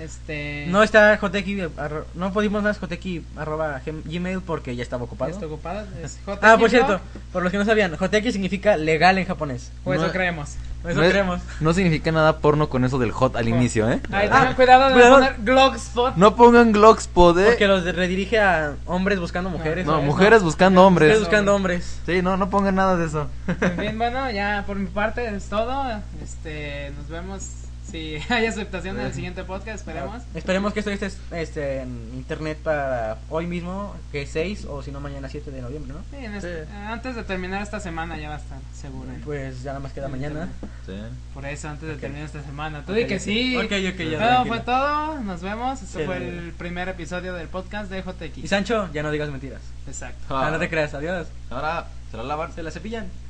Este.
No está jotequi, arro- no pudimos más jotequi arroba gem- gmail porque ya estaba ocupado.
está ocupado. Es
Ah, por
jotequiblog,
cierto, por los que no sabían, jotequi significa legal en japonés.
O eso
No-
creemos.
Eso
no, es-
creemos.
no significa nada porno con eso del hot al inicio, ¿eh?
Ahí
Ah,
tengan cuidado de no
cuidado.
poner Glogspot.
No pongan Glockspot, ¿eh?
Porque los redirige a hombres buscando mujeres.
no,
¿eh?
mujeres buscando
Mujeres
hombres.
buscando hombres.
Sí, no, no pongan nada de eso.
En fin, bueno, ya por mi parte es todo. Este, nos vemos si hay aceptación en el siguiente podcast, esperemos.
Esperemos que esto esté este, en internet para hoy mismo, que es 6 o si no mañana 7 de noviembre, ¿no?
Sí, en este-
Sí.
Antes de terminar esta semana ya va a estar, seguro.
Pues ya nada más queda mañana.
Sí.
Por eso, antes
Ok.
de terminar esta semana. Tú
Ok,
di que
ok.
sí.
Ok, ok, ya,
Bueno,
tranquilo.
fue todo. Nos vemos. Este
Sí,
fue
dale.
el primer episodio del podcast de
Y
JTX.
Sancho, ya no digas mentiras.
Exacto.
Ah, no te creas, adiós.
Ahora se la lavan.
Se la cepillan.